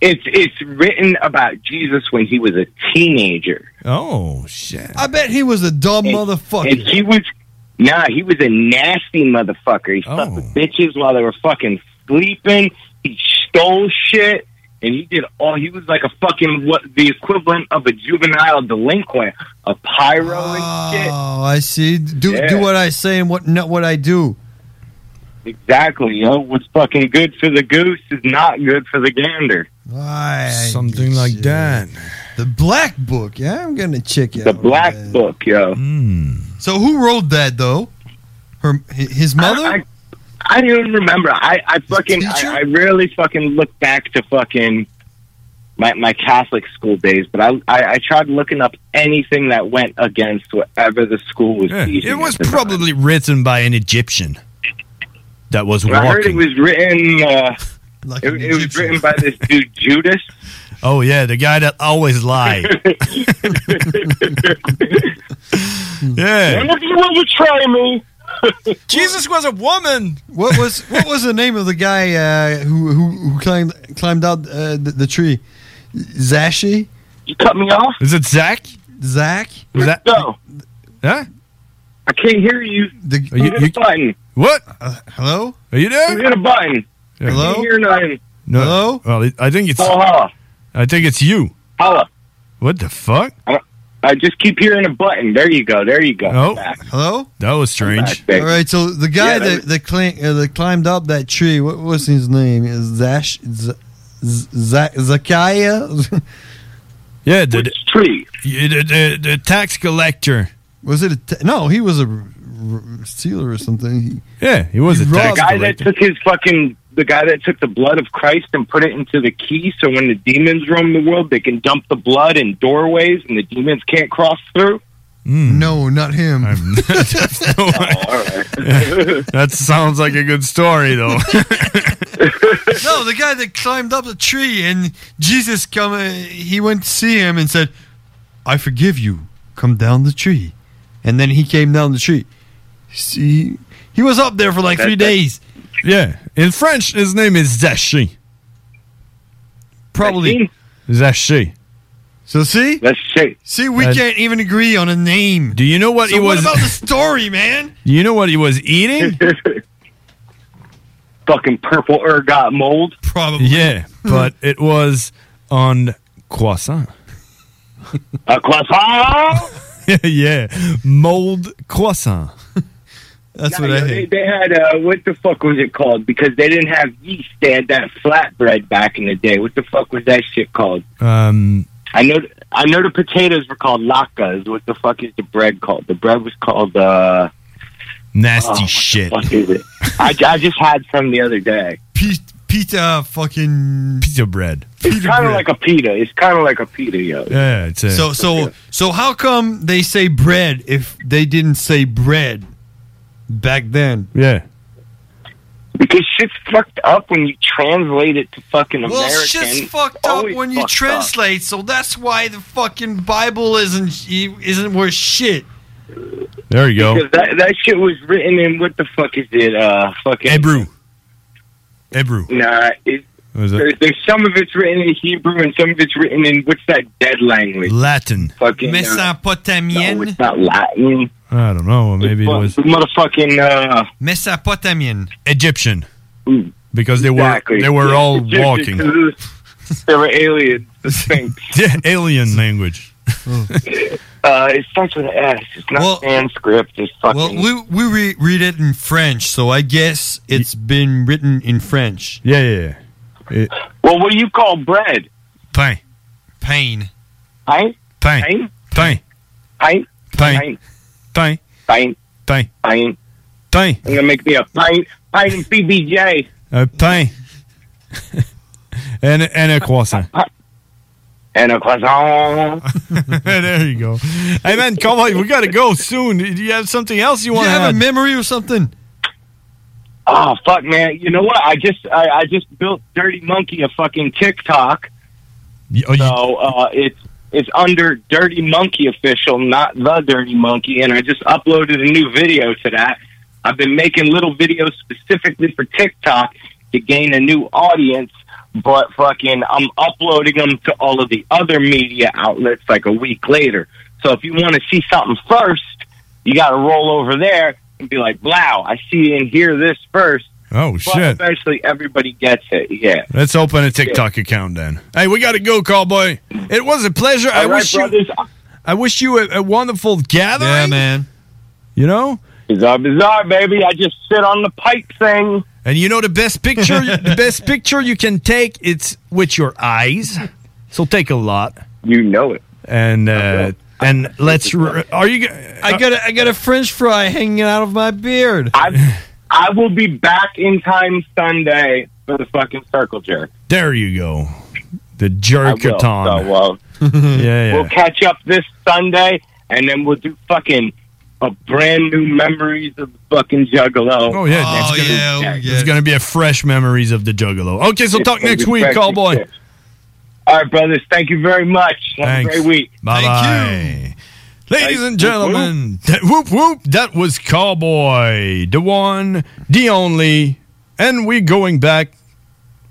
S21: It's it's written about Jesus when he was a teenager.
S11: Oh shit.
S6: I bet he was a dumb motherfucker.
S21: And he was nah, he was a nasty motherfucker. He fucked with
S11: Oh.
S21: bitches while they were fucking sleeping. He stole shit and he did all he was like a fucking what the equivalent of a juvenile delinquent, a pyro
S11: Ah.
S21: and shit.
S6: Oh, I see. Do
S21: Yeah.
S6: do what I say and what not what I do.
S21: Exactly, yo. What's fucking good for the goose is not good for the gander.
S6: Something like that. The Black Book. Yeah, I'm gonna check it.
S21: The
S6: out.
S21: black
S11: Uh,
S21: book, yo.
S11: mm.
S6: So who wrote that though? Her hi- his mother.
S21: I, I don't even remember. I, I fucking I, I rarely fucking look back to fucking my my Catholic school days, but I, I I tried looking up anything that went against whatever the school was teaching.
S11: It was
S21: at the time.
S11: probably written by an Egyptian that was
S21: I heard it
S11: walking.
S21: was written. Uh, it, it was written by this dude Judas.
S11: Oh yeah, the guy that always lied. yeah.
S21: If you will betray me.
S11: Jesus was a woman.
S6: What was what was the name of the guy uh, who, who who climbed climbed out uh, the, the tree? Zashi.
S21: You cut me off.
S11: Is it Zach?
S6: Zach.
S11: That,
S21: no.
S11: Huh?
S21: I can't hear you.
S6: The,
S21: you, hit a button.
S11: What?
S6: Uh, hello?
S11: Are you there?
S21: You hit a button.
S11: Hello?
S21: I can't hear nothing.
S11: No. Hello? Well, it, I think it's.
S21: Oh, hello.
S11: I think it's you.
S21: Hello.
S11: What the fuck?
S21: I don't, Uh, just keep hearing a button. There you go. There you go.
S11: Oh.
S21: Back.
S6: Hello?
S11: That was strange.
S6: All right, so the guy
S21: Yeah, that
S6: that, that, clim- uh, that climbed up that tree, what was his name? Zash, Z- Z- Zakiah?
S11: yeah, the
S21: tree.
S11: The, the, the tax collector.
S6: Was it a ta- no? He was a r- r- stealer or something. He,
S11: yeah, he was
S6: robbed-
S21: The guy that took his fucking the guy that took the blood of Christ and put it into the key, so when the demons roam the world, they can dump the blood in doorways and the demons can't cross through.
S11: Hmm.
S6: No, not him.
S11: that sounds like a good story, though.
S6: no, the guy that climbed up the tree and Jesus come. uh, He went to see him and said, "I forgive you. Come down the tree." And then he came down the tree. See, he was up there for like three days.
S11: Yeah, in French, his name is Zaché.
S6: Probably
S11: Zaché.
S6: So see,
S21: Zaché.
S6: See, we can't even agree on a name.
S11: Do you know what
S6: So
S11: he was?
S6: What about the story, man?
S11: Do you know what he was eating?
S21: Fucking purple ergot mold.
S6: Probably.
S11: Yeah, but it was on croissant.
S21: A croissant?
S11: yeah, mold croissant. That's
S21: No,
S11: what I
S21: yo,
S11: hate.
S21: They, they had uh, what the fuck was it called? Because they didn't have yeast. They had that flatbread back in the day. What the fuck was that shit called?
S11: Um,
S21: I know. I know the potatoes were called latkes. What the fuck is the bread called? The bread was called uh,
S11: nasty
S21: shit. What is it? I, I just had some the other day.
S6: Pita fucking
S11: pizza bread.
S21: It's kind of like a pita. It's kind of like a pita, yo.
S11: Yeah, it's a-
S6: so so so. How come they say bread if they didn't say bread back then?
S11: Yeah.
S21: Because shit's fucked up when you translate it to fucking
S6: Well,
S21: American.
S6: shit's fucked up
S21: Always
S6: when you
S21: fucked up.
S6: translate, so that's why the fucking Bible isn't isn't worth shit.
S11: There you go.
S21: Because that, that shit was written in what the fuck is it? Uh, fucking Hebrew.
S11: Hebrew.
S21: Nah, it,
S11: Was
S21: there, there's some of it's written in Hebrew and some of it's written in what's that dead language?
S11: Latin.
S21: Fucking. Uh,
S6: Mesopotamienne.
S21: no, it's not Latin.
S11: I don't know. Maybe it
S21: Fuck,
S11: was
S21: motherfucking uh,
S6: Mesopotamienne.
S11: Egyptian. Because they
S21: Exactly.
S11: were they were all
S21: Egyptian,
S11: walking.
S21: 'cause They were aliens. The Sphinx.
S11: Yeah, alien language.
S21: Uh, it starts with an S. It's not Sanskrit. It's
S6: Well,
S21: fucking.
S6: we we re- read it in French, so I guess it's been written in French.
S11: Yeah, yeah. yeah.
S21: Well, what do you call bread?
S11: Pain.
S6: Pain.
S21: Pain.
S11: Pain. Pain.
S21: Pain.
S11: Pain. Pain.
S21: Pain.
S11: Pain.
S21: Pain.
S11: Pain.
S21: I'm gonna make me a pint, pint and PBJ.
S11: A Uh, pain. and and a croissant.
S21: And a croissant.
S11: there you go. Hey man, come on, we gotta go soon. Do you have something else you want to
S21: have a
S6: memory or something?
S21: Oh fuck, man! You know what? I just I, I just built Dirty Monkey a fucking TikTok.
S6: oh,
S21: so uh, it's it's under Dirty Monkey official, not the Dirty Monkey, and I just uploaded a new video to that. I've been making little videos specifically for TikTok to gain a new audience, but fucking I'm uploading them to all of the other media outlets like a week later. So if you want to see something first, you got to roll over there and be like, "Wow, I see and hear this first.
S11: Oh
S21: But
S11: shit.
S21: Eventually, everybody gets it. Yeah.
S11: Let's open a TikTok account then. Hey, we gotta go, cowboy. It was a pleasure. I
S21: All right,
S11: wish
S21: brothers.
S11: you I wish you a, a wonderful gathering. Yeah,
S6: man.
S11: You know?
S21: Bizarre bizarre, baby. I just sit on the pipe thing.
S11: And you know the best picture the best picture you can take it's with your eyes. So take a lot.
S21: You know it.
S11: And uh and let's re- are you g-
S6: I got a, I got a French fry hanging out of my beard.
S21: I I will be back in time Sunday for the fucking circle jerk.
S11: There you go. The
S21: I will.
S11: jerkathon.
S21: So, uh,
S11: yeah, yeah.
S21: We'll catch up this Sunday, and then we'll do fucking a brand new memories of the fucking Juggalo.
S11: Oh yeah,
S21: That's gonna be sick.
S11: It's gonna be a fresh memories of the Juggalo. Okay, so
S21: It's
S11: talk
S21: gonna
S11: next
S21: be
S11: week,
S21: fresh and
S11: cowboy.
S21: sick. All right, brothers. Thank you very much. Have
S11: Thanks.
S21: a great week.
S11: Bye bye. Ladies and gentlemen, that, whoop whoop, that was Cowboy, the one, the only, and we're going back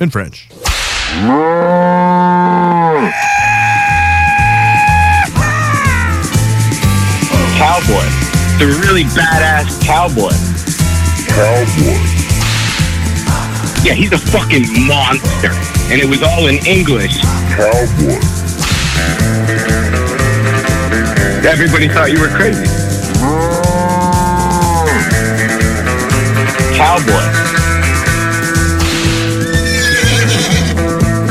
S11: in French.
S21: Cowboy. The really badass cowboy. Cowboy. Yeah, he's a fucking monster. And it was all in English. Cowboy. Everybody thought you were crazy. Cowboy.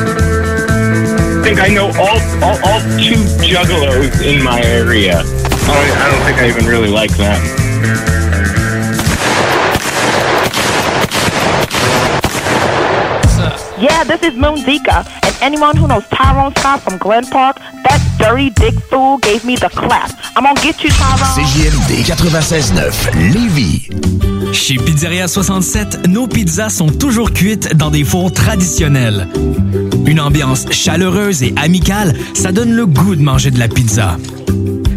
S21: I think I know all, all, all two juggalos in my area. I don't, Oh, I don't think I even really like them.
S29: Yeah, this is Moon Zika, and anyone who knows Tyrone Scott from Glen Park, that dirty dick fool gave me the clap. I'm gonna get you, Tyrone.
S30: CJMD 96.9, Lévis.
S18: Chez Pizzeria 67, nos pizzas sont toujours cuites dans des fours traditionnels. Une ambiance chaleureuse et amicale, ça donne le goût de manger de la pizza.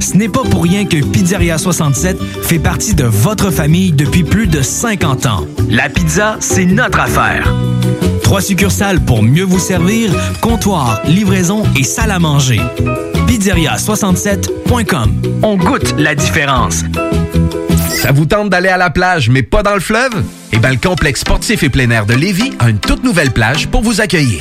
S18: Ce n'est pas pour rien que Pizzeria 67 fait partie de votre famille depuis plus de 50 ans. La pizza, c'est notre affaire. Trois succursales pour mieux vous servir, comptoir, livraison et salle à manger. Pizzeria67.com. On goûte la différence.
S16: Ça vous tente d'aller à la plage, mais pas dans le fleuve? Eh bien, le complexe sportif et plein air de Lévis a une toute nouvelle plage pour vous accueillir.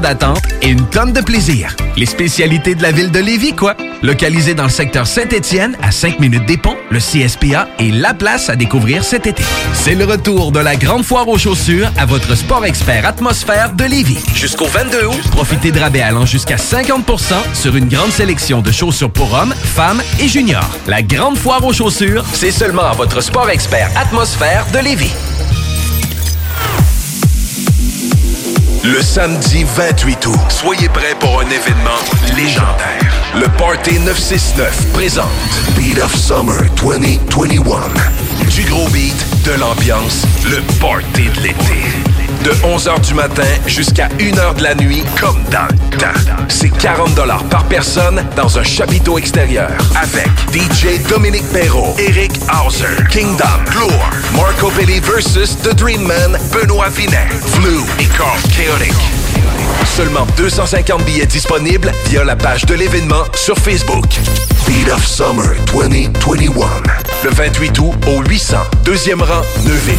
S16: d'attente et une tonne de plaisir. Les spécialités de la ville de Lévis, quoi. Localisé dans le secteur Saint-Étienne, à 5 minutes des ponts, le CSPA est la place à découvrir cet été. C'est le retour de la grande foire aux chaussures à votre sport expert atmosphère de Lévis. Jusqu'au 22 août, profitez de rabais allant jusqu'à 50% sur une grande sélection de chaussures pour hommes, femmes et juniors. La grande foire aux chaussures, c'est seulement à votre sport expert atmosphère de Lévis.
S30: Le samedi 28 août, soyez prêts pour un événement légendaire. Le Party 969 présente Beat of Summer 2021. Du gros beat, de l'ambiance, le Party de l'été. De 11h du matin jusqu'à 1h de la nuit, comme dans le temps. C'est 40 par personne dans un chapiteau extérieur. Avec DJ Dominique Perrault, Eric Hauser, Kingdom, Gloire, Marco Belli versus The Dream Man, Benoît Vinet, Flu et Carl Chaotic. Seulement 250 billets disponibles via la page de l'événement sur Facebook. Beat of Summer 2021. Le 28 août au 800, deuxième rang, Neuville.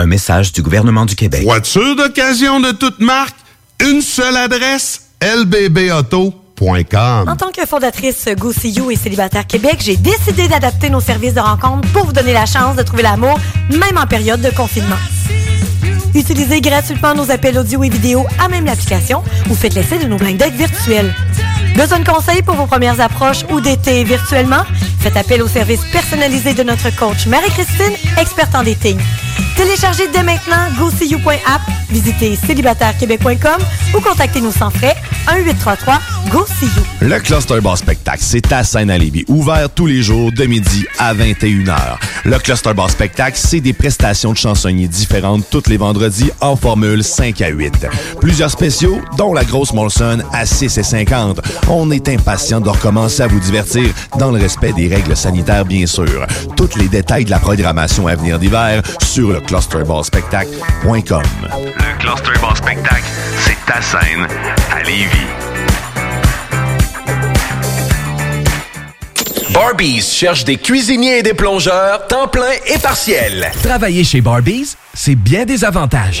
S32: Un message du gouvernement du Québec.
S33: Voiture d'occasion de toute marque, une seule adresse, lbbauto.com.
S23: En tant que fondatrice Go See You et Célibataire Québec, j'ai décidé d'adapter nos services de rencontre pour vous donner la chance de trouver l'amour, même en période de confinement. Utilisez gratuitement nos appels audio et vidéo à même l'application ou faites l'essai de nos blind dates virtuels. Besoin de conseils pour vos premières approches ou d'été virtuellement? Faites appel au service personnalisé de notre coach Marie-Christine, experte en dating. Téléchargez dès maintenant GoSeeYou.app, visitez célibatairequebec.com ou contactez-nous sans frais 1-833-GoSeeYou.
S4: Le Cluster Bar Spectacle, c'est ta scène à Lévis, ouvert tous les jours de midi à 21h. Le Cluster Bar Spectacle, c'est des prestations de chansonniers différentes tous les vendredis en formule 5 à 8. Plusieurs spéciaux, dont la grosse Molson à 6 et 50. On est impatient de recommencer à vous divertir dans le respect des règles sanitaires, bien sûr. Tous les détails de la programmation à venir d'hiver sur le clusterballspectacle.com.
S34: Le Cluster Bar Spectacle, c'est ta scène à Lévis.
S30: Barbies cherche des cuisiniers et des plongeurs, temps plein et partiel.
S16: Travailler chez Barbies, c'est bien des avantages.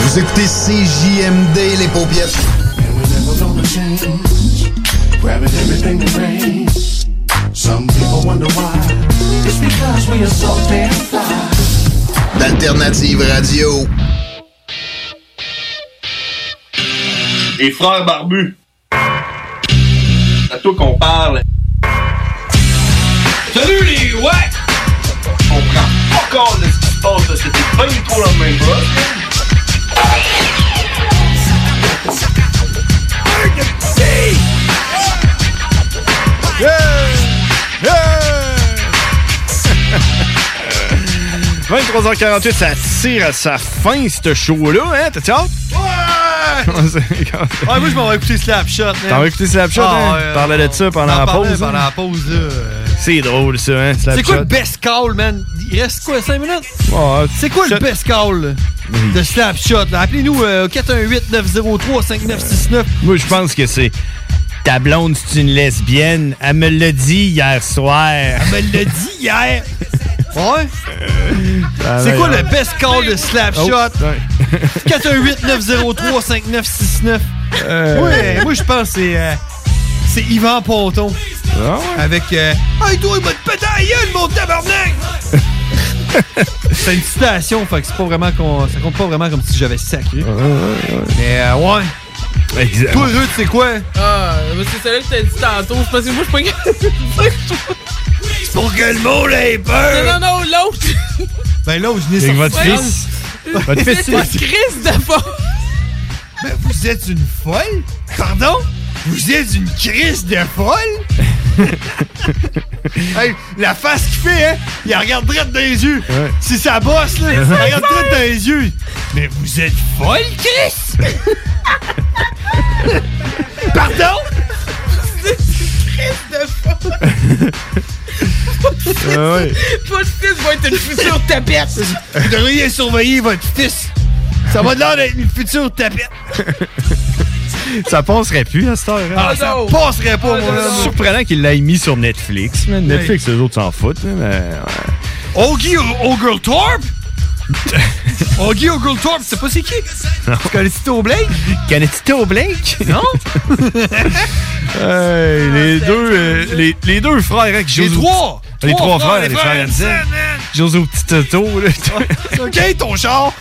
S35: Vous écoutez CJMD, les paupiètes.
S4: Grabbing everything that rains. Some people wonder why. It's because we are so damn fly.
S35: D'Alternative Radio.
S36: Les frères barbus. C'est à toi qu'on parle. Salut les ouais! On prend pas compte de ce qui se passe, là. c'était pas du tout la même
S11: Yeah! Yeah! 23h48, ça tire à sa fin, ce show-là, hein? T'as-tu hâte?
S6: Ah, moi, je m'en vais écouter Slapshot. man.
S11: T'en vas écouter Slapshot,
S6: Ah,
S11: hein?
S6: ouais,
S11: Parlais de ça pendant
S6: on en
S11: la
S6: parlait
S11: pause.
S6: pendant
S11: hein?
S6: la pause, là.
S11: C'est drôle, ça, hein?
S6: C'est quoi
S11: Slapshot.
S6: le best call, man? Il reste quoi, 5 minutes?
S11: Ouais,
S6: C'est quoi le
S11: Shot.
S6: best call là, de Slapshot? là? Appelez-nous euh, 418-903-5969.
S11: Moi, je pense que c'est. Ta blonde, c'est une lesbienne. Elle me l'a dit hier soir. Elle
S6: me l'a dit hier. Ouais? C'est
S11: ouais,
S6: quoi
S11: ouais.
S6: le best call de Slapshot?
S11: Oh, ouais.
S6: 418-903-5969.
S11: Euh.
S6: Ouais, moi, je pense que c'est... euh, c'est Yvan Ponton.
S11: Ah
S6: Avec... euh, Hey, toi, il m'a te péter la gueule, mon tabarnak! c'est une citation, fait que c'est pas vraiment qu'on. Ça compte pas vraiment comme si j'avais
S11: Ah,
S6: sacré. Mais euh, ouais.
S11: Exact.
S6: Toi, Ruth, c'est quoi?
S29: Ah, mais c'est celle-là que t'as dit tantôt. C'est parce que moi, je suis pas C'est
S6: pour que le
S11: Oh,
S6: monde ait peur.
S29: Non, non, non, l'autre.
S6: Ben là, je n'ai
S11: Avec
S6: sorti-
S11: votre fils. Votre fils,
S29: C'est pas
S11: c'est-
S29: Chris de fond.
S6: Ben, vous êtes une folle? Pardon? Vous êtes une crise de folle? Hey, la face qu'il fait, hein? Il la regarde droit dans les yeux. C'est sa bosse, là. Il la regarde droit dans les yeux. Mais vous êtes folle, Chris? Pardon?
S29: Chris de fond.
S11: Ah ouais.
S29: Votre fils va être une future tapette.
S6: Vous devriez surveiller votre fils. Ça va de l'air d'être une future tapette.
S11: Ça passerait plus à cette heure. hein?
S6: Ah, ça passerait pas, mon
S11: C'est
S6: homme.
S11: surprenant qu'il l'ait mis sur Netflix. man.
S6: Ouais.
S11: Netflix, eux autres s'en foutent. hein, mais-
S6: Augie Oglethorpe? Augie Oglethorpe, c'est pas c'est qui? Tu connais-tu Toe Blake?
S11: Connais-tu Toe Blake?
S6: Non? Ah,
S11: Hey, les, deux, euh, les, les deux frères hein, qui jouent.
S6: Les
S11: aux-
S6: trois!
S11: Les trois frères, les frères
S6: Hanson,
S11: Hanson.
S6: man.
S11: Qui jouent au petit auto. Là.
S6: C'est OK, ton char?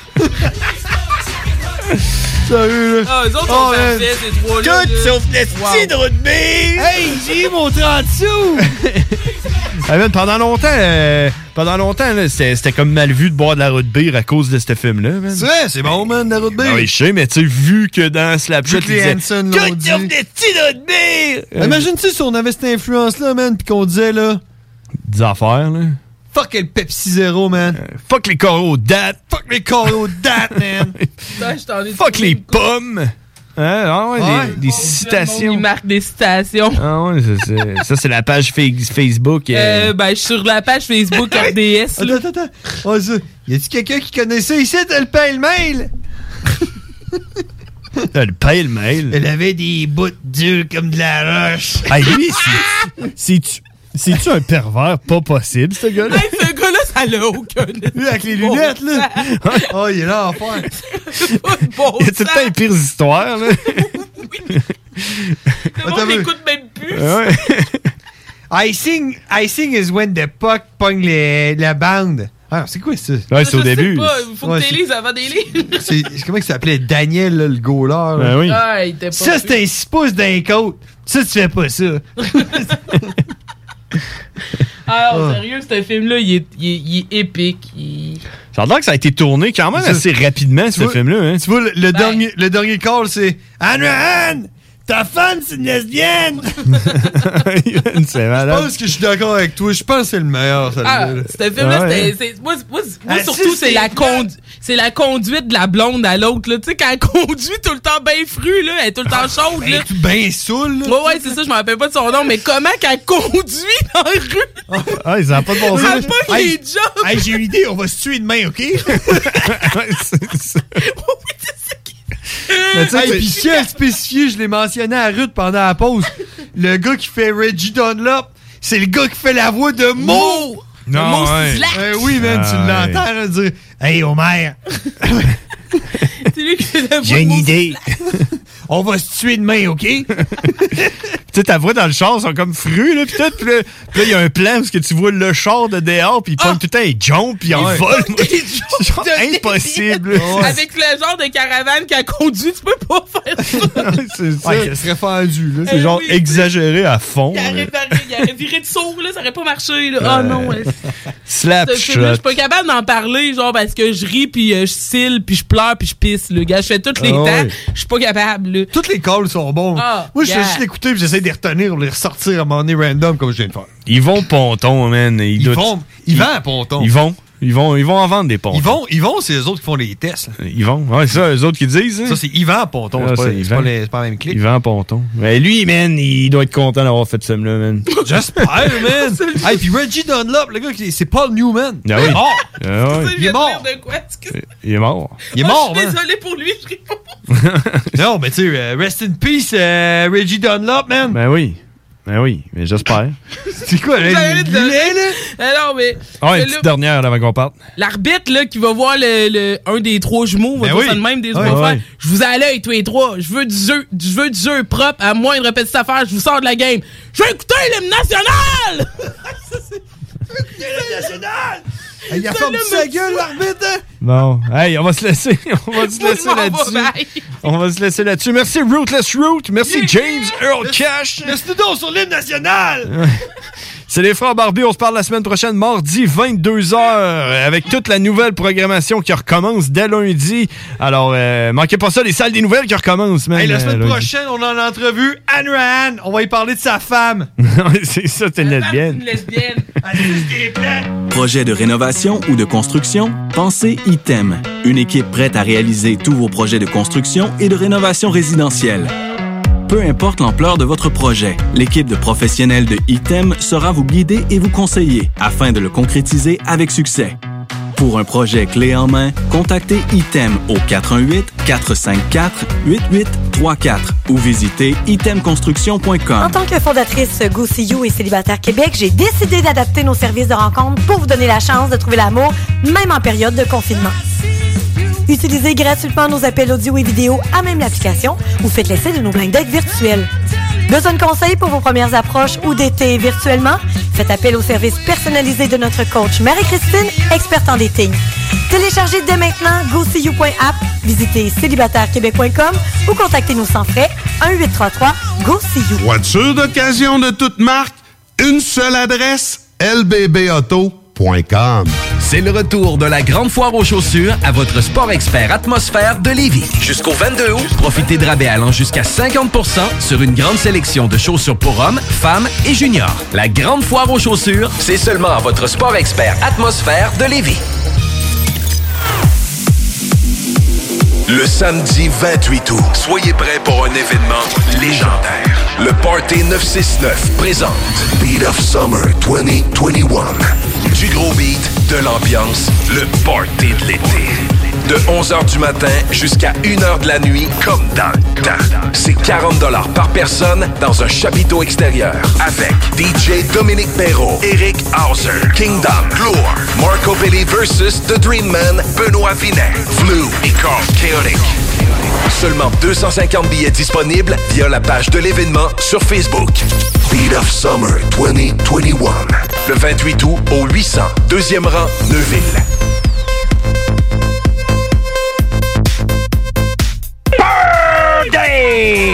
S6: Sérieux, là?
S29: Ah, eux autres sont
S6: Oh,
S29: parfaits,
S6: man.
S29: ces trois-là,
S6: Tout
S29: là.
S6: sauf l'esti
S29: Wow.
S6: de rugby! Hey, j'ai eu mon 30 sous!
S11: Ah, man, pendant longtemps, euh, pendant longtemps là, c'était c'était comme mal vu de boire de la route bière à cause de ce film-là. man.
S6: C'est vrai, c'est bon, man, la route
S11: Ah oui,
S6: B.
S11: je sais, mais tu sais, vu que dans Slapshot,
S6: Vu que les
S11: ils
S6: Hanson
S11: disaient,
S6: l'ont dit.
S11: Euh,
S6: Imagine-tu si on avait cette influence-là, man, pis qu'on disait, là,
S11: des affaires, là. Euh,
S6: fuck le Pepsi Zero, man.
S11: Fuck les coraux dates.
S6: Fuck les coraux dates, man.
S29: Putain, je t'en ai
S11: Fuck
S29: trouvé
S11: les
S29: une coupe.
S11: pommes! Hein? Ah ouais, des, des citations.
S29: Il marque des citations.
S11: Ah ouais, ça, c'est- ça, c'est la page fa- Facebook. euh,
S29: Euh, ben, je suis sur la page Facebook RDS. là.
S6: Attends, attends, attends. Oh, ça. Y a-tu quelqu'un qui connaît ça ici, t'as le pale mail?
S11: T'as le pale mail.
S6: Elle avait des bouts durs comme de la roche.
S11: Hey, lui, c'est- c'est-tu c'est-tu un pervers pas possible, ce gars-là?
S29: Hey, ce gars-là, ça l'a aucun.
S6: Lui, avec les lunettes, là. oh, il est là en faire.
S11: Il y a tout le temps les pires histoires, là.
S29: Le monde l'écoute même plus.
S11: Ah
S6: Icing, icing is when the puck pogne les- la bande. Ah, c'est quoi ça?
S11: Ouais, c'est au début.
S29: Pas, faut que
S6: Ouais,
S29: t'aies lises avant des lire.
S6: C'est c'est- comment il s'appelait Daniel, là, le goaler? là?
S11: Ben oui.
S29: Ah, il était pas
S6: ça, c'est un 6 pouces d'un côte. Ça, tu fais pas ça.
S29: Alors,
S11: Ah.
S29: sérieux, ce film-là, il est, il est- il est épique. Il-
S11: Ça a l'air que ça a été tourné quand même
S6: Ça-
S11: assez rapidement, ce
S6: Tu vois-
S11: film-là. Hein?
S6: Tu vois, le,
S29: Ben,
S6: le dernier, le dernier call, c'est Anne Anne, ta femme, c'est une lesbienne.
S11: c'est
S6: Je
S11: malade.
S6: pense que je suis d'accord avec toi. Je pense que c'est le meilleur,
S29: Ah,
S6: celui-là.
S29: ce film-là, c'était- c'est- moi, c'est- moi, c'est- moi,
S6: Ah,
S29: surtout,
S6: si,
S29: c'est
S6: c'est
S29: la,
S6: vrai.
S29: condu- c'est la conduite de la blonde à l'autre. là. Tu sais, quand elle conduit tout le temps bien fru, là, elle est tout le temps chaude. là.
S6: Ben saoul. là.
S29: Ouais, ouais, c'est ça, je me rappelle pas de son nom, mais comment qu'elle conduit dans la rue?
S11: Ah, ils ont pas de bon
S29: Elle
S11: sens.
S29: pogne les jobs!
S6: Hey, j'ai une idée, on va se tuer demain, OK?
S11: C'est ça.
S6: Mais tu sais, hey, puis quel spécifié, je l'ai mentionné à Ruth pendant la pause. Le gars qui fait Reggie Dunlop, c'est le gars qui fait la voix de Mo!
S11: Non,
S6: Mo
S11: ouais.
S6: Slack. Eh oui, man, tu
S11: Ah, ouais.
S6: l'entends là, dire Hey, Homer! J'ai une idée. On va se tuer demain, OK?
S11: Tu sais, ta voix dans le char, ils sont comme fru, là, pis tout. Pis là, pis là, il y a un plan où ce que tu vois le char de dehors, pis il
S6: Ah!
S11: pointe tout le temps, il jump, pis il
S29: Ouais.
S11: vole.
S29: Il
S11: C'est genre impossible.
S29: Avec le genre de caravane qu'elle conduit, tu peux pas faire ça.
S11: C'est ça.
S6: Ouais, ça serait fendu, là.
S11: C'est
S29: Eh
S11: genre
S29: oui.
S11: exagéré à fond.
S29: Il aurait viré- il aurait viré de sourd, là, ça aurait pas marché. Là. Oh non, ouais.
S11: Slap
S29: Ce film-là, Je
S11: shot.
S29: suis pas capable d'en parler, genre, parce que je ris, puis euh, je cille, puis je pleure, puis je pisse. Le gars, je fais tous les
S6: Ah ouais.
S29: temps. Je suis pas capable. Là.
S6: Toutes les calls sont bons.
S29: Ah,
S6: Moi, je fais
S29: yeah.
S6: juste l'écouter et j'essaie de les retenir ou les ressortir à un moment donné random comme je viens de faire.
S11: Ils vont ponton, man. Ils, doivent-
S6: vont- ils vendent à ponton.
S11: Ils vont. Ils vont, ils vont en vendre des pontons.
S6: Ils vont, ils vont, c'est eux autres qui font les tests. là.
S11: Ils vont. Ouais, c'est ça, eux autres qui disent. hein.
S6: Ça, c'est Yvan Ponton.
S11: Ah,
S6: C'est pas,
S11: c'est
S6: c'est pas
S11: Yvan.
S6: les- c'est pas la même clique.
S11: Yvan Ponton. Mais lui, man, il doit être content d'avoir fait ce là man.
S6: J'espère, man. hey, puis Reggie Dunlop, le gars, qui- c'est Paul Newman.
S11: Ah oui.
S6: Il est mort.
S11: Ah ouais.
S6: Il est mort.
S29: De quoi? Est-ce que-
S11: Il est mort.
S6: Il est
S29: Ah,
S6: mort, hein.
S29: Je suis
S6: man.
S29: désolée pour lui, je ris pas.
S6: Non, mais tu sais, euh, rest in peace, euh, Reggie Dunlop, man.
S11: Ben oui. Ben oui. Mais j'espère.
S6: C'est quoi, Euh, là?
S29: J'arrête de-
S6: il-
S29: Ah non, mais.
S11: Ah,
S29: mais
S11: une
S29: là,
S11: petite dernière là, avant qu'on parte.
S29: L'arbitre là, qui va voir le, le- un des trois jumeaux, va
S11: Ben
S29: dire
S11: oui.
S29: ça de même des
S6: Ah
S11: Ouais,
S29: autres
S11: ouais.
S29: faire. Je vous ai à l'œil, tous les trois. Je veux du jeu, je veux du jeu propre. À moins de répéter cette affaire, je vous sors de la game. Je veux écouter l'hymne national!
S6: Hey, il a fermé sa gueule, l'arbitre. hein?
S11: Bon. Hey, on va se laisser. On va se
S6: Moi,
S11: laisser
S6: je m'en vais,
S11: là-dessus.
S6: bye.
S11: On va se laisser là-dessus. Merci, Rootless Root. Merci, James Earl Cash.
S6: Laisse-nous donc sur l'île nationale.
S11: C'est les frères Barbie. On se parle la semaine prochaine, mardi 22h, avec toute la nouvelle programmation qui recommence dès lundi. Alors, euh, manquez pas ça, les salles des nouvelles qui recommencent, man.
S6: Hey, la semaine
S11: euh, lundi.
S6: prochaine, on a l'entrevue Anne Rahan. On va y parler de sa femme.
S11: C'est ça, t'es une lesbienne.
S29: lesbienne.
S30: Projet de rénovation ou de construction? Pensez ITEM, une équipe prête à réaliser tous vos projets de construction et de rénovation résidentielle. Peu importe l'ampleur de votre projet, l'équipe de professionnels de ITEM sera vous guider et vous conseiller afin de le concrétiser avec succès. Pour un projet clé en main, contactez ITEM au 418-454-8834 ou visitez
S23: En
S30: itemconstruction.com.
S23: tant que fondatrice Go See You et Célibataire Québec, j'ai décidé d'adapter nos services de rencontre pour vous donner la chance de trouver l'amour, même en période de confinement. Utilisez gratuitement nos appels audio et vidéo à même l'application ou faites l'essai de nos blind dates virtuels. Besoin de conseils pour vos premières approches ou d'été virtuellement? Faites appel au service personnalisé de notre coach Marie-Christine, experte en dating. Téléchargez dès maintenant gocu.app, visitez célibatairequebec.com ou contactez nous sans frais 1-833 go See You.
S4: Voiture d'occasion de toute marque, une seule adresse, lbbauto.com.
S37: C'est le retour de la grande foire aux chaussures à votre sport expert atmosphère de Lévis. Jusqu'au 22 août, profitez de rabais allant jusqu'à 50% sur une grande sélection de chaussures pour hommes, femmes et juniors. La grande foire aux chaussures, c'est seulement à votre sport expert atmosphère de Lévis.
S16: Le samedi 28 août, soyez prêts pour un événement légendaire. Le Party 969 présente Beat of Summer 2021. Du gros beat, de l'ambiance, le Party de l'été. De 11h du matin jusqu'à 1h de la nuit, comme dans le temps. C'est 40 par personne dans un chapiteau extérieur avec DJ Dominique Perrault, Eric Hauser, Kingdom, Gloire, Marco Belli versus The Dream Man, Benoît Vinet, Flu et Carl Chaotic. Seulement 250 billets disponibles via la page de l'événement sur Facebook. Beat of Summer 2021. Le 28 août au 800, deuxième rang, Neuville.
S38: Birthday!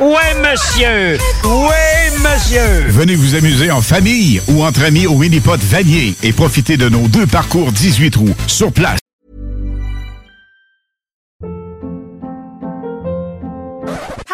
S38: Ouais, monsieur! Ouais, monsieur!
S19: Venez vous amuser en famille ou entre amis au Minipod Vanier et profitez de nos deux parcours 18 trous sur place.